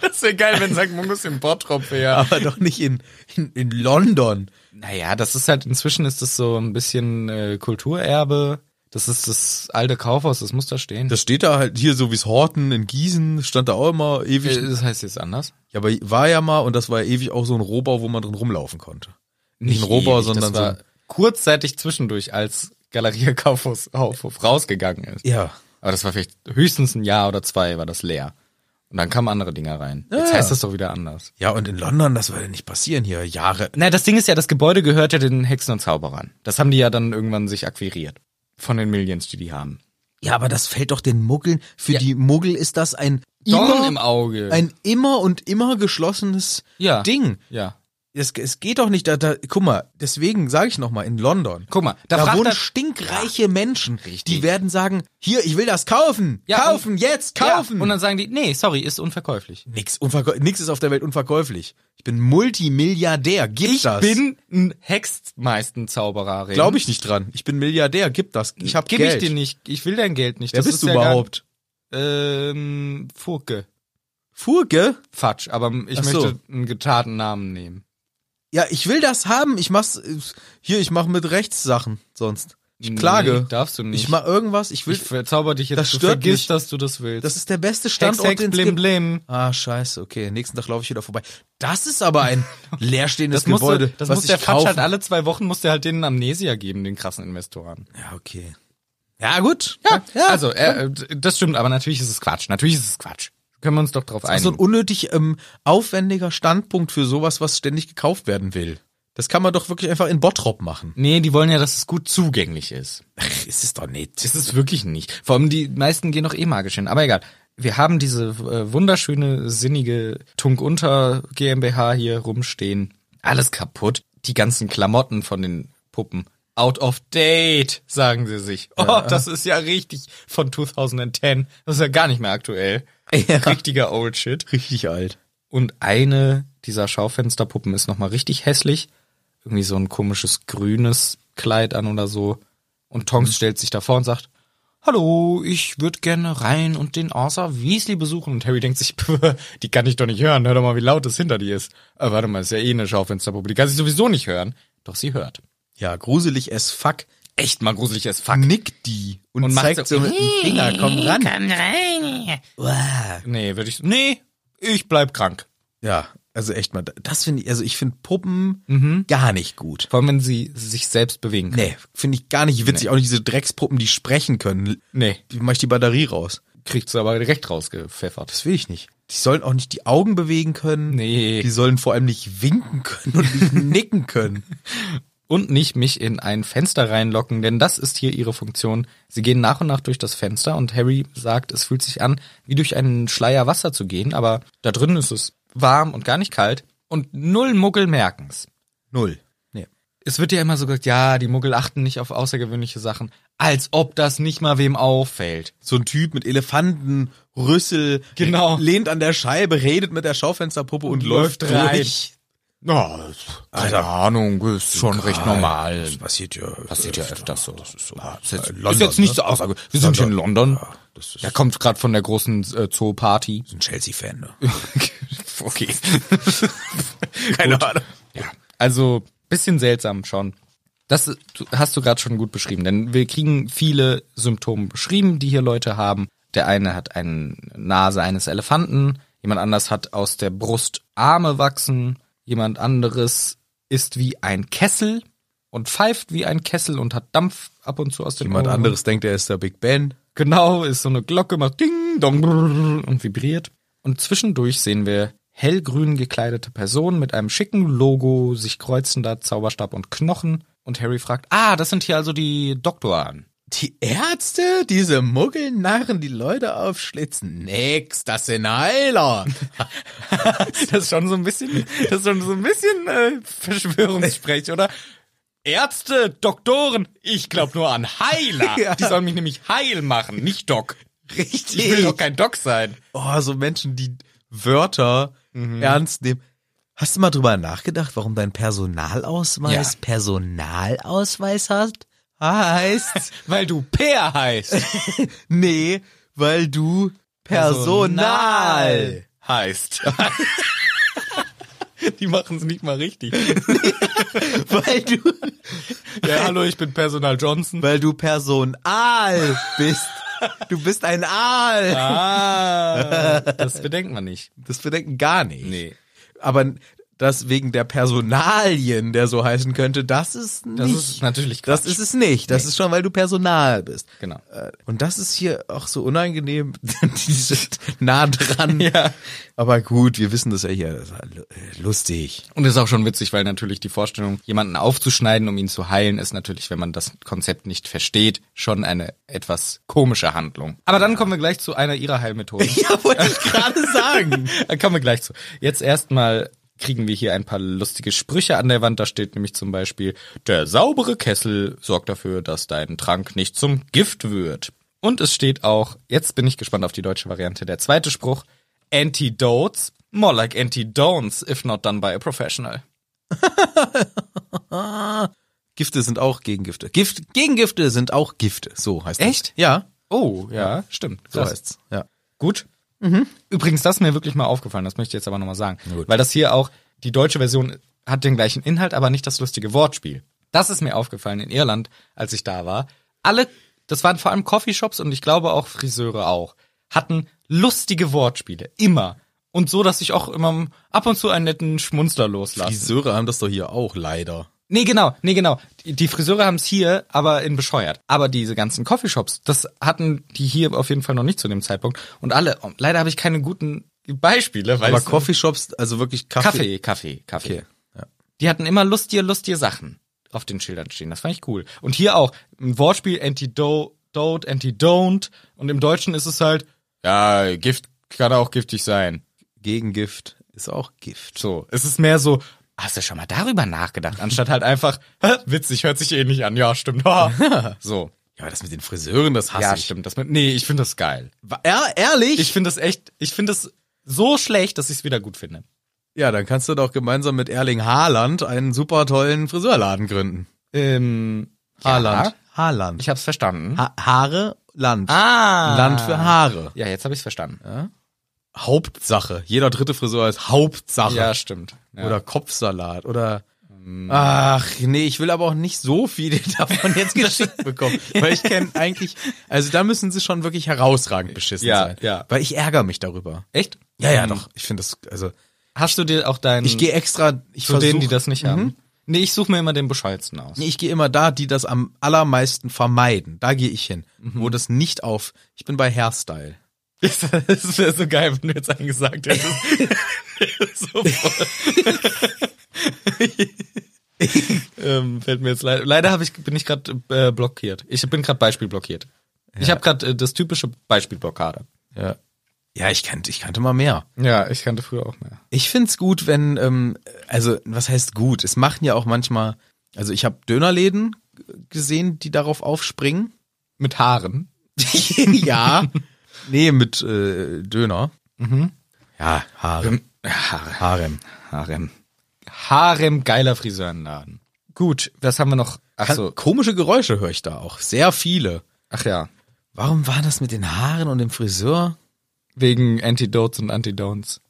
Das wäre geil, wenn St. Mungus in Bottrop wäre. Aber doch nicht in, in, in London. Naja, das ist halt, inzwischen ist das so ein bisschen äh, Kulturerbe. Das ist das alte Kaufhaus, das muss da stehen. Das steht da halt hier so wie's Horten in Gießen, stand da auch immer ewig. Äh, das heißt jetzt anders. Ja, aber war ja mal und das war ja ewig auch so ein Rohbau, wo man drin rumlaufen konnte. Nicht, ein Rohbau, ewig, sondern das war so. kurzzeitig zwischendurch, als Galerie Kaufhaus Kaufhof rausgegangen ist. Ja. Aber das war vielleicht höchstens ein Jahr oder zwei war das leer. Und dann kamen andere Dinger rein. Jetzt Ja. heißt das doch wieder anders. Ja, und in London, das würde nicht passieren hier. Jahre. Na, das Ding ist ja, das Gebäude gehört ja den Hexen und Zauberern. Das haben die ja dann irgendwann sich akquiriert. Von den Millions, die die haben. Ja, aber das fällt doch den Muggeln. Für Ja. die Muggel ist das ein Dorn im Auge. ein immer und immer geschlossenes Ja. Ding. Ja. es, es geht doch nicht, da, da, guck mal, deswegen sage ich nochmal, in London, Guck mal, da, da, fragt wohnen er- stinkreiche Menschen, die Richtig. werden sagen, hier, ich will das kaufen, Ja, kaufen, jetzt, kaufen. Ja, und dann sagen die, nee, sorry, ist unverkäuflich. Nix, unverkäu- nix ist auf der Welt unverkäuflich. Ich bin Multimilliardär, gib Ich das. bin ein Hexmeistenzaubererin. Glaube ich nicht dran. Ich bin Milliardär, Hm? gib das. Ich hab Gib Geld. ich dir nicht. Ich will dein Geld nicht. Wer Das bist ist du ja gar- überhaupt? Ähm, Furke. Furke? Fatsch, aber ich Ach so. möchte einen getarten Namen nehmen. Ja, ich will das haben. Ich mach's, hier, ich mach mit Rechtssachen sonst. Ich klage. Nee, darfst du nicht. ich mach irgendwas, ich will, ich verzauber dich jetzt. Das du stört vergisst, mich. dass du das willst. das ist der beste Hex, Standort, Hex, den es blim, gibt. blim. Ah, scheiße, okay. Nächsten Tag laufe ich wieder vorbei. Das ist aber ein leerstehendes Das, muss, Gebäude. das was muss ich der Fatsch kaufen. halt alle zwei Wochen, muss der halt denen Amnesia geben, den krassen Investoren. Ja, okay. Ja, gut. Also, äh, äh, das stimmt, aber natürlich ist es Quatsch. Natürlich ist es Quatsch. Können wir uns doch drauf Das ist so ein einigen. unnötig ähm, aufwendiger Standpunkt für sowas, was ständig gekauft werden will. Das kann man doch wirklich einfach in Bottrop machen. Nee, die wollen ja, dass es gut zugänglich ist. Ach, ist es doch nicht. Ist es wirklich nicht. Vor allem die meisten gehen doch eh magisch hin. Aber egal. Wir haben diese äh, wunderschöne, sinnige Tungunter GmbH hier rumstehen. Alles kaputt. Die ganzen Klamotten von den Puppen. Out of date, sagen sie sich. Oh, das ist ja richtig von 2010. Das ist ja gar nicht mehr aktuell. Ja. Richtiger Old Shit. Richtig alt. Und eine dieser Schaufensterpuppen ist nochmal richtig hässlich. Irgendwie so ein komisches grünes Kleid an oder so. Und Tonks stellt sich davor und sagt, Hallo, ich würde gerne rein und den Arthur Weasley besuchen. Und Harry denkt sich, "Pff, die kann ich doch nicht hören. Hör doch mal, wie laut es hinter dir ist. Äh, warte mal, ist ja eh eine Schaufensterpuppe. Die kann sich sowieso nicht hören. Doch sie hört. Ja, gruselig as fuck. Echt mal gruselig as fuck. Knickt die und, Und macht zeigt so- so mit dem Finger, komm ran. Komm rein. Nee, würde ich, nee, ich bleib krank. Ja, also echt mal, das finde ich, also ich finde Puppen Mhm. gar nicht gut. Vor allem, wenn sie sich selbst bewegen kann. Nee, finde ich gar nicht witzig. Auch nicht diese Dreckspuppen, die sprechen können. Nee. Wie mach ich die Batterie raus? Kriegst du aber direkt rausgepfeffert. Das will ich nicht. Die sollen auch nicht die Augen bewegen können. Nee. Die sollen vor allem nicht winken können und nicht nicken können. und nicht mich in ein Fenster reinlocken, denn das ist hier ihre Funktion. Sie gehen nach und nach durch das Fenster und Harry sagt, es fühlt sich an, wie durch einen Schleier Wasser zu gehen, aber da drin ist es warm und gar nicht kalt und null Muggel merken's. Null. Nee. Es wird ja immer so gesagt, ja, die Muggel achten nicht auf außergewöhnliche Sachen, als ob das nicht mal wem auffällt. So ein Typ mit Elefanten, Rüssel, Genau. lehnt an der Scheibe, redet mit der Schaufensterpuppe und, läuft rein. Na, keine Ahnung, ist schon recht normal. passiert ja. passiert ja öfters so. Das ist, so. ist, jetzt, London, ist jetzt nicht ne? so außergewöhnlich. Wir sind hier in London. das ist- Der kommt gerade von der großen äh, Zoo-Party. Ein Chelsea-Fan, ne? okay. Keine Ahnung. ja. Also, bisschen seltsam schon. Das ist- du- hast du gerade schon gut beschrieben, denn wir kriegen viele Symptome beschrieben, die hier Leute haben. Der eine hat eine Nase eines Elefanten, jemand anders hat aus der Brust Arme wachsen, jemand anderes ist wie ein Kessel und pfeift wie ein Kessel und hat Dampf ab und zu aus den Jemand Ohren. anderes denkt, er ist der Big Ben. Genau, ist so eine Glocke, macht Ding, Dong brrr, und vibriert. Und zwischendurch sehen wir hellgrün gekleidete Personen mit einem schicken Logo, sich kreuzender Zauberstab und Knochen. Und Harry fragt, ah, das sind hier also die Doktoren. Die Ärzte, diese Muggelnarren, die Leute aufschlitzen. Nix, das sind Heiler. Das ist schon so ein bisschen, das ist schon so ein bisschen äh, Verschwörungssprech, oder? Ärzte, Doktoren, ich glaube nur an Heiler. Ja. Die sollen mich nämlich heil machen, nicht Doc. Richtig. Ich will doch kein Doc sein. oh, so Menschen, die Wörter Mhm. ernst nehmen. Hast du mal drüber nachgedacht, warum dein Personalausweis Ja. Personalausweis hast? Heißt? Weil du Peer heißt. nee, weil du Personal. heißt. Die machen es nicht mal richtig. weil du Ja, hallo, ich bin Personal Johnson. weil du Personal bist. Du bist ein Aal. Ah, das bedenkt man nicht. Das bedenken gar nicht. Aber das wegen der Personalien, der so heißen könnte, das ist nicht. Das ist natürlich Quatsch. Das ist es nicht. Das ist schon, weil du Personal bist. Genau. Äh, Und das ist hier auch so unangenehm, diese nah dran. Ja. Aber gut, wir wissen das ja hier. Das ist ja lu- äh, lustig. Und ist auch schon witzig, weil natürlich die Vorstellung, jemanden aufzuschneiden, um ihn zu heilen, ist natürlich, wenn man das Konzept nicht versteht, schon eine etwas komische Handlung. Aber dann kommen wir gleich zu einer ihrer Heilmethoden. Ja, wollte ich gerade sagen. Da kommen wir gleich zu. Jetzt erstmal kriegen wir hier ein paar lustige Sprüche an der Wand. Da steht nämlich zum Beispiel, der saubere Kessel sorgt dafür, dass dein Trank nicht zum Gift wird. Und es steht auch, jetzt bin ich gespannt auf die deutsche Variante, der zweite Spruch, Antidotes, more like Antidon'ts, if not done by a professional. Gifte sind auch Gegengifte. Gift, Gegengifte sind auch Gifte. So heißt Echt? Das. Ja. Oh, ja, stimmt. So Krass. heißt's. Ja. Gut. Übrigens, das ist mir wirklich mal aufgefallen, das möchte ich jetzt aber nochmal sagen. gut. Weil das hier auch, die deutsche Version hat den gleichen Inhalt, aber nicht das lustige Wortspiel. Das ist mir aufgefallen in Irland, als ich da war. Alle, das waren vor allem Coffeeshops und ich glaube auch Friseure auch, hatten lustige Wortspiele. Immer. Und so, dass ich auch immer ab und zu einen netten Schmunzler loslasse. Friseure haben das doch hier auch leider. Nee, genau, nee, genau. Die die Friseure haben's hier, aber in bescheuert. Aber diese ganzen Coffeeshops, das hatten die hier auf jeden Fall noch nicht zu dem Zeitpunkt. Und alle, und leider habe ich keine guten Beispiele, weil Aber es- Coffeeshops, also wirklich Kaffee. Kaffee, Kaffee, Kaffee. Okay. Ja. Die hatten immer lustige, lustige Sachen auf den Schildern stehen. Das fand ich cool. Und hier auch ein Wortspiel Antidote, Anti-Don't. Und im Deutschen ist es halt, ja, Gift kann auch giftig sein. Gegengift ist auch Gift. So, es ist mehr so, hast du schon mal darüber nachgedacht, anstatt halt einfach, "Hä, witzig, hört sich eh nicht an, ja, stimmt. ha." so. Ja, aber das mit den Friseuren, das hasse Ja, ich. stimmt. Das mit, nee, ich finde das geil. Wa- Ja, ehrlich? Ich finde das echt, ich finde das so schlecht, dass ich es wieder gut finde. ja, dann kannst du doch gemeinsam mit Erling Haaland einen super tollen Friseurladen gründen. Ähm, Haaland. Haaland. Haaland. Ich hab's verstanden. ha Haare, Land. ah. Land für Haare. Ja, jetzt habe ich's verstanden. Hauptsache. Jeder dritte Friseur ist Hauptsache. Ja, stimmt. Ja. Mm. Oder Kopfsalat. Oder. Ach, nee, ich will aber auch nicht so viele davon jetzt geschickt bekommen. Weil ich kenne eigentlich. Also da müssen sie schon wirklich herausragend beschissen Ja, sein. ja. Weil ich ärgere mich darüber. echt? Ja, ja, Ähm, doch. Ich finde das. Also. Hast du dir auch deinen Ich gehe extra. Ich zu denen, versuch- Mhm. die das nicht haben? Nee, ich suche mir immer den bescheuertsten aus. Nee, Ich gehe immer da, die das am allermeisten vermeiden. Da gehe ich hin. Wo das nicht auf. Ich bin bei Hairstyle. Das wäre so geil, wenn du jetzt einen gesagt hättest. so voll. ähm, fällt mir jetzt leider. Leider hab ich, bin ich gerade äh, blockiert. Ich bin gerade Beispiel blockiert. Ich habe gerade äh, das typische Beispielblockade. Ja. Ja, ich kannte, ich kannte mal mehr. Ja, ich kannte früher auch mehr. Ich find's gut, wenn, ähm, also was heißt gut? Es machen ja auch manchmal, also ich habe Dönerläden g- gesehen, die darauf aufspringen. Mit Haaren. ja. Nee, mit äh, Döner. Mhm. Ja, Haare. Ähm, Haare. Harem. Harem. Harem geiler Friseurenladen. Gut, was haben wir noch? Ach Kann, so. Komische Geräusche höre ich da auch. Sehr viele. Ach ja. Warum war das mit den Haaren und dem Friseur? Wegen Antidotes und Antidonts.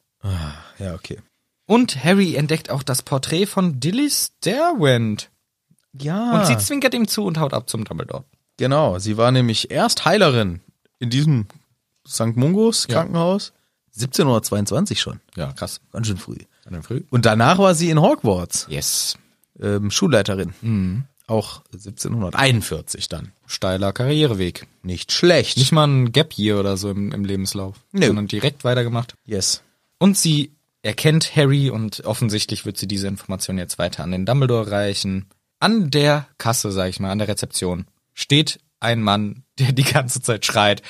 Ja, okay. Und Harry entdeckt auch das Porträt von Dilly Derwent. Ja. Und sie zwinkert ihm zu und haut ab zum Dumbledore. Genau, sie war nämlich erst Heilerin in diesem St. Mungos Krankenhaus. 1722 schon. Ja, krass. Ganz schön früh. An dem Früh. Und danach war sie in Hogwarts, Yes. ähm, Schulleiterin. Mhm. Auch 1741 dann. Steiler Karriereweg. Nicht schlecht. Nicht mal ein Gap Year oder so im, im Lebenslauf, Nö. sondern direkt weitergemacht. yes. Und sie erkennt Harry und offensichtlich wird sie diese Information jetzt weiter an den Dumbledore reichen. An der Kasse, sag ich mal, an der Rezeption steht ein Mann, der die ganze Zeit schreit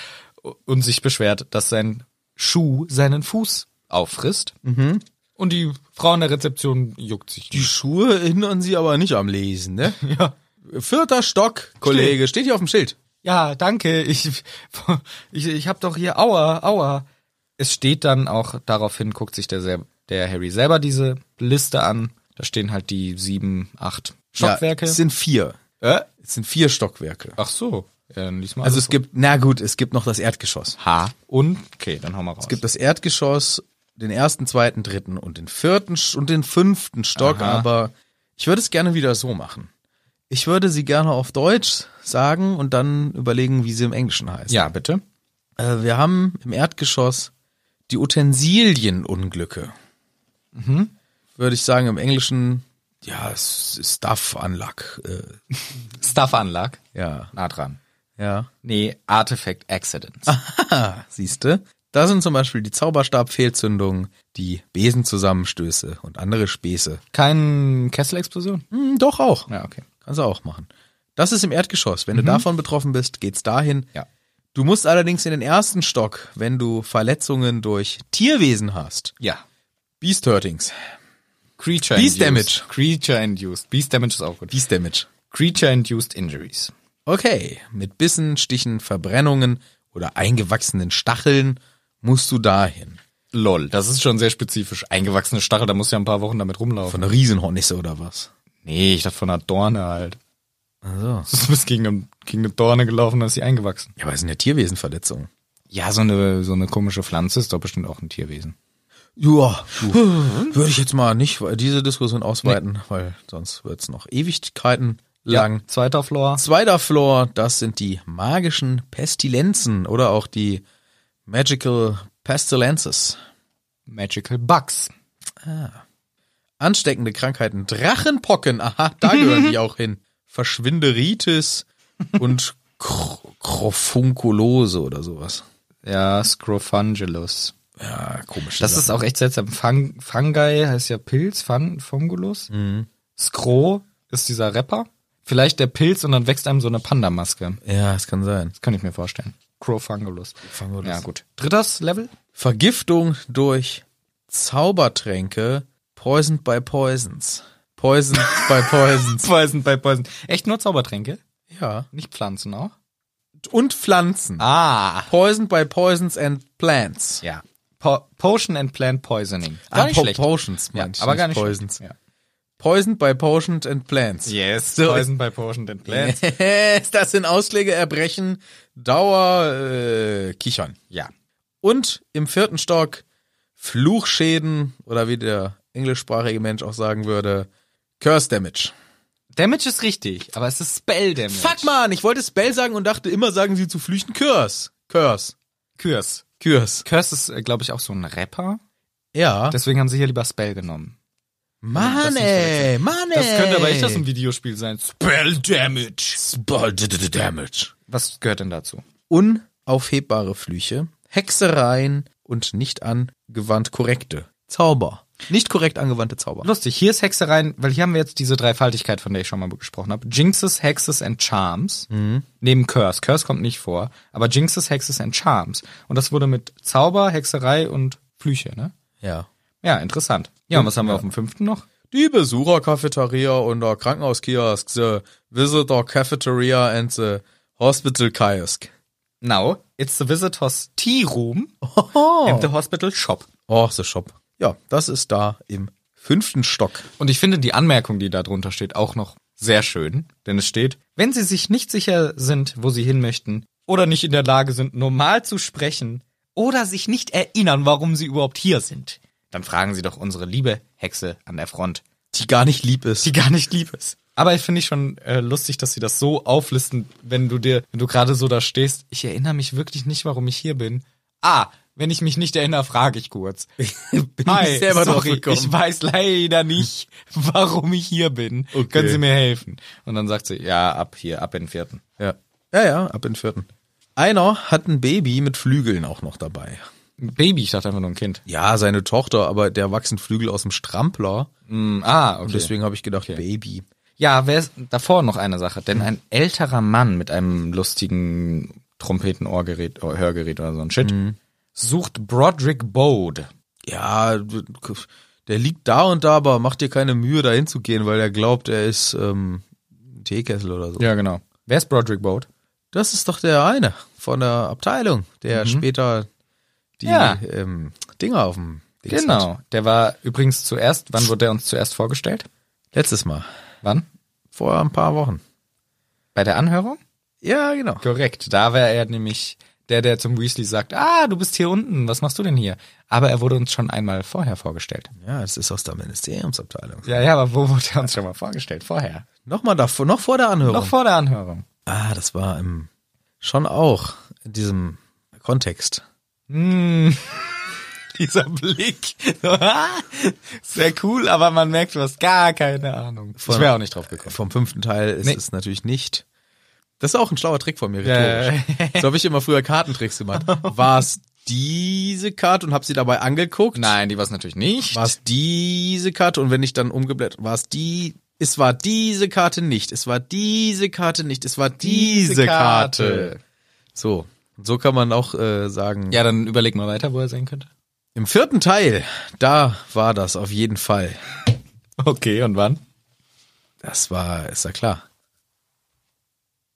und sich beschwert, dass sein Schuh seinen Fuß auffrisst. Und die Frau an der Rezeption juckt sich. Die nicht. Schuhe hindern sie aber nicht am Lesen, ne? Ja. Vierter Stock, Kollege, steht hier auf dem Schild. Ja, danke. Ich, ich, ich hab doch hier Aua, Aua. Es steht dann auch daraufhin, guckt sich der, sel- der Harry selber diese Liste an. Da stehen halt die sieben, acht Stockwerke. Ja, es sind vier. äh? Es sind vier Stockwerke. Ach so. Ja, dann lies mal. Also alles es gibt, na gut, es gibt noch das Erdgeschoss. vor. H und okay, dann hau mal raus. Es gibt das Erdgeschoss, den ersten, zweiten, dritten und den vierten Sch- und den fünften Stock, Aha. aber ich würde es gerne wieder so machen. Ich würde sie gerne auf Deutsch sagen und dann überlegen, wie sie im Englischen heißt. ja, bitte. Äh, wir haben im Erdgeschoss die Utensilienunglücke. Mhm. Würde ich sagen, im Englischen, ja, es ist Stuff Unluck. Äh, Stuff Anlag. ja, Nah dran. ja. Nee, Artifact Accidents. Ah. siehste. Da sind zum Beispiel die Zauberstabfehlzündungen, die Besenzusammenstöße und andere Späße. Kein Kesselexplosion? Hm, doch auch. Ja, okay. Kannst du auch machen. Das ist im Erdgeschoss. Wenn du davon betroffen bist, geht's dahin. Ja. Du musst allerdings in den ersten Stock, wenn du Verletzungen durch Tierwesen hast. Ja. Beast Hurtings. Creature Beast induced. Damage. Creature induced. Beast Damage ist auch gut. Beast Damage. Creature induced Injuries. Okay, mit Bissen, Stichen, Verbrennungen oder eingewachsenen Stacheln musst du dahin. Lol, das ist schon sehr spezifisch. Eingewachsene Stachel, da muss ja ein paar Wochen damit rumlaufen. Von einer Riesenhornisse oder was? nee, ich dachte von einer Dorne halt. Also. Du bist gegen, eine- gegen eine Dorne gelaufen, dann ist sie eingewachsen. Ja, aber es sind ja Tierwesenverletzungen. Ja, so eine, so eine komische Pflanze ist doch bestimmt auch ein Tierwesen. Ja, würde ich jetzt mal nicht diese Diskussion ausweiten, weil sonst wird's noch Ewigkeiten lang. Ja, zweiter Floor. Zweiter Floor, das sind die magischen Pestilenzen oder auch die Magical Pestilences. Magical Bugs. Ansteckende Krankheiten, Drachenpocken, aha, da gehören die auch hin. Verschwinderitis und Kr Krofunkulose oder sowas. Ja, Scrophungelus. Ja, komisch. Das ist auch echt seltsam. Fang, Fungi heißt ja Pilz, Fun, Fungulus. Scro ist dieser Rapper. Vielleicht der Pilz und dann wächst einem so eine Panda-Maske. ja, es kann sein. Das kann ich mir vorstellen. Crofungulus. Fungulus. Ja, gut. Drittes Level? Vergiftung durch Zaubertränke, poisoned by poisons. Poisoned by poisons. Poison bei Poison. Echt nur Zaubertränke? Ja. Nicht Pflanzen auch? Und Pflanzen. Ah. Poisoned by poisons and plants. Ja. Po Potion and Plant Poisoning. Gar Ah, nicht po- schlecht. Potions, ja, meine ich, aber gar nicht Poisons. schlecht. Ja. Poisoned by poisoned and plants. Yes, So. Poison by Potion and Plant. Yes, das sind Ausschläge, Erbrechen, Dauer, äh, Kichern. ja. Und im vierten Stock Fluchschäden oder wie der englischsprachige Mensch auch sagen würde, Curse Damage. Damage ist richtig, aber es ist Spell Damage. Fuck man, ich wollte Spell sagen und dachte immer sagen sie zu flüchten Curse. Curse. Curse. Curse. Curse ist, glaube ich, auch so ein Rapper. Ja. Deswegen haben sie hier lieber Spell genommen. das Mann nicht ey, Mann ey. Das könnte aber echt aus einem Videospiel sein. Spell Damage. Spell d- d- d- Damage. Was gehört denn dazu? Unaufhebbare Flüche, Hexereien und nicht angewandt korrekte Zauber. Nicht korrekt angewandte Zauber. Lustig, hier ist Hexereien, weil hier haben wir jetzt diese Dreifaltigkeit, von der ich schon mal gesprochen habe. Jinxes, Hexes and Charms. Neben Curse. Curse kommt nicht vor, aber Jinxes, Hexes and Charms. Und das wurde mit Zauber, Hexerei und Flüche, ne? Ja. Ja, interessant. Ja, und was haben wir auf dem fünften noch? Die Besuchercafeteria und der Krankenhauskiosk, the Visitor Cafeteria and the Hospital Kiosk. Now, it's the visitor's tea room oh. and the hospital shop. Oh, the Shop. Ja, das ist da im fünften Stock. Und ich finde die Anmerkung, die da drunter steht, auch noch sehr schön. Denn es steht, wenn Sie sich nicht sicher sind, wo Sie hin möchten oder nicht in der Lage sind, normal zu sprechen oder sich nicht erinnern, warum Sie überhaupt hier sind, dann fragen Sie doch unsere liebe Hexe an der Front, Die gar nicht lieb ist. die gar nicht lieb ist. Aber ich finde ich schon äh, lustig, dass sie das so auflisten, wenn du dir, wenn du gerade so da stehst. Ich erinnere mich wirklich nicht, warum ich hier bin. Ah, wenn ich mich nicht erinnere, frage ich kurz. bin Hi, ich selber drauf sorry, gekommen. ich weiß leider nicht, warum ich hier bin. Okay. Können Sie mir helfen? Und dann sagt sie, ja, ab hier, ab in den vierten. ja. ja, ja, ab in den vierten. Einer hat ein Baby mit Flügeln auch noch dabei. Ein Baby, ich dachte einfach nur ein Kind. Ja, seine Tochter, aber der wachsen Flügel aus dem Strampler. Hm, ah, okay. Deswegen habe ich gedacht, Baby. Ja, wer ist davor noch eine Sache? Denn ein älterer Mann mit einem lustigen Trompetenohrgerät, oh, Hörgerät oder so ein Shit, sucht Broderick Bode. Ja, der liegt da und da, aber macht dir keine Mühe, da hinzugehen, weil er glaubt, er ist ähm, ein Teekessel oder so. Ja, genau. Wer ist Broderick Bode? Das ist doch der eine von der Abteilung, der später die Mhm. Ja. ähm, Dinger auf dem Dings hat. Genau. Der war übrigens zuerst, wann wurde er uns zuerst vorgestellt? Letztes Mal. Wann? Vor ein paar Wochen. Bei der Anhörung? Ja, genau. Korrekt. Da wäre er nämlich der, der zum Weasley sagt, ah, du bist hier unten, was machst du denn hier? Aber er wurde uns schon einmal vorher vorgestellt. Ja, das ist aus der Ministeriumsabteilung. Ja, ja, aber wo wurde er uns schon mal vorgestellt? Vorher. Nochmal davor, noch vor der Anhörung. Noch vor der Anhörung. Ah, das war im, schon auch in diesem Kontext. Dieser Blick. Sehr cool, aber man merkt, du hast gar keine Ahnung. Ich wäre auch nicht drauf gekommen. Vom fünften Teil ist Nee. es natürlich nicht. Das ist auch ein schlauer Trick von mir, Ja, rhetorisch. So habe ich immer früher Kartentricks gemacht. War es diese Karte und habe sie dabei angeguckt? Nein, die war es natürlich nicht. war es diese Karte und wenn ich dann umgeblättert, war es die, es war diese Karte nicht, es war diese Karte nicht, es war diese, Karte. So, und so kann man auch äh, sagen. Ja, dann überleg mal weiter, wo er sein könnte. Im vierten Teil, da war das auf jeden Fall. Okay, und wann? Das war, ist ja klar.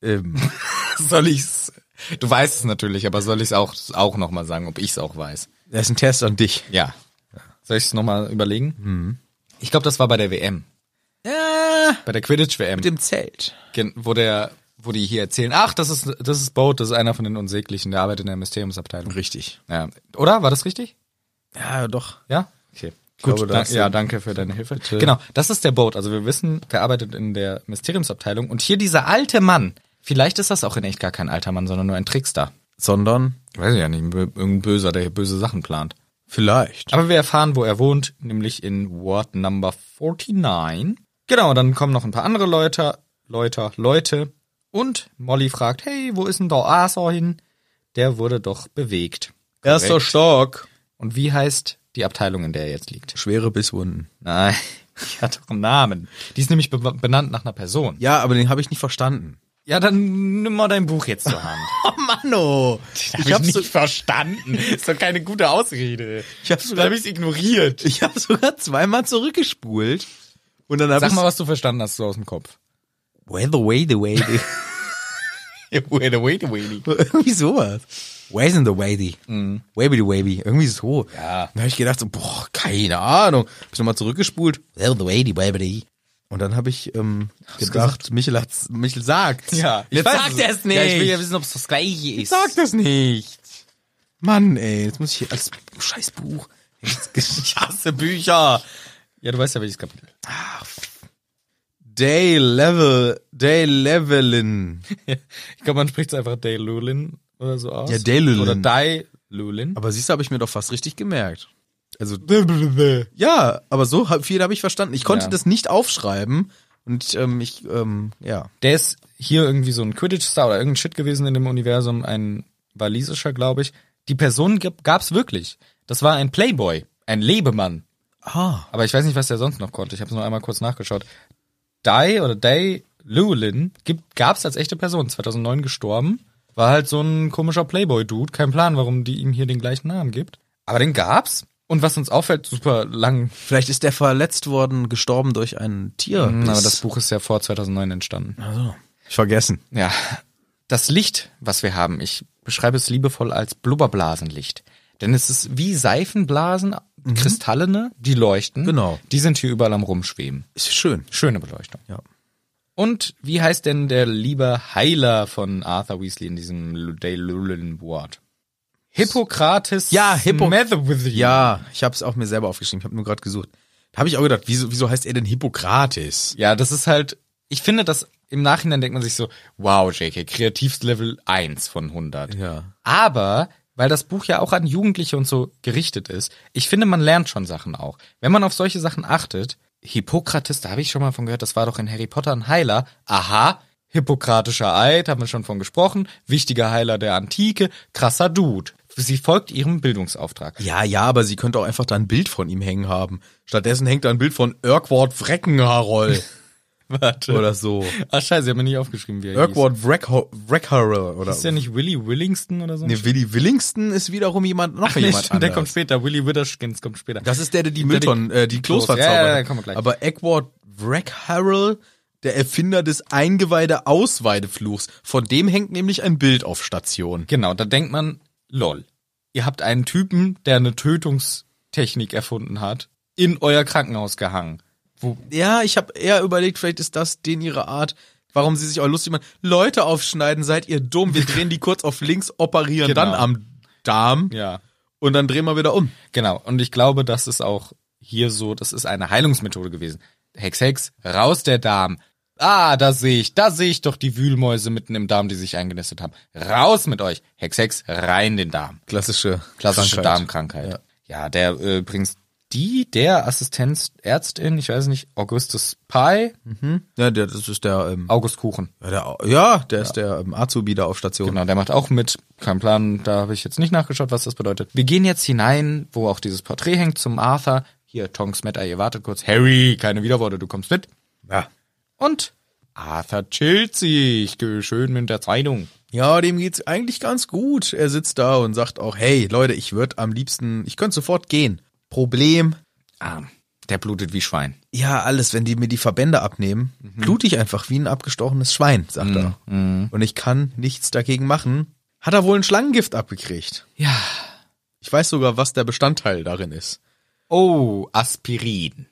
Ähm, Soll ich's? Du weißt es natürlich, aber soll ich's auch, auch nochmal sagen, ob ich's auch weiß? das ist ein Test an dich. Ja. Soll ich's nochmal überlegen? Ich glaube, das war bei der WM. Ja, Bei der Quidditch-WM. mit dem Zelt. Gen- wo der, wo die hier erzählen, ach, das ist, das ist Boat, das ist einer von den Unsäglichen, der arbeitet in der Mysteriumsabteilung. Richtig. Ja. Oder? War das richtig? Ja, doch. Ja? Okay. glaube, Gut, da dank- hast du- ja, danke für deine Hilfe. Genau, das ist der Boat. Also wir wissen, der arbeitet in der Mysteriumsabteilung. Und hier dieser alte Mann. Vielleicht ist das auch in echt gar kein alter Mann, sondern nur ein Trickster. Sondern Weiß ich ja nicht, ein Bö- irgendein Böser, der hier böse Sachen plant. vielleicht. Aber wir erfahren, wo er wohnt, nämlich in Ward Number 49. Genau, dann kommen noch ein paar andere Leute, Leute, Leute. Und Molly fragt, hey, wo ist denn der Arthur hin? Der wurde doch bewegt. Erster Stock. Und wie heißt die Abteilung, in der er jetzt liegt? Schwere Bisswunden. Nein, die hat doch einen Namen. Die ist nämlich be benannt nach einer Person. Ja, aber den habe ich nicht verstanden. Ja, dann nimm mal dein Buch jetzt zur Hand. Oh Mann, oh. Hab hab's so- verstanden. Ist doch keine gute Ausrede. Ich hab's sogar- ich's ignoriert. Ich habe sogar zweimal zurückgespult. Und dann habe Sag ich. mal, was du verstanden hast so aus dem Kopf. Way the way the way. the- Wait, wait, wait. Irgendwie sowas. Ways in the Wavy. Wavy the Wavy. Irgendwie so. Ja. Dann habe ich gedacht, so, boah, keine Ahnung. Hab ich nochmal zurückgespult. Well the Wavy Wavy. Und dann habe ich ähm, gedacht, Michel, hat's, Michel sagt. Ja, jetzt sagt er es nicht. Ja, ich will ja wissen, ob es das gleiche ist. Sag das nicht. Mann, ey, jetzt muss ich hier als scheiß Buch. ich hasse Bücher. Ja, du weißt ja, welches Kapitel. Day Level, Day Levelin. Ich glaube, man spricht es einfach Day Lulin oder so aus. Ja, Daylulin. Oder Dai Lulin. Aber siehst du, habe ich mir doch fast richtig gemerkt. Also, Blablabla. ja, aber so hab- viel habe ich verstanden. Ich konnte Ja. das nicht aufschreiben. Und ähm, ich, ähm, ja. Der ist hier irgendwie so ein Quidditch-Star oder irgendein Shit gewesen in dem Universum, ein walisischer, glaube ich. Die Person gab es wirklich. Das war ein Playboy, ein Lebemann. Ah. Aber ich weiß nicht, was der sonst noch konnte. Ich habe es nur einmal kurz nachgeschaut. Dai oder Day Llewellyn gab es als echte Person, 2009 gestorben. War halt so ein komischer Playboy-Dude. Kein Plan, warum die ihm hier den gleichen Namen gibt. Aber den gab's. Und was uns auffällt, super lang. Vielleicht ist der verletzt worden, gestorben durch ein Tier. Aber das Buch ist ja vor 2009 entstanden. Also, ich vergessen. Ja, das Licht, was wir haben, ich beschreibe es liebevoll als Blubberblasenlicht. Denn es ist wie Seifenblasen, kristallene, die leuchten. Genau. Die sind hier überall am Rumschweben. Ist schön. Schöne Beleuchtung. Ja. Und wie heißt denn der liebe Heiler von Arthur Weasley in diesem Lu- Daylulin Ward? Hippokrates. Ja, Hippo- Smatherwithy. Ja, ich habe es auch mir selber aufgeschrieben. Ich habe nur gerade gesucht. Da habe ich auch gedacht, wieso, wieso heißt er denn Hippokrates? Ja, das ist halt, ich finde das, im Nachhinein denkt man sich so, wow, JK, Kreativslevel 1 von 100. Ja. Aber, weil das Buch ja auch an Jugendliche und so gerichtet ist, ich finde, man lernt schon Sachen auch. Wenn man auf solche Sachen achtet, Hippokrates, da habe ich schon mal von gehört, das war doch in Harry Potter ein Heiler. Aha, hippokratischer Eid, haben wir schon von gesprochen, wichtiger Heiler der Antike, krasser Dude. Sie folgt ihrem Bildungsauftrag. Ja, ja, aber sie könnte auch einfach da ein Bild von ihm hängen haben. Stattdessen hängt da ein Bild von Urquhart Wreckenharoll Warte. oder so. Ach scheiße, ich habe mir nicht aufgeschrieben, wie er hieß. Urquhart Wreckho- Wreckharoll oder Ist ja nicht Willy Willingston oder so? ein Nee, Willi Willingston ist wiederum jemand, noch Nee, jemand stimmt, der anders. kommt später. Willy Witherskins kommt später. Das ist der, der die Mülltonnen, äh, die Klos Klos, ja, verzaubert. ja, hat. ja, kommen wir gleich. Aber Edward Wreckharrell, der Erfinder des Eingeweide-Ausweidefluchs, von dem hängt nämlich ein Bild auf Station. genau, da denkt man, lol. Ihr habt einen Typen, der eine Tötungstechnik erfunden hat, in euer Krankenhaus gehangen. Wo, Ja, ich habe eher überlegt, vielleicht ist das den ihre Art, warum sie sich auch lustig machen. Leute aufschneiden, seid ihr dumm, wir drehen die kurz auf links, operieren Genau. dann am Darm ja, und dann drehen wir wieder um. genau. Und ich glaube, das ist auch hier so, das ist eine Heilungsmethode gewesen. Hex, Hex, raus der Darm. Ah, da sehe ich, da sehe ich doch die Wühlmäuse mitten im Darm, die sich eingenistet haben. Raus mit euch. Hex, Hex, rein den Darm. Klassische, klassische Krankheit. Darmkrankheit. Ja, der äh, übrigens die, der Assistenzärztin, ich weiß nicht, Augustus Pai, Ja, der, das ist der, ähm, August Kuchen. ja, der, ja, der ist der ähm, Azubi da auf Station. Genau, der macht auch mit. Kein Plan, da habe ich jetzt nicht nachgeschaut, was das bedeutet. Wir gehen jetzt hinein, wo auch dieses Porträt hängt, zum Arthur. Hier, Tonks Matter, ihr wartet kurz. Harry, keine Widerworte, du kommst mit. Ja. Und Arthur chillt sich, geh schön mit der Zeitung. Ja, dem geht's eigentlich ganz gut. Er sitzt da und sagt auch, hey Leute, ich würde am liebsten, ich könnte sofort gehen. Problem, Ah, Der blutet wie Schwein. Ja, alles, wenn die mir die Verbände abnehmen, blute ich einfach wie ein abgestochenes Schwein, sagt er. Und ich kann nichts dagegen machen. Hat er wohl ein Schlangengift abgekriegt? Ja. Ich weiß sogar, was der Bestandteil darin ist. Oh, Aspirin.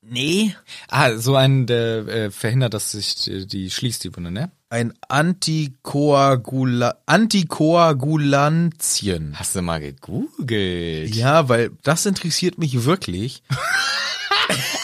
Nee. Ah, so ein, der äh, verhindert, dass sich äh, die schließt, die Wunde, ne? Ein Antikoagula Antikoagulantien. Hast du mal gegoogelt? Ja, weil das interessiert mich wirklich.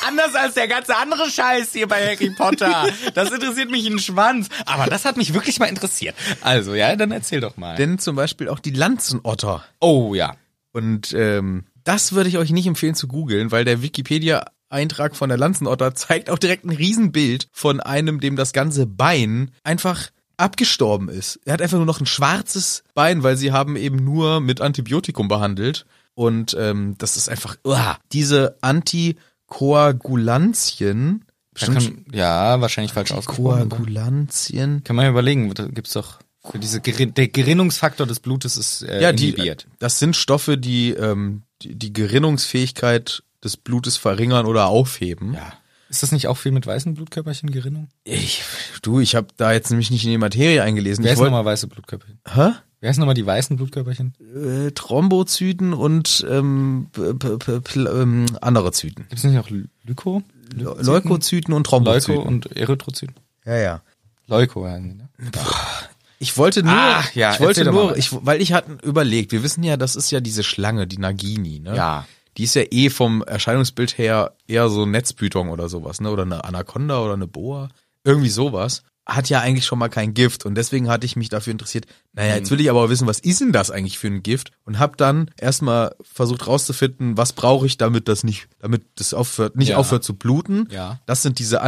Anders als der ganze andere Scheiß hier bei Harry Potter. Das interessiert mich einen Schwanz. Aber das hat mich wirklich mal interessiert. Also, ja, dann erzähl doch mal. Denn zum Beispiel auch die Lanzenotter. oh, ja. Und ähm, das würde ich euch nicht empfehlen zu googeln, weil der Wikipedia-Eintrag von der Lanzenotter zeigt auch direkt ein Riesenbild von einem, dem das ganze Bein einfach abgestorben ist. Er hat einfach nur noch ein schwarzes Bein, weil sie haben eben nur mit Antibiotikum behandelt. Und ähm, das ist einfach, uah, diese Antikoagulantien, Da bestimmt kann- ja, wahrscheinlich falsch ausgesprochen. ne? Koagulantien, Kann man ja überlegen, da gibt's doch für diese Gerin der Gerinnungsfaktor des Blutes ist äh, ja, die, inhibiert. das sind Stoffe, die, ähm, die die Gerinnungsfähigkeit des Blutes verringern oder aufheben. ja. Ist das nicht auch viel mit weißen Blutkörperchen Gerinnung? Ich, du, ich habe da jetzt nämlich nicht in die Materie eingelesen. Wer ich ist wollt, nochmal weiße Blutkörperchen? hä? Wer ist nochmal die weißen Blutkörperchen? Äh, Thrombozyten und ähm, p- p- p- pl- ähm, andere Zyten. Gibt's nicht noch Ly- Lyko? Le- Leukozyten und Thrombozyten. Leuko und Erythrozyten? ja, ja. Leuko, ja. Ne? Ich wollte nur, Ach, ja, ich wollte erzähl doch nur, mal. ich, weil ich hatte überlegt, wir wissen ja, das ist ja diese Schlange, die Nagini, ne? Ja. Die ist ja eh vom Erscheinungsbild her eher so ein Netzpython oder sowas, ne? Oder eine Anaconda oder eine Boa. Irgendwie sowas. Hat ja eigentlich schon mal kein Gift. Und deswegen hatte ich mich dafür interessiert, naja, Hm. jetzt will ich aber wissen, was ist denn das eigentlich für ein Gift? Und hab dann erstmal versucht rauszufinden, was brauche ich, damit das nicht, damit das aufhört, nicht Ja. aufhört zu bluten. Ja. Das sind diese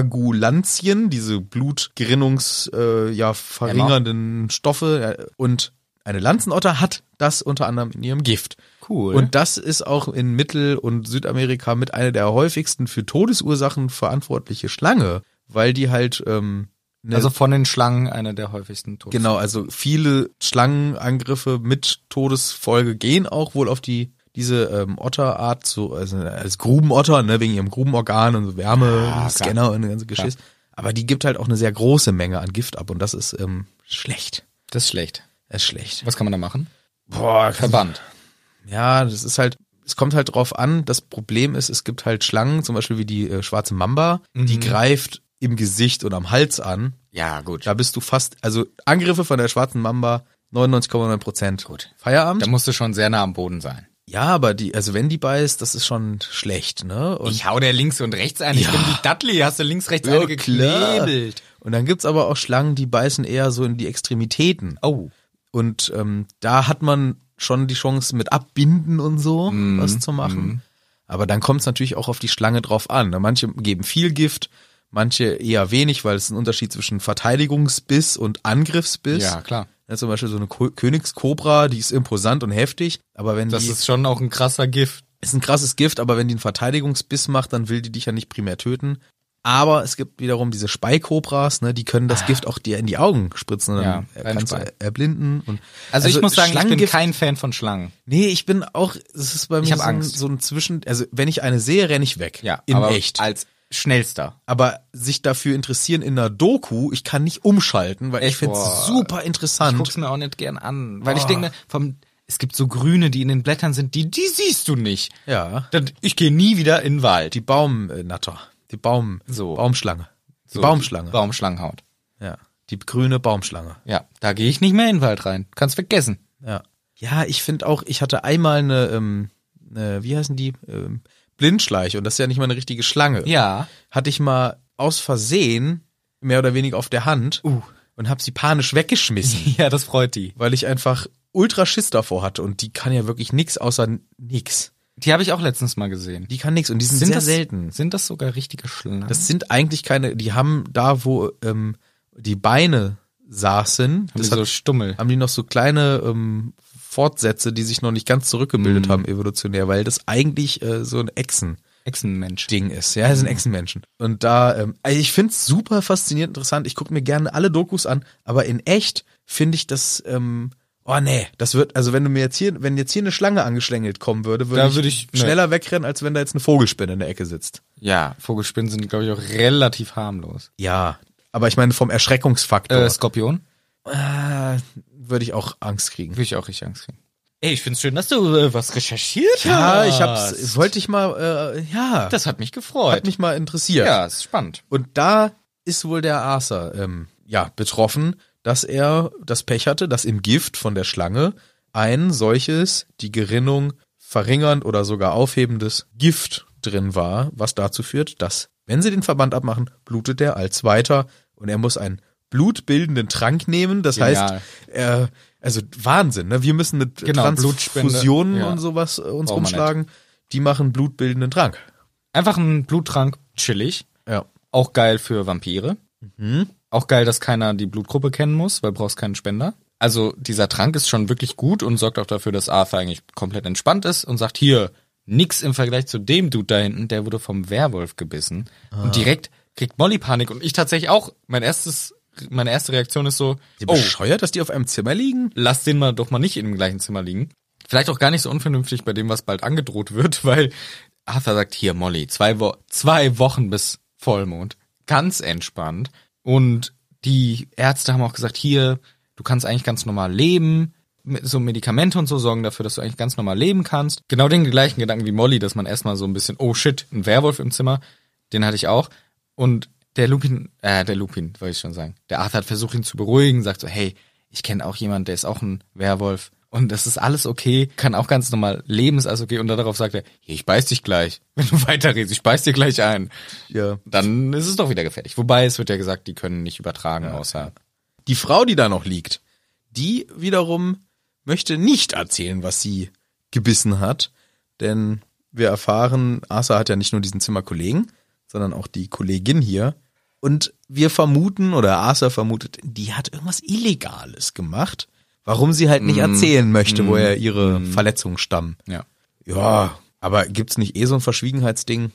Antikoagulantien, diese Blutgerinnungs, äh, ja, verringernden Stoffe. ja. Und eine Lanzenotter hat das unter anderem in ihrem Gift. Cool. Und das ist auch in Mittel- und Südamerika mit einer der häufigsten für Todesursachen verantwortliche Schlange, weil die halt, ähm, eine- Also von den Schlangen einer der häufigsten Todes. genau, also viele Schlangenangriffe mit Todesfolge gehen auch wohl auf die diese ähm, Otterart, so also als Grubenotter, ne, wegen ihrem Grubenorgan und so Wärme, Ah, klar. Scanner und das ganze Geschiss. Aber die gibt halt auch eine sehr große Menge an Gift ab und das ist ähm, schlecht. Das ist schlecht. Das ist schlecht. Was kann man da machen? Boah, Verbannt. Ja, das ist halt, es kommt halt drauf an. Das Problem ist, es gibt halt Schlangen, zum Beispiel wie die äh, schwarze Mamba, die Mhm. greift im Gesicht und am Hals an. Ja, gut. Da bist du fast, also Angriffe von der schwarzen Mamba 99,9 Prozent. Gut. Feierabend? Da musst du schon sehr nah am Boden sein. ja, aber die, also wenn die beißt, das ist schon schlecht, ne? Und Ich hau der links und rechts ein. Ich Ja. bin die Dudley. Hast du links, rechts Ja, eine klar. geknebelt? Und dann gibt's aber auch Schlangen, die beißen eher so in die Extremitäten. Oh. Und ähm, da hat man schon die Chance, mit Abbinden und so Mhm. was zu machen. Aber dann kommt es natürlich auch auf die Schlange drauf an. Manche geben viel Gift, manche eher wenig, weil es ein Unterschied zwischen Verteidigungsbiss und Angriffsbiss. Ja, klar. Ja, zum Beispiel so eine Ko Königskobra, die ist imposant und heftig, aber wenn Das die ist schon auch ein krasser Gift. ist ein krasses Gift, aber wenn die einen Verteidigungsbiss macht, dann will die dich ja nicht primär töten. Aber es gibt wiederum diese Speikobras, ne, die können das Gift auch dir in die Augen spritzen und Ah. Ja, dann äh, rein kannst du Spei. erblinden. Und Also, ich muss sagen, ich bin Schlangengift- kein Fan von Schlangen. Nee, ich bin auch, es ist bei mir hab so, ein, Angst. so ein Zwischen, also wenn ich eine sehe, renne ich weg. in aber echt. Als schnellster. Aber sich dafür interessieren in einer Doku, ich kann nicht umschalten, weil ich Echt? finde es Boah. super Guck's interessant. mir auch nicht gern an. Weil ich Oh. denke, mir, vom, es gibt so Grüne, die in den Blättern sind, die, die siehst du nicht. Ja. Dann, ich gehe nie wieder in den Wald. Die Baumnatter, die Baum, So. Baumschlange. Die So, Baumschlange. die Baumschlangenhaut. ja. Die grüne Baumschlange. Ja, da gehe ich nicht mehr in den Wald rein. Kannst vergessen. Ja. Ja, ich finde auch, ich hatte einmal eine, ähm, eine wie heißen die? Ähm, Blindschleiche und das ist ja nicht mal eine richtige Schlange. Ja. Hatte ich mal aus Versehen, mehr oder weniger auf der Hand, Uh. und habe sie panisch weggeschmissen, Ja, das freut die. weil ich einfach ultra Schiss davor hatte und die kann ja wirklich nix außer nix. Die habe ich auch letztens mal gesehen. Die kann nix und die sind, sehr das, selten. Sind das sogar richtige Schlangen? Das sind eigentlich keine, die haben da, wo ähm, die Beine saßen, haben die das so hat Stummel. haben die noch so kleine ähm, Fortsätze, die sich noch nicht ganz zurückgebildet Mhm. haben evolutionär, weil das eigentlich äh, so ein Echsen-Ding Echsenmensch. ist. Ja, das Mhm. sind Echsenmenschen. Und da, ähm, also ich finde es super faszinierend interessant. Ich gucke mir gerne alle Dokus an, aber in echt finde ich das, ähm, oh, Oh nee, das wird, also wenn du mir jetzt hier, wenn jetzt hier eine Schlange angeschlängelt kommen würde, würde Da ich, würde ich- nee. schneller wegrennen, als wenn da jetzt eine Vogelspinne in der Ecke sitzt. Ja, Vogelspinnen sind, glaube ich, auch relativ harmlos. Ja, aber ich meine vom Erschreckungsfaktor Äh, Skorpion? äh, würde ich auch Angst kriegen. Würde ich auch richtig Angst kriegen. Ey, ich find's schön, dass du äh, was recherchiert Ja, hast. ich hab's, wollte ich mal, äh, ja, Das hat mich hat gefreut. mich mal interessiert. ja, ist spannend. Und da ist wohl der Arthur ähm, ja, betroffen, dass er das Pech hatte, dass im Gift von der Schlange ein solches, die Gerinnung verringernd oder sogar aufhebendes Gift drin war, was dazu führt, dass, wenn sie den Verband abmachen, blutet er als weiter und er muss einen blutbildenden Trank nehmen. Das Genial. heißt, äh, also Wahnsinn, ne? Wir müssen mit Genau, Blutspende. Transfusionen Ja. und sowas äh, uns Brauchen wir rumschlagen. Die machen blutbildenden Trank. Einfach ein Bluttrank, chillig. Ja. Auch geil für Vampire. Auch geil, dass keiner die Blutgruppe kennen muss, weil brauchst keinen Spender. Also dieser Trank ist schon wirklich gut und sorgt auch dafür, dass Arthur eigentlich komplett entspannt ist und sagt, hier, nix im Vergleich zu dem Dude da hinten, der wurde vom Werwolf gebissen. Und direkt kriegt Molly Panik und ich tatsächlich auch. Mein erstes, meine erste Reaktion ist so, Die oh, bescheuert, dass die auf einem Zimmer liegen? lass den mal doch mal nicht im gleichen Zimmer liegen. Vielleicht auch gar nicht so unvernünftig bei dem, was bald angedroht wird, weil Arthur sagt, hier, Molly, zwei, Wo zwei Wochen bis Vollmond. Ganz entspannt. Und die Ärzte haben auch gesagt, hier, du kannst eigentlich ganz normal leben. Mit So Medikamente und so sorgen dafür, dass du eigentlich ganz normal leben kannst. Genau den gleichen Gedanken wie Molly, dass man erstmal so ein bisschen, oh shit, ein Werwolf im Zimmer. Den hatte ich auch. Und der Lupin, äh, der Lupin, wollte ich schon sagen. Der Arthur hat versucht, ihn zu beruhigen, sagt so, hey, ich kenne auch jemanden, der ist auch ein Werwolf. Und das ist alles okay, kann auch ganz normal leben, ist alles okay. Und darauf sagt er, hier, ich beiß dich gleich. Wenn du weiterredest, ich beiß dir gleich ein. Ja. Dann ist es doch wieder gefährlich. Wobei, es wird ja gesagt, die können nicht übertragen, außer. Die Frau, die da noch liegt, die wiederum möchte nicht erzählen, was sie gebissen hat, denn wir erfahren, Asa hat ja nicht nur diesen Zimmerkollegen, sondern auch die Kollegin hier. Und wir vermuten, oder Asa vermutet, die hat irgendwas Illegales gemacht, warum sie halt nicht erzählen möchte, woher ihre Verletzungen stammen. Ja. Hm. Ja, aber gibt's nicht eh so ein Verschwiegenheitsding?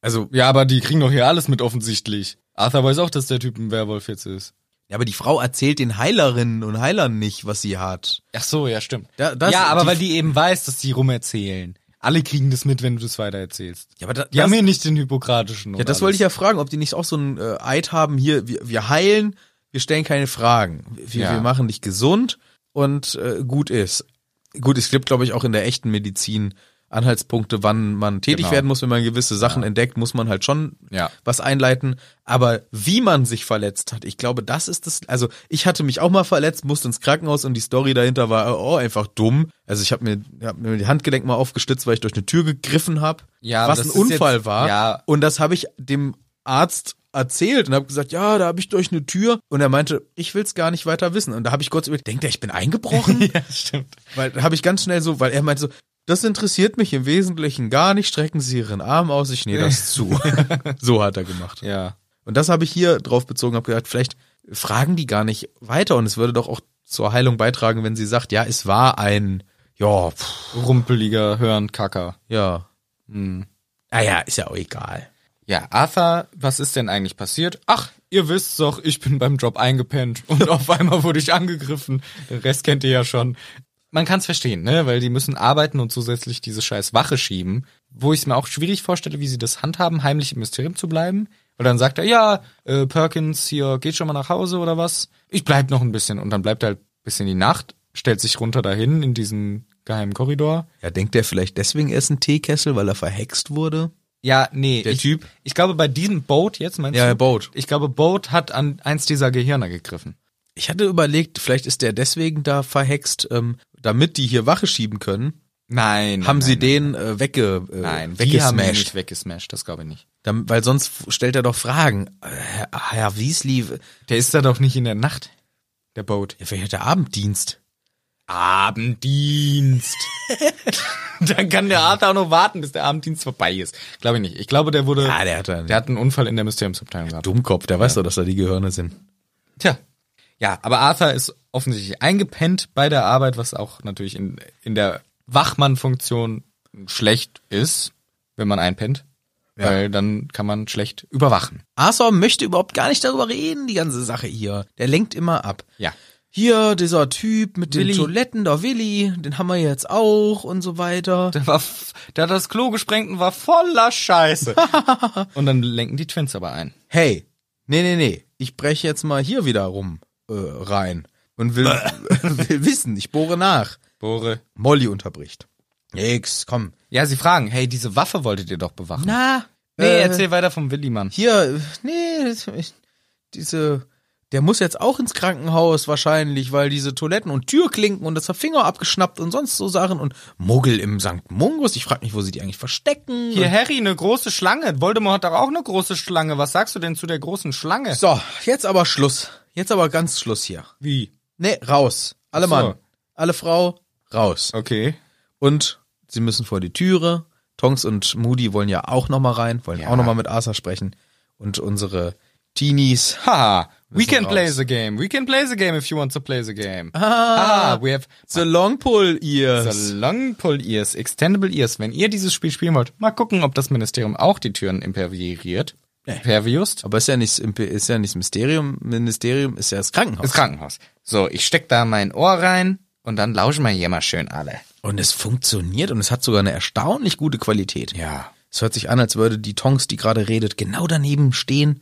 Also, Ja, aber die kriegen doch hier alles mit offensichtlich. Arthur weiß auch, dass der Typ ein Werwolf jetzt ist. ja, aber die Frau erzählt den Heilerinnen und Heilern nicht, was sie hat. Ach so, ja, stimmt. Da- das- ja, aber die- weil die eben weiß, dass die rumerzählen. Alle kriegen das mit, wenn du das weitererzählst. Ja, aber da- die das- haben hier nicht den um hypokratischen. Ja, das wollte ich ja fragen, ob die nicht auch so einen äh, Eid haben, hier, wir, wir heilen, wir stellen keine Fragen. Wir, Ja. wir machen dich gesund und äh, gut ist. Gut, es gibt, glaube ich, auch in der echten Medizin Anhaltspunkte, wann man tätig Genau. werden muss, wenn man gewisse Sachen entdeckt, muss man halt schon Ja. was einleiten. Aber wie man sich verletzt hat, ich glaube, das ist das. Also ich hatte mich auch mal verletzt, musste ins Krankenhaus und die Story dahinter war oh, einfach dumm. Also ich habe mir, hab mir die Handgelenk mal aufgestützt, weil ich durch eine Tür gegriffen habe, Ja, aber was ein das ist Unfall jetzt- war. ja. Und das habe ich dem Arzt erzählt und habe gesagt, ja, da habe ich durch eine Tür. Und er meinte, ich will's gar nicht weiter wissen. Und da habe ich kurz überlegt, denkt er, ich bin eingebrochen? Ja, stimmt. Weil da habe ich ganz schnell so, weil er meinte so, das interessiert mich im Wesentlichen gar nicht, strecken Sie Ihren Arm aus, ich nähe das zu. so hat er gemacht. Ja. Und das habe ich hier drauf bezogen, habe gedacht, vielleicht fragen die gar nicht weiter und es würde doch auch zur Heilung beitragen, wenn sie sagt, ja, es war ein, ja, pff, Rumpeliger Hörenkacker. ja. Ah ja, ist ja auch egal. Ja, Arthur, was ist denn eigentlich passiert? Ach, ihr wisst's doch, ich bin beim Job eingepennt und auf einmal wurde ich angegriffen. Den Rest kennt ihr ja schon. Man kann's verstehen, ne? Weil die müssen arbeiten und zusätzlich diese scheiß Wache schieben. Wo ich's mir auch schwierig vorstelle, wie sie das handhaben, heimlich im Mysterium zu bleiben. Weil dann sagt er, ja, äh, Perkins, hier, geht schon mal nach Hause oder was? Ich bleib noch ein bisschen. Und dann bleibt er halt bis in die Nacht, stellt sich runter dahin in diesen geheimen Korridor. Ja, denkt er vielleicht deswegen, er ist ein Teekessel, weil er verhext wurde? Ja, nee. Der ich, Typ? Ich glaube, bei diesem Boat jetzt meinst Ja, du? der Boat. Ich glaube, Boat hat an eins dieser Gehirne gegriffen. Ich hatte überlegt, vielleicht ist der deswegen da verhext, ähm, damit die hier Wache schieben können, Nein. haben nein, sie nein, den äh, wegge, äh, Nein, die haben ihn weggesmashed. nicht weggesmashed, das glaube ich nicht. Dann, weil sonst f- stellt er doch Fragen. Äh, Herr, Herr Weasley, w- Der ist da doch nicht in der Nacht, der Boat. ja, vielleicht hat er Abenddienst. Abenddienst. Dann kann der Arthur auch noch warten, bis der Abenddienst vorbei ist. Glaube ich nicht. Ich glaube, der wurde, Ah, der hat einen der hat einen Unfall in der Mysteriumsabteilung gehabt. Dummkopf, der weiß doch, dass da die Gehirne sind. Tja. Ja, aber Arthur ist offensichtlich eingepennt bei der Arbeit, was auch natürlich in, in der Wachmann-Funktion schlecht ist, wenn man einpennt. Weil dann kann man schlecht überwachen. Arthur möchte überhaupt gar nicht darüber reden, die ganze Sache hier. Der lenkt immer ab. Ja. hier dieser Typ mit Willi. den Toiletten, der Willi, den haben wir jetzt auch und so weiter. Der, war, f- der hat das Klo gesprengt und war voller Scheiße. und dann lenken die Twins aber ein. Hey, nee, nee, nee, ich breche jetzt mal hier wieder rum äh, rein und will, will wissen, ich bohre nach. Bore. Molly unterbricht. Nix, komm. Ja, sie fragen, hey, diese Waffe wolltet ihr doch bewachen. Na, äh. nee, erzähl weiter vom Willi, Mann. Hier, nee, das- ich- diese, der muss jetzt auch ins Krankenhaus wahrscheinlich, weil diese Toiletten und Türklinken und das hat Finger abgeschnappt und sonst so Sachen und Muggel im St. Mungus. Ich frage mich, wo sie die eigentlich verstecken. Hier, Harry, eine große Schlange. Voldemort hat doch auch eine große Schlange. Was sagst du denn zu der großen Schlange? So, jetzt aber Schluss. Jetzt aber ganz Schluss hier. Wie? Nee, raus. Alle Ach so. Mann, alle Frau, raus. Okay. Und sie müssen vor die Türe. Tonks und Moody wollen ja auch nochmal rein, wollen auch auch nochmal mit Arthur sprechen. Und unsere Teenies. Haha. We can raus. play the game. We can play the game if you want to play the game. Ah, we have The Long Pull the Ears. long pull ears, extendable ears. Wenn ihr dieses Spiel spielen wollt, mal gucken, ob das Ministerium auch die Türen imperviert. Imperviust? Aber ist ja nicht, ist ja nicht das Mysterium. Ministerium ist ja das Krankenhaus. Das Krankenhaus. So, ich steck da mein Ohr rein und dann lauschen wir hier mal schön alle. und es funktioniert und es hat sogar eine erstaunlich gute Qualität. Ja. Es hört sich an, als würde die Tonks, die gerade redet, genau daneben stehen.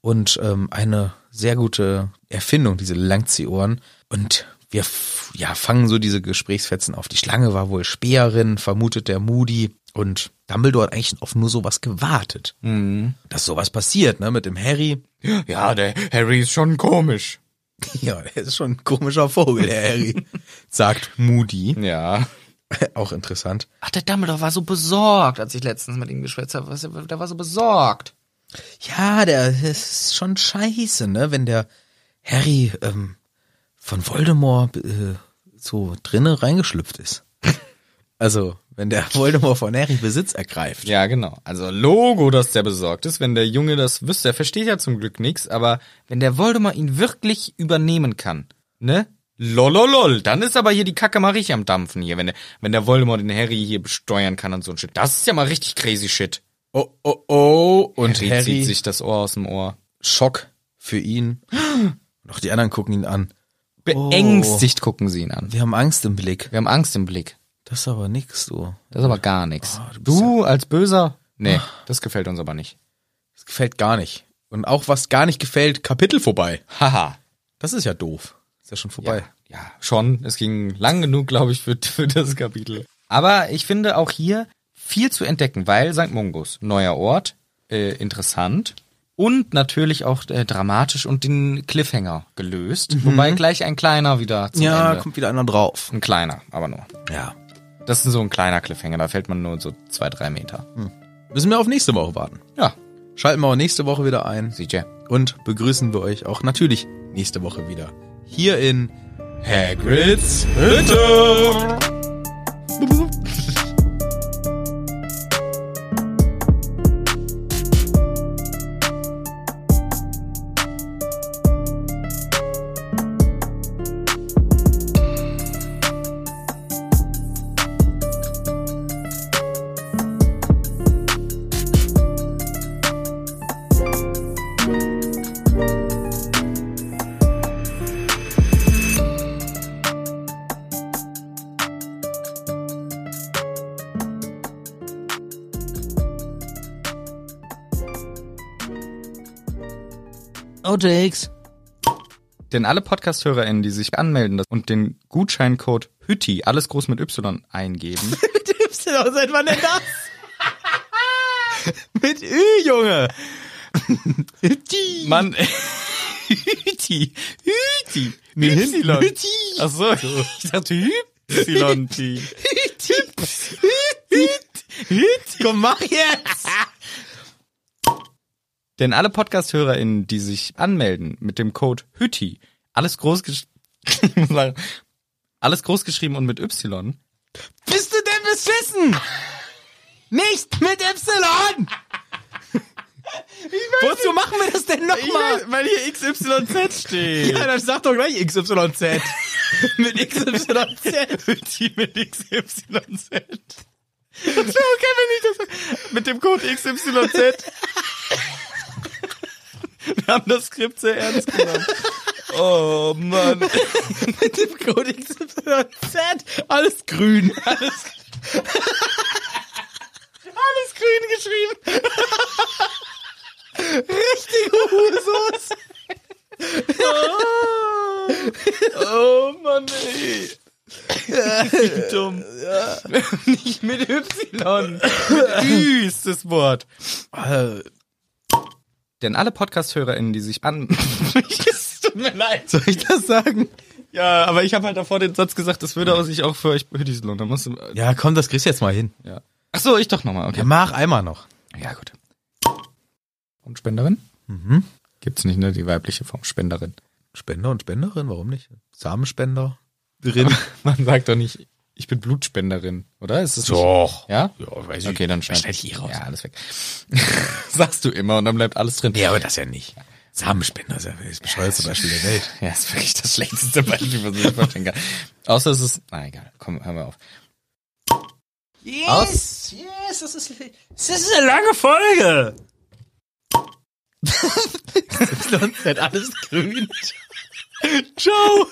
Und ähm, eine sehr gute Erfindung, diese Langziehohren. Und wir f- ja, fangen so diese Gesprächsfetzen auf. Die Schlange war wohl Speerin, vermutet der Moody. Und Dumbledore hat eigentlich auf nur sowas gewartet. Dass sowas passiert, ne, mit dem Harry. Ja, der Harry ist schon komisch. Ja, der ist schon ein komischer Vogel, der Harry. sagt Moody. Ja. Auch interessant. Ach, der Dumbledore war so besorgt, als ich letztens mit ihm geschwätzt habe. Was- Der war so besorgt. Ja, der das ist schon scheiße, ne? Wenn der Harry ähm, von Voldemort äh, so drinne reingeschlüpft ist. Also, wenn der Voldemort von Harry Besitz ergreift. Ja, genau. Also Logo, dass der besorgt ist. Wenn der Junge das wüsste, er versteht ja zum Glück nichts, aber wenn der Voldemort ihn wirklich übernehmen kann, ne? Lololol, dann ist aber hier die Kacke mal richtig am Dampfen hier, wenn der, wenn der Voldemort den Harry hier besteuern kann und so ein Shit. Das ist ja mal richtig crazy Shit. Oh, oh, oh. Und Harry, Harry, zieht sich das Ohr aus dem Ohr. Schock für ihn. Und auch die anderen gucken ihn an. Beängstigt gucken sie ihn an. Wir haben Angst im Blick. Wir haben Angst im Blick. Das ist aber nix, du. Das ist aber gar nichts. du als Böser? Nee, das gefällt uns aber nicht. Das gefällt gar nicht. Und auch was gar nicht gefällt, Kapitel vorbei. Haha. Das ist ja doof. Ist ja schon vorbei. Ja, ja, schon. Es ging lang genug, glaube ich, für, für das Kapitel. Aber ich finde auch hier viel zu entdecken, weil St. Mungus, neuer Ort, äh, interessant und natürlich auch äh, dramatisch und den Cliffhanger gelöst. Wobei gleich ein kleiner wieder zum Mhm. Ja, Ende. kommt wieder einer drauf. Ein kleiner, aber nur. Ja. Das ist so ein kleiner Cliffhanger, da fällt man nur so zwei, drei Meter. Mhm. Müssen wir auf nächste Woche warten. Ja, Schalten wir auch nächste Woche wieder ein CJ. und begrüßen wir euch auch natürlich nächste Woche wieder hier in Hagrid's Hütte. Oh, Outtakes. Denn alle Podcast-HörerInnen, die sich anmelden und den Gutscheincode HÜTI, alles groß mit Y, eingeben, Seit wann denn das? Mit Ü, Junge. Mann. Hüti. Hüti. Nee, hinten. Hüti. Ach so. Ich dachte Hüpsilonti. Komm, mach jetzt. Denn alle Podcast-HörerInnen, die sich anmelden mit dem Code Hüti, alles groß gesch- Ich muss lachen. alles groß geschrieben und mit Y, Bist du denn beschissen? Nicht mit Y. Wozu machen wir das denn nochmal? weil hier XYZ steht. Ja, dann sag doch gleich XYZ. mit XYZ. Hüti mit XYZ. Das wäre okay, wenn ich das mit dem Code XYZ. Wir haben das Skript sehr ernst genommen. Oh Mann. Mit dem Code XYZ. Alles grün. Alles, alles grün geschrieben. Richtige Husos. Oh Mann, ey. Wie dumm. Nicht mit Y. Düst das Wort. Äh, Denn alle Podcast-HörerInnen, die sich an... es tut mir leid. Soll ich das sagen? Ja, aber ich habe halt davor den Satz gesagt, das würde sich auch für euch behütet lohnen. Da musst du... Ja, komm, das kriegst du jetzt mal hin. Ja. Ach so, ich doch nochmal. Ja, Okay. mach einmal noch. Ja, gut. Und Spenderin? Mhm. Gibt's nicht, ne? Die weibliche Form. Spenderin. Spender und Spenderin, warum nicht? Samenspender. Drin. Man sagt doch nicht, ich bin Blutspenderin, oder? Ist das nicht- Doch. Ja? Ja, weiß ich. Okay, dann schneid, Schneid ich eh raus. Ja, alles weg. Sagst du immer und dann bleibt alles drin. Nee, aber das ja nicht. Samenspender ist ja das bescheuerste Beispiel der Welt. Ja, ist wirklich das schlechteste Beispiel, was ich mir vorstellen kann. Außer es ist, na egal, komm, hören wir auf. Yes, yes, das ist, das ist eine lange Folge. Sonst wird alles grün. Ciao!